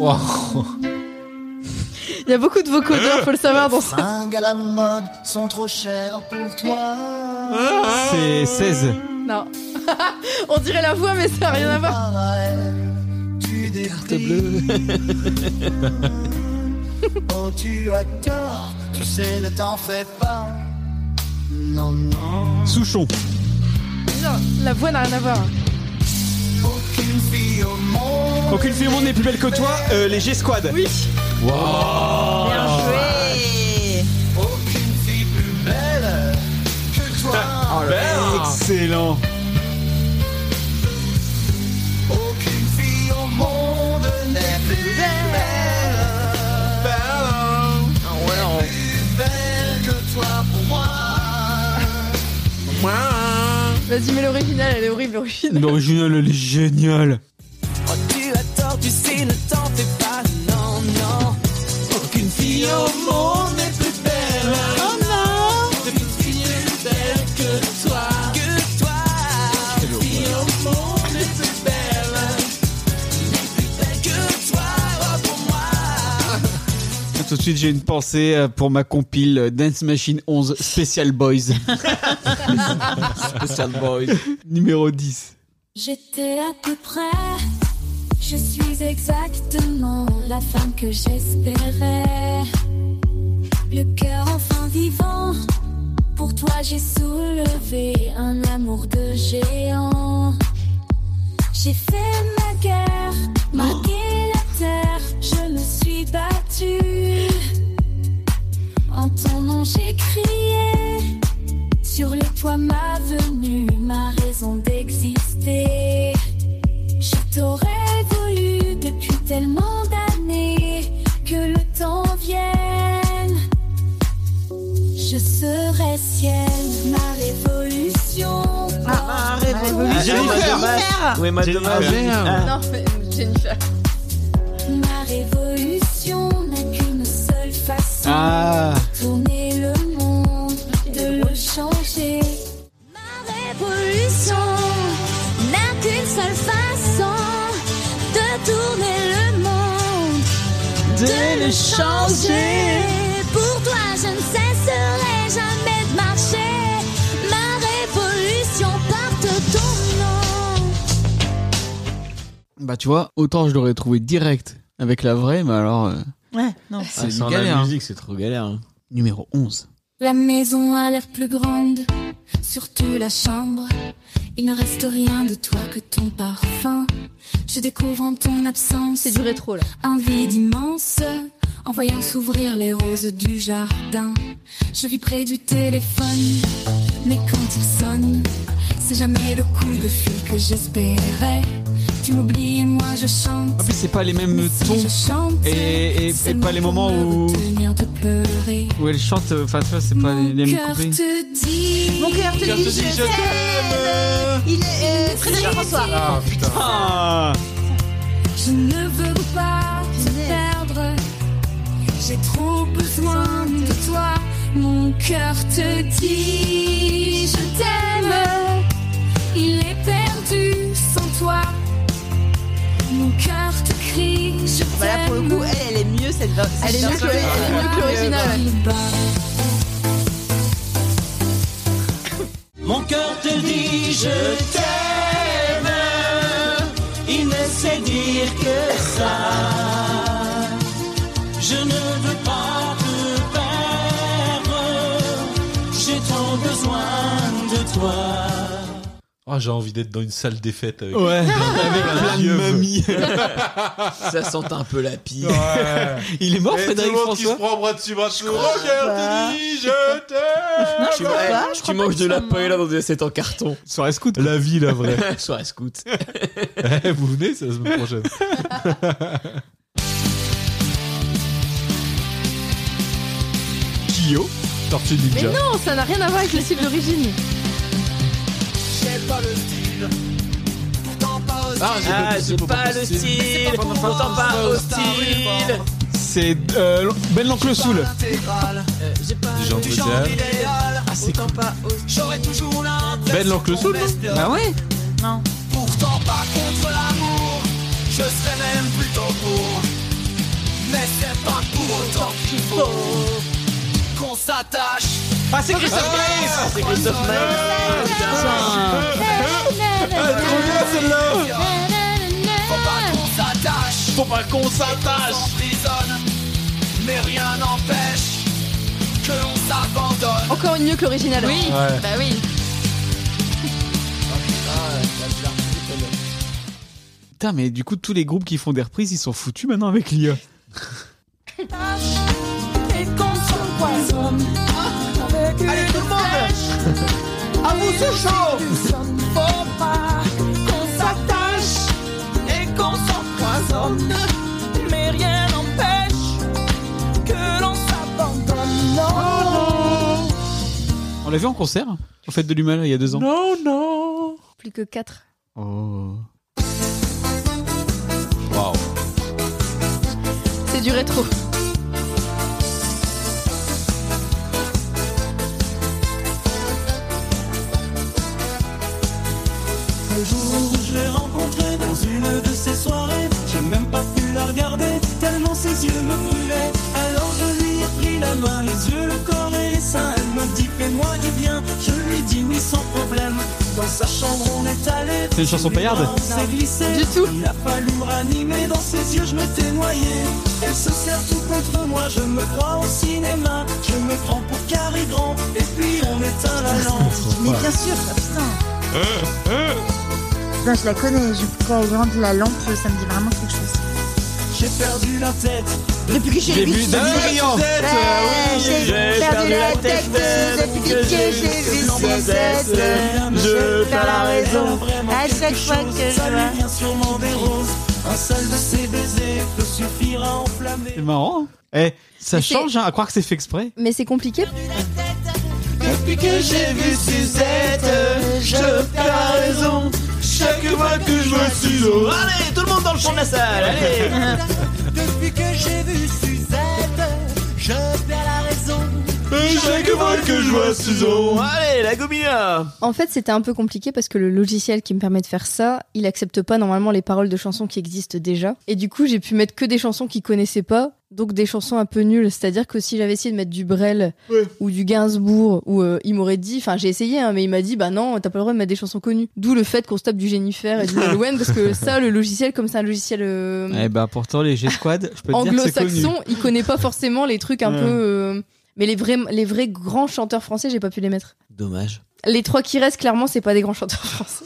Speaker 5: Il y a beaucoup de vocodeurs, faut le savoir. Dans ça.
Speaker 10: Fringues à la mode sont trop chères pour toi.
Speaker 1: C'est 16.
Speaker 5: Non. [LAUGHS] On dirait la voix, mais ça n'a rien à voir.
Speaker 10: Par elle, tu déplies. [LAUGHS] Oh, tu as tort, tu sais, ne t'en fais pas. Non, non.
Speaker 4: Souchon.
Speaker 5: Non, la voix n'a rien à voir.
Speaker 10: Aucune fille au monde.
Speaker 4: Aucune fille au monde n'est plus belle que toi, euh, les G-Squad. Oui.
Speaker 2: [LAUGHS] Bien Ah, joué
Speaker 10: Aucune fille plus belle que toi.
Speaker 1: Excellent.
Speaker 10: Aucune fille au monde n'est plus belle. Plus belle que toi pour moi.
Speaker 5: Vas-y, mets l'original, elle est horrible, l'original.
Speaker 1: L'original, elle est géniale.
Speaker 10: Oh, tu as tort, tu sais, ne t'en fais pas, non, non. Aucune fille au monde n'est plus belle. Oh non, aucune fille plus belle que toi. Que toi. Aucune fille au monde n'est plus belle. N'est plus belle que toi, oh, pour moi.
Speaker 1: Tout de suite, j'ai une pensée euh, pour ma compile euh, Dance Machine 11 Special Boys,
Speaker 4: [LAUGHS] Special Boys.
Speaker 1: numéro 10.
Speaker 6: J'étais à peu près, je suis exactement la femme que j'espérais. Le cœur enfin vivant, pour toi j'ai soulevé un amour de géant. J'ai fait ma guerre, marqué la terre, je me suis battue. En ton nom j'ai crié. Sur le toit m'a venue ma raison d'exister. Je t'aurais voulu depuis tellement d'années que le temps vienne. Je serais ciel, ma révolution.
Speaker 2: Ah, révolution
Speaker 4: Jennifer.
Speaker 2: Jennifer.
Speaker 4: Oui, madame.
Speaker 5: Non, mais euh, Jennifer.
Speaker 6: Ma révolution n'a qu'une seule façon.
Speaker 1: Ah,
Speaker 6: Tourner le monde, de le changer. Ma révolution n'a qu'une seule façon de tourner le monde, de le changer. Pour toi, je ne cesserai jamais de marcher. Ma révolution porte ton nom.
Speaker 1: bah tu vois, autant je l'aurais trouvé direct avec la vraie, mais alors euh,
Speaker 2: Ouais, non.
Speaker 1: c'est une
Speaker 4: Ah, sans
Speaker 1: galère.
Speaker 4: la musique, c'est trop galère. hein.
Speaker 1: Numéro 11.
Speaker 6: La maison a l'air plus grande, surtout la chambre. Il ne reste rien de toi que ton parfum. Je découvre en ton absence
Speaker 5: C'est du rétro là.
Speaker 6: un vide immense. En voyant s'ouvrir les roses du jardin, je vis près du téléphone. Mais quand il sonne, c'est jamais le coup de fil que j'espérais. Tu m'oublies et moi je chante.
Speaker 1: En plus, Ah, c'est pas les mêmes
Speaker 6: Si
Speaker 1: tons
Speaker 6: je chante,
Speaker 1: et, et,
Speaker 6: c'est
Speaker 1: et pas les
Speaker 6: pour
Speaker 1: moments
Speaker 6: me
Speaker 1: où,
Speaker 6: retenir de pleurer.
Speaker 1: où elle chante, euh, enfin tu vois, c'est pas les, les
Speaker 6: Mon
Speaker 1: mêmes
Speaker 6: cœur
Speaker 1: coupés.
Speaker 6: te dit.
Speaker 2: Mon cœur te dit je t'aime. Il est euh, Frédéric François.
Speaker 1: Ah
Speaker 6: Je ne veux pas te
Speaker 2: Punaise.
Speaker 6: perdre. J'ai trop besoin de toi, mon cœur te dit je t'aime. Il est perdu sans toi, mon cœur te crie je t'aime.
Speaker 2: Voilà, pour le coup, elle, elle est mieux cette ver- cette
Speaker 5: Elle est mieux
Speaker 2: version.
Speaker 5: que- elle est mieux que l'original, Ah, ouais.
Speaker 10: Mon cœur te dit je t'aime, il ne sait dire que ça. Je ne veux pas te perdre, j'ai tant besoin de toi.
Speaker 3: Ah, j'ai envie d'être dans une salle des fêtes [LAUGHS] avec
Speaker 1: Ouais, avec
Speaker 3: plein
Speaker 1: plein
Speaker 3: de
Speaker 1: de mamies.
Speaker 4: Ça sent un peu la pie. Oh,
Speaker 1: Il est mort,
Speaker 3: Et
Speaker 1: Frédéric
Speaker 3: tout le monde qui se
Speaker 1: François
Speaker 3: prend bras dessus, bras dessous. Regarde,
Speaker 2: pas.
Speaker 3: te dis, je t'aime.
Speaker 2: Non, je crois pas. Je
Speaker 4: tu
Speaker 2: crois pas
Speaker 4: manges
Speaker 2: qu'ils
Speaker 4: de la
Speaker 2: sont
Speaker 4: paille là dans des assiettes en carton. [LAUGHS]
Speaker 1: Soirée scout.
Speaker 3: La vie, la vraie.
Speaker 4: Sur la scout.
Speaker 3: Eh, vous venez, c'est la
Speaker 1: [LAUGHS]
Speaker 3: semaine prochaine. Kyo, Tortue
Speaker 5: Mais
Speaker 3: Ninja.
Speaker 5: non, ça n'a rien à voir avec le style d'origine.
Speaker 3: Ah,
Speaker 4: Ah, j'ai pas le style, pourtant pas hostile.
Speaker 1: C'est euh, Ben l'oncle Soul.
Speaker 3: J'ai envie de
Speaker 1: Ah, c'est cool.
Speaker 3: Ben l'oncle Soul, non
Speaker 1: Bah ouais.
Speaker 2: Non.
Speaker 10: Pourtant pas contre l'amour, je serais même plutôt pour. Mais c'est pas pour autant qu'il faut qu'on s'attache.
Speaker 1: Ah, c'est Christophe Maé
Speaker 4: C'est Christophe
Speaker 1: Putain. Trop bien celle-là
Speaker 10: Pas qu'on s'attache,
Speaker 3: Faut pas qu'on s'attache.
Speaker 10: s'emprisonne, mais rien n'empêche que l'on s'abandonne.
Speaker 5: Encore une mieux que l'original. Oui.
Speaker 3: Ouais.
Speaker 5: Bah oui.
Speaker 1: Putain, mais du coup, tous les groupes qui font des reprises, ils sont foutus maintenant avec l'IA.
Speaker 6: Et qu'on s'empoisonne avec une flèche. À vous ce chaud Faut pas qu'on s'attache et qu'on s'empoisonne Mais rien n'empêche que l'on s'abandonne
Speaker 1: On l'a vu en concert, en fait, de l'humain, il y a deux ans.
Speaker 3: Non, non.
Speaker 5: Plus que 4.
Speaker 1: Oh.
Speaker 3: Waouh.
Speaker 5: C'est du rétro.
Speaker 10: Le jour où je l'ai rencontrée dans une de ces soirées, j'ai même pas pu la regarder, tellement ses yeux me brûlaient. Alors je lui ai pris la main, les yeux, le corps et les seins. Elle me dit fais-moi du bien, je lui dis oui sans problème. Dans sa chambre on est allé.
Speaker 1: C'est une chanson paillarde
Speaker 10: On s'est glissé.
Speaker 5: Du tout.
Speaker 10: Il a fallu me ranimer, dans ses yeux je m'étais noyé. Elle se sert tout contre moi, je me crois au cinéma. Je me prends pour Cary Grant, et puis on éteint
Speaker 3: Ah,
Speaker 10: la lampe.
Speaker 2: Mais bien sûr, ah, putain. euh. Putain, je la connais, je crois au grand de la lampe, ça me dit vraiment quelque chose.
Speaker 10: J'ai perdu la tête.
Speaker 2: Depuis que j'ai
Speaker 1: Début
Speaker 2: vu
Speaker 1: de
Speaker 2: ça.
Speaker 1: brillant.
Speaker 2: Ouais, J'ai perdu la tête depuis que j'ai vu ces têtes.
Speaker 10: Je
Speaker 2: perds la raison. À chaque fois que je vois.
Speaker 10: Bien sûrement des roses. Un seul de ces baisers te suffira à enflammer.
Speaker 1: C'est marrant. Eh, ça
Speaker 5: Mais c'est-
Speaker 1: change, hein, à croire que c'est fait exprès.
Speaker 5: Mais c'est compliqué.
Speaker 10: Depuis que j'ai vu Suzette, je perds la raison. Chaque fois que je me suis
Speaker 4: Allez, tout le monde dans le fond de la salle, allez
Speaker 10: Depuis que j'ai vu Suzette, je perds la raison.
Speaker 3: Chaque fois que je vois Susan.
Speaker 4: [LAUGHS] Allez, la gomilla
Speaker 5: En fait, c'était un peu compliqué parce que le logiciel qui me permet de faire ça, il accepte pas normalement les paroles de chansons qui existent déjà. Et du coup, j'ai pu mettre que des chansons qu'ils connaissaient pas, donc des chansons un peu nulles. C'est-à-dire que si j'avais essayé de mettre du Brel
Speaker 1: Ouais.
Speaker 5: ou du Gainsbourg, ou euh, il m'aurait dit, enfin j'ai essayé, hein, mais il m'a dit, bah non, t'as pas le droit de mettre des chansons connues. D'où le fait qu'on se tape du Jennifer
Speaker 1: [LAUGHS]
Speaker 5: et du Lil Wayne, parce que ça, le logiciel, comme c'est un logiciel euh,
Speaker 1: Eh ben, pourtant, les G-Squad, je peux te bah, dire que c'est connu.
Speaker 5: anglo-saxon, il connaît pas forcément les trucs un
Speaker 1: Ouais.
Speaker 5: peu. euh, mais les vrais, les vrais grands chanteurs français, j'ai pas pu les mettre.
Speaker 4: Dommage.
Speaker 5: Les trois qui restent, clairement, c'est pas des grands chanteurs [LAUGHS] français.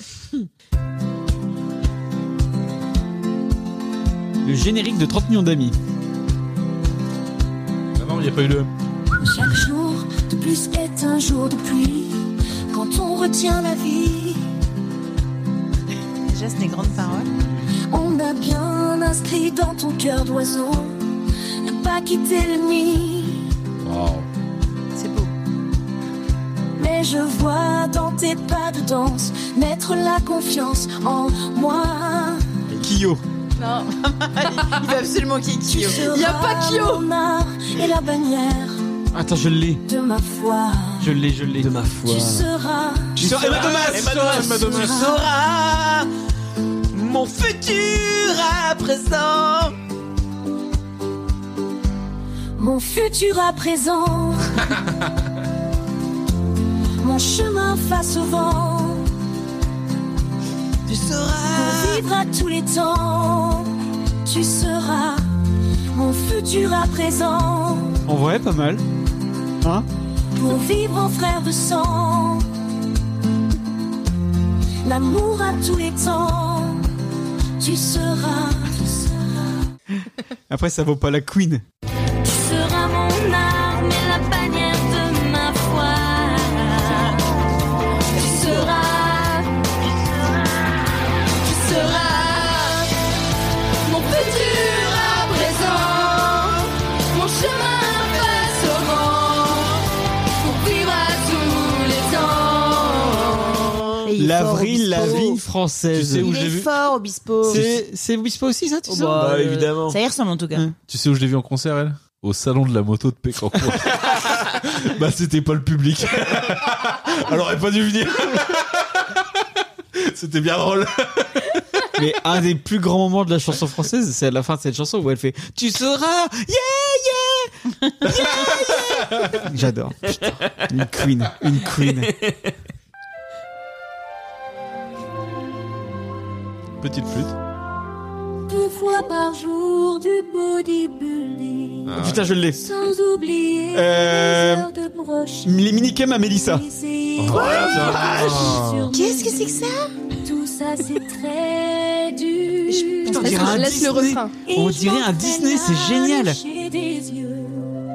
Speaker 1: Le générique de 30 millions d'amis.
Speaker 3: Ah non, il n'y a pas eu le.
Speaker 6: Chaque jour de plus est un jour de pluie Quand on retient la vie
Speaker 2: Déjà, c'est des grandes paroles.
Speaker 6: On a bien inscrit dans ton cœur d'oiseau Ne pas quitter le nid
Speaker 3: Waouh.
Speaker 2: C'est beau.
Speaker 6: Mais je vois dans tes pas de danse naître la confiance en moi.
Speaker 1: Kyo.
Speaker 2: Non, il veut absolument qu'il y ait Kyo. Il n'y a pas Kyo
Speaker 6: Et la bannière
Speaker 1: Attends, je l'ai.
Speaker 6: de ma foi.
Speaker 1: Je l'ai, je l'ai.
Speaker 4: De ma foi.
Speaker 6: Tu seras
Speaker 1: Tu seras Emma Thomas
Speaker 4: Emma Thomas, Emma Thomas.
Speaker 1: Tu
Speaker 4: seras mon futur à présent.
Speaker 6: mon futur à
Speaker 4: [LAUGHS]
Speaker 6: présent. mon chemin face au vent.
Speaker 4: Tu seras.
Speaker 6: Pour vivre à tous les temps, tu seras mon futur à présent.
Speaker 1: En vrai, pas mal. Hein
Speaker 6: Pour vivre en frère de sang, l'amour à tous les temps, tu seras, tu seras,
Speaker 1: Après, ça vaut pas la queen.
Speaker 6: tu seras mon arme et la bannière de ma foi. Tu seras, tu seras, tu seras mon futur à présent, mon chemin face au vent, pour vivre à tous les temps.
Speaker 2: Et il est fort,
Speaker 1: L'avril, la
Speaker 2: Obispo.
Speaker 1: vigne française.
Speaker 3: Tu sais où
Speaker 2: Il
Speaker 3: j'ai
Speaker 2: est
Speaker 3: vu
Speaker 2: fort, Oh, Obispo.
Speaker 1: C'est c'est Wispa aussi, ça, tu sais
Speaker 2: euh,
Speaker 4: Bah, évidemment.
Speaker 2: Ça y ressemble en tout cas.
Speaker 1: Hein.
Speaker 3: Tu sais où je l'ai vu en concert, elle Au salon de la moto
Speaker 1: [LAUGHS]
Speaker 3: de Pécancourt. bah, c'était pas le public. elle aurait pas dû venir. c'était bien drôle.
Speaker 1: Mais un des plus grands moments de la chanson française, c'est à la fin de cette chanson où elle fait Tu seras Yeah Yeah Yeah, yeah. J'adore. Putain. Une queen. Une queen.
Speaker 3: Petite flûte.
Speaker 6: Deux fois par jour du bodybuilding.
Speaker 3: Ah.
Speaker 1: Putain, je l'ai.
Speaker 6: Sans oublier
Speaker 1: Euh,
Speaker 6: les heures de broche.
Speaker 1: Les minicums à Mélissa.
Speaker 6: Oh,
Speaker 2: Qu'est-ce que c'est que ça
Speaker 6: Tout ça c'est très dur.
Speaker 1: on dirait un
Speaker 5: Laisse le
Speaker 1: Disney.
Speaker 5: refrain.
Speaker 6: Et
Speaker 1: on
Speaker 6: je
Speaker 1: dirait un
Speaker 6: m'entraîne
Speaker 1: Disney, c'est
Speaker 6: à
Speaker 1: génial.
Speaker 6: lâcher des yeux.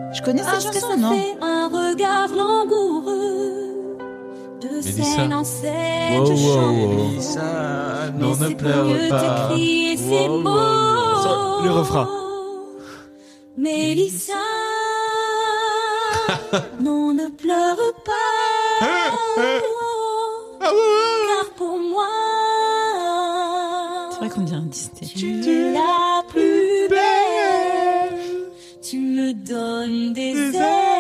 Speaker 2: Ah, Je connais cette
Speaker 6: Parce que
Speaker 2: chanson,
Speaker 6: ça
Speaker 2: non
Speaker 6: fait un regard langoureux. De
Speaker 3: Mélissa.
Speaker 6: scène en scène,
Speaker 3: Wow,
Speaker 6: je
Speaker 3: wow,
Speaker 6: chante.
Speaker 3: wow.
Speaker 4: Ça,
Speaker 3: Non,
Speaker 6: Mais
Speaker 3: ne
Speaker 6: c'est
Speaker 3: pleure
Speaker 6: mieux
Speaker 3: pas.
Speaker 6: de crier ces
Speaker 4: Wow, wow.
Speaker 6: mots.
Speaker 1: Ça, le refrain.
Speaker 6: Mélissa, non, ne pleure pas. Car pour
Speaker 2: C'est vrai
Speaker 6: moi,
Speaker 2: qu'on dirait un Disney.
Speaker 6: tu es la plus belle. Tu me donnes des ailes.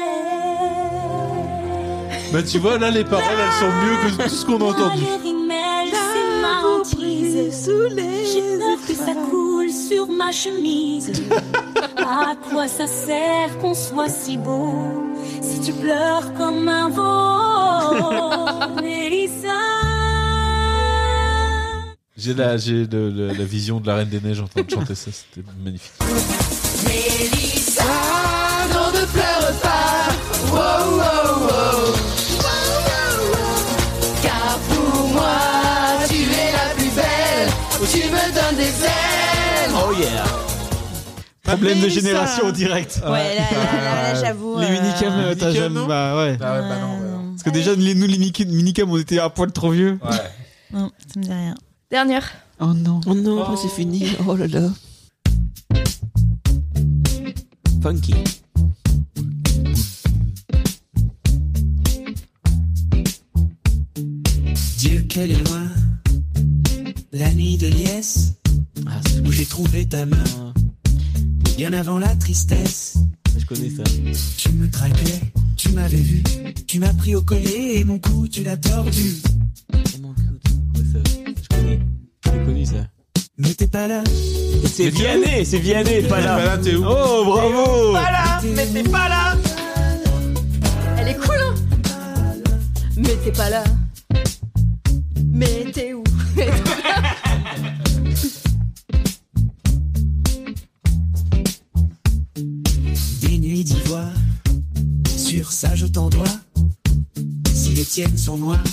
Speaker 3: Bah, tu vois, là, les paroles, elles sont mieux que tout ce qu'on a entendu.
Speaker 6: Les rimelles, c'est marantise. J'ai peur que ça coule sur ma chemise. à quoi ça sert qu'on soit si beau si tu pleures comme un veau, Mélissa?
Speaker 3: J'ai la, j'ai le- le- la vision de la Reine des Neiges en train de chanter ça, c'était magnifique.
Speaker 7: Mélissa, non ne pleure pas. Wow, wow, wow. Car pour moi, tu es la plus belle. Tu me donnes des ailes.
Speaker 4: Oh yeah.
Speaker 1: Problème de
Speaker 2: Mélissa.
Speaker 1: génération en direct.
Speaker 2: Ouais, là, là, là, là, j'avoue.
Speaker 1: Bah, Les
Speaker 2: euh,
Speaker 1: minicums, euh, t'as
Speaker 3: Minicums,
Speaker 1: jamais.
Speaker 3: non
Speaker 1: Bah ouais.
Speaker 3: Ah
Speaker 2: ouais, bah non, bah non.
Speaker 1: Parce que déjà, les- nous, les mini- minicums, on était un poil trop vieux.
Speaker 3: Ouais.
Speaker 2: Non, ça me dit rien.
Speaker 5: Dernière.
Speaker 4: Oh non. Oh non, c'est fini. Oh là là. Funky.
Speaker 10: Dieu, qu'elle est loin. La nuit de liesse,
Speaker 4: Ah, c'est-
Speaker 10: où j'ai trouvé ta main,
Speaker 4: ah,
Speaker 10: bien avant la tristesse.
Speaker 4: je connais ça.
Speaker 10: Tu me traquais, tu m'avais vu, tu m'as pris au collet et mon cou, tu l'as tordu.
Speaker 4: Et mon cul, quoi ça Je connais. J'ai connu ça.
Speaker 10: Mais t'es pas là,
Speaker 4: C'est Vianney, c'est Vianney, pas
Speaker 3: Bah
Speaker 4: là.
Speaker 3: là, t'es où
Speaker 4: Oh bravo.
Speaker 10: mais t'es
Speaker 4: pas là.
Speaker 7: Elle est cool, hein Mais t'es pas là. Mais t'es où
Speaker 10: des nuits d'ivoire. Sur ça, je t'en dois. Si les tiennes sont noires,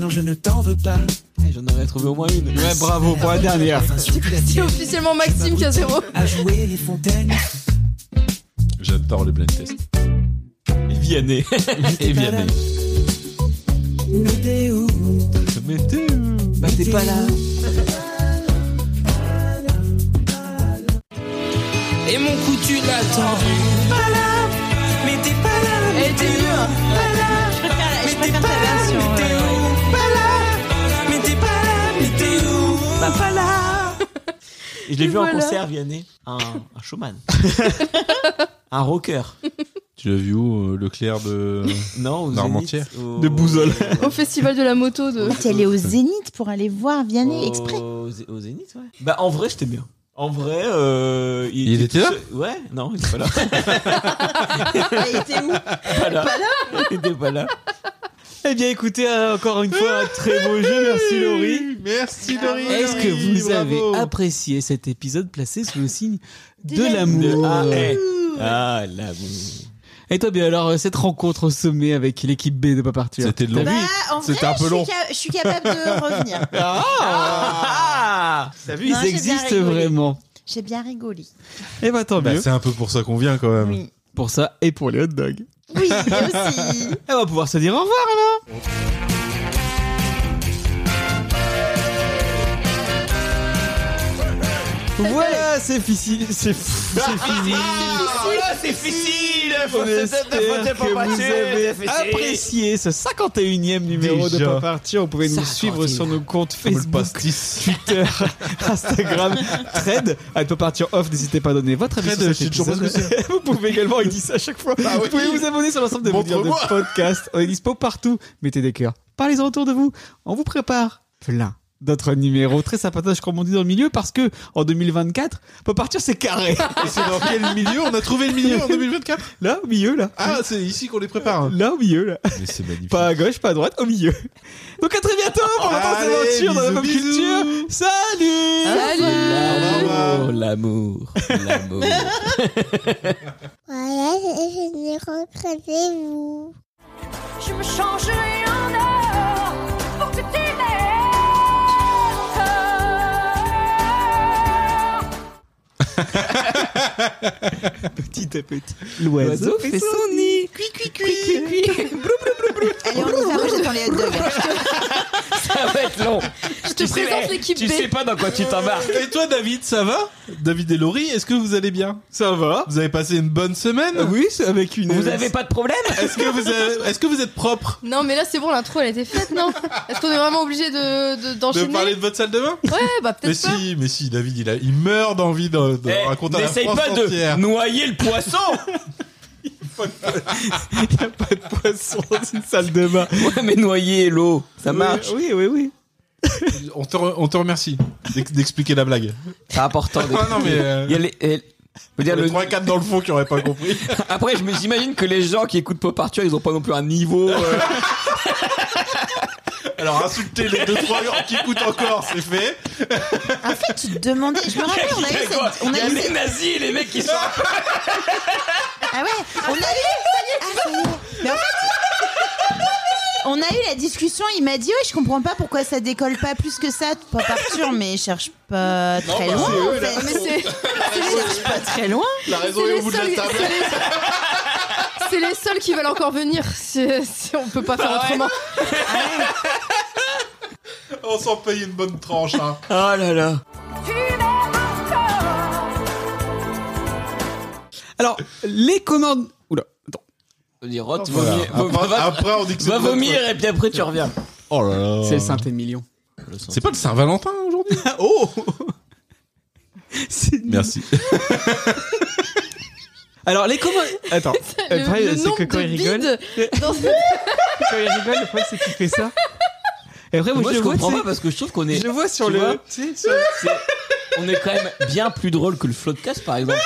Speaker 10: non, je ne t'en veux pas.
Speaker 4: Eh, J'en aurais trouvé au moins une.
Speaker 1: Ouais, bravo pour la dernière.
Speaker 10: Enfin, surtout la
Speaker 5: C'est
Speaker 10: tienne.
Speaker 5: officiellement Maxime qui a zéro.
Speaker 10: À jouer les fontaines.
Speaker 3: J'adore les blind tests.
Speaker 4: Vianney.
Speaker 3: [LAUGHS] Et Vianney.
Speaker 10: Nous t'es où
Speaker 3: Mais t'es où
Speaker 4: Bah t'es pas là.
Speaker 10: Et mon cou, tu l'as tordu. Pas là, mais t'es pas là.
Speaker 2: Elle était mieux. Je préfère, je préfère ta version. ouais.
Speaker 10: Pas là, mais t'es pas là, mais t'es où Bah pas là.
Speaker 4: Et je l'ai vu
Speaker 5: voilà.
Speaker 4: en concert Vianney, un, un showman. un rocker.
Speaker 3: Tu l'as vu où euh, Leclerc de.
Speaker 4: Non, au
Speaker 3: Armentières.
Speaker 4: Zénith, au-
Speaker 1: De Bouzole.
Speaker 5: Au festival de la moto de.
Speaker 2: T'es allé au Zénith pour aller voir Vianney
Speaker 4: au-
Speaker 2: exprès.
Speaker 4: Au, Zé- au Zénith, ouais. Bah, en vrai, j'étais bien. En vrai, euh,
Speaker 3: Il était
Speaker 4: tout
Speaker 3: là
Speaker 4: seul- Ouais, non, il était
Speaker 3: [LAUGHS]
Speaker 4: pas là.
Speaker 2: Ah, Il était où
Speaker 4: pas là. Il était pas là. Eh bien, écoutez, euh, encore une fois, un très beau jeu. Merci, Laurie.
Speaker 3: Merci
Speaker 2: Laurie.
Speaker 4: Est-ce que vous
Speaker 3: bravo.
Speaker 4: avez
Speaker 1: Appréciez cet épisode placé sous le signe de
Speaker 2: De
Speaker 1: l'amour.
Speaker 4: Ah, eh. Ah, l'amour.
Speaker 1: Et toi, bien alors, euh, cette rencontre au sommet avec l'équipe B de Paparture.
Speaker 3: C'était de l'envie.
Speaker 2: Bah, en
Speaker 3: C'était
Speaker 2: vrai,
Speaker 3: un peu
Speaker 2: je suis
Speaker 3: long.
Speaker 2: ca- je suis capable de revenir.
Speaker 4: Ah
Speaker 1: T'as vu,
Speaker 2: Non,
Speaker 1: ils
Speaker 2: j'ai bien
Speaker 1: existent
Speaker 2: rigolé.
Speaker 1: vraiment.
Speaker 2: J'ai bien rigolé.
Speaker 1: Et bah tant
Speaker 3: Bah,
Speaker 1: mieux.
Speaker 3: c'est un peu pour ça qu'on vient quand même.
Speaker 2: Oui.
Speaker 1: Pour ça et pour les hot dogs. [LAUGHS]
Speaker 2: Oui, aussi.
Speaker 1: On va pouvoir se dire au revoir alors. Voilà, c'est fini. C'est fou, c'est
Speaker 2: Ah,
Speaker 1: fini.
Speaker 4: c'est difficile
Speaker 1: On espère que vous avez apprécié ce 51e numéro de
Speaker 3: Déjà.
Speaker 1: Pas Partir. Vous pouvez nous suivre sur nos comptes
Speaker 3: Comme le
Speaker 1: Facebook,
Speaker 3: pastis.
Speaker 1: Twitter, [LAUGHS] Instagram, Thread. À Pas Partir Off, n'hésitez pas à donner votre avis
Speaker 3: Thread,
Speaker 1: sur
Speaker 3: je sais
Speaker 1: cet
Speaker 3: toujours pas
Speaker 1: épisode.
Speaker 3: ce que
Speaker 1: Vous pouvez également, il dit ça à chaque fois, vous pouvez vous abonner sur l'ensemble des médias de
Speaker 3: Montre-moi.
Speaker 1: podcasts. On est dispo partout. Mettez des cœurs. Parlez-en autour de vous. On vous prépare plein d'autres numéros très sympatoches comme on dit dans le milieu parce que en 2024 Pas Partir c'est carré
Speaker 3: Et c'est dans quel milieu On a trouvé le [LAUGHS] milieu en 2024
Speaker 1: là au milieu là
Speaker 3: Ah, c'est ici qu'on les prépare.
Speaker 1: là au milieu là
Speaker 3: Mais c'est magnifique.
Speaker 1: Pas à gauche, pas à droite, au milieu. Donc à très bientôt pour la
Speaker 3: Allez,
Speaker 1: aventure dans la pop
Speaker 3: bisous,
Speaker 1: culture.
Speaker 3: bisous.
Speaker 1: Salut
Speaker 4: L'amour, l'amour, l'amour.
Speaker 6: Voilà, je l'ai rencontré, vous.
Speaker 7: Je me changerai en or pour que tu m'aimes encore.
Speaker 1: Petit à petit. L'oiseau fait son nid. Cui, cui, cui.
Speaker 2: Allez, on y va, moi j'attends les hot dogs.
Speaker 4: [LAUGHS] Ça va être long.
Speaker 5: Je te présente
Speaker 3: eh,
Speaker 5: l'équipe B.
Speaker 4: pas dans quoi
Speaker 3: [LAUGHS]
Speaker 4: tu t'embarques.
Speaker 3: Et toi, David, ça va David et Laurie, est-ce que vous allez bien
Speaker 1: Ça va
Speaker 3: Vous avez passé une bonne semaine
Speaker 1: Oui, c'est avec une.
Speaker 4: pas de problème
Speaker 3: Est-ce que vous avez- est-ce que vous êtes propre
Speaker 5: Non, mais là, c'est bon, l'intro, elle a été faite, non Est-ce qu'on est vraiment obligé de,
Speaker 3: de
Speaker 5: de- d'enchaîner
Speaker 3: parler de votre salle de bain
Speaker 5: Ouais, bah
Speaker 3: Mais
Speaker 5: peut-être pas.
Speaker 3: si, mais si, David, il, a, il meurt d'envie de, de raconter Eh, à la
Speaker 4: Eh, N'essaye
Speaker 3: France
Speaker 4: pas
Speaker 3: entière.
Speaker 4: de noyer le
Speaker 3: [LAUGHS]
Speaker 4: poisson
Speaker 1: Il n'y a pas de [LAUGHS] poisson dans une salle de bain.
Speaker 4: Ouais, mais noyer l'eau, ça marche.
Speaker 1: Oui, oui, oui.
Speaker 3: On te, re- on te remercie d'ex- d'expliquer la blague.
Speaker 4: C'est important.
Speaker 3: Ah non, mais... euh,
Speaker 4: Il y a les... euh, faut dire
Speaker 3: les
Speaker 4: le-
Speaker 3: 3-4 dans le fond qui auraient pas compris.
Speaker 4: [LAUGHS] Après, je me- j'imagine que les gens qui écoutent Pop Arthur, ils ont pas non plus un niveau. euh,
Speaker 3: [LAUGHS]
Speaker 5: [LAUGHS]
Speaker 3: Alors insulter les 2-3 grands qui écoutent encore, c'est fait.
Speaker 2: En fait, tu te demandais. Je me rappelle, on a eu
Speaker 4: quoi
Speaker 2: cette. On
Speaker 4: Il y
Speaker 2: a
Speaker 4: a
Speaker 2: eu
Speaker 4: les
Speaker 2: cette-
Speaker 4: nazis et les mecs qui sont.
Speaker 2: Ah ouais, on a eu. Ah, ça y est. Mais en fait. On a eu la discussion, il m'a dit ouais je comprends pas pourquoi ça décolle pas plus que ça, pas Arthur, mais cherche pas très
Speaker 3: bah,
Speaker 2: loin
Speaker 3: c'est eux,
Speaker 2: en
Speaker 3: là.
Speaker 5: Ah, Mais
Speaker 2: fait.
Speaker 5: c'est,
Speaker 2: Cherche pas très loin.
Speaker 3: La raison
Speaker 5: C'est
Speaker 3: est au
Speaker 5: les
Speaker 3: bout de
Speaker 5: seuls-
Speaker 3: la table.
Speaker 5: c'est les- c'est les seuls qui veulent encore venir. C'est, c'est- on peut pas faire autrement.
Speaker 3: On s'en paye une bonne tranche. Hein.
Speaker 4: Oh là là.
Speaker 1: Alors, les commandes. Oula, attends.
Speaker 4: On dit Roth,
Speaker 3: Voilà.
Speaker 4: vomir- vom-
Speaker 3: Après,
Speaker 4: va-
Speaker 3: après, on dit que c'est
Speaker 4: va
Speaker 3: notre-
Speaker 4: vomir et puis après tu reviens.
Speaker 3: Oh là là.
Speaker 1: C'est le Saint-Émilion.
Speaker 3: C'est pas le Saint-Valentin
Speaker 4: [LAUGHS]
Speaker 3: aujourd'hui
Speaker 1: Oh [LAUGHS] C'est-
Speaker 3: Merci.
Speaker 1: Alors, les commandes. [LAUGHS] Attends.
Speaker 5: [LAUGHS] Le,
Speaker 1: Le problème,
Speaker 5: le
Speaker 1: c'est
Speaker 5: nombre
Speaker 1: que quand
Speaker 5: de
Speaker 1: il rigole.
Speaker 5: bides dans-
Speaker 1: Quand il rigole, le problème, c'est qu'il fait ça. Et après, moi,
Speaker 4: Moi
Speaker 1: je,
Speaker 4: je
Speaker 1: le vois,
Speaker 4: comprends
Speaker 1: tu sais,
Speaker 4: pas parce que je trouve qu'on
Speaker 1: Je
Speaker 4: est.
Speaker 1: le vois sur
Speaker 4: Tu vois
Speaker 1: le. tu sais, sur-
Speaker 4: c'est- On est quand même bien plus drôle que le Floodcast par exemple.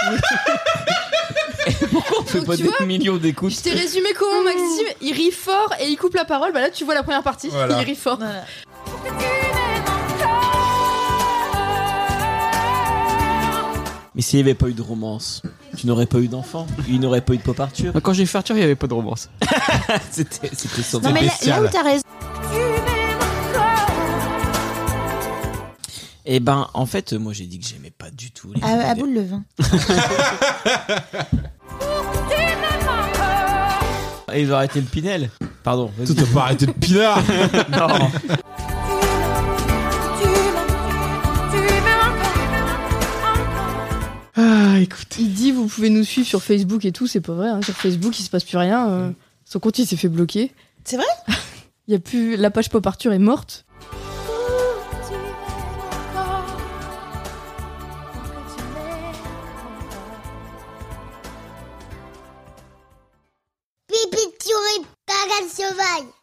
Speaker 4: Et Pourquoi on fait
Speaker 5: Donc,
Speaker 4: pas
Speaker 5: tu
Speaker 4: des
Speaker 5: vois,
Speaker 4: millions d'écoutes
Speaker 5: Je t'ai résumé comment Maxime, il rit fort et il coupe la parole. Bah là, tu vois la première partie,
Speaker 3: Voilà.
Speaker 5: il rit fort.
Speaker 4: Bah, Mais s'il n'y avait pas eu de romance, tu n'aurais pas eu d'enfant, il n'aurait pas eu de Pop Arthur.
Speaker 1: Quand j'ai fait Arthur, il n'y avait pas de romance.
Speaker 4: [LAUGHS] C'était c'était
Speaker 2: Non
Speaker 4: sauvage.
Speaker 2: mais là, là
Speaker 3: bestial.
Speaker 2: où t'as raison.
Speaker 4: Et ben en fait, moi j'ai dit que j'aimais pas du tout les.
Speaker 2: À, à bout le vin.
Speaker 1: Ah,
Speaker 4: Et ils ont arrêté le Pinel. Pardon. vas-y.
Speaker 3: Tout pas arrêté de pinard.
Speaker 4: Non.
Speaker 1: Ah, écoutez.
Speaker 5: Il dit, vous pouvez nous suivre sur Facebook et tout, c'est pas vrai. hein. Sur Facebook, il se passe plus rien. euh,
Speaker 4: Mm.
Speaker 5: Son compte, il s'est fait bloquer.
Speaker 2: C'est vrai
Speaker 5: [LAUGHS] Il y a plus, la page Pop Arthur est morte.
Speaker 6: Monsieur Vaille.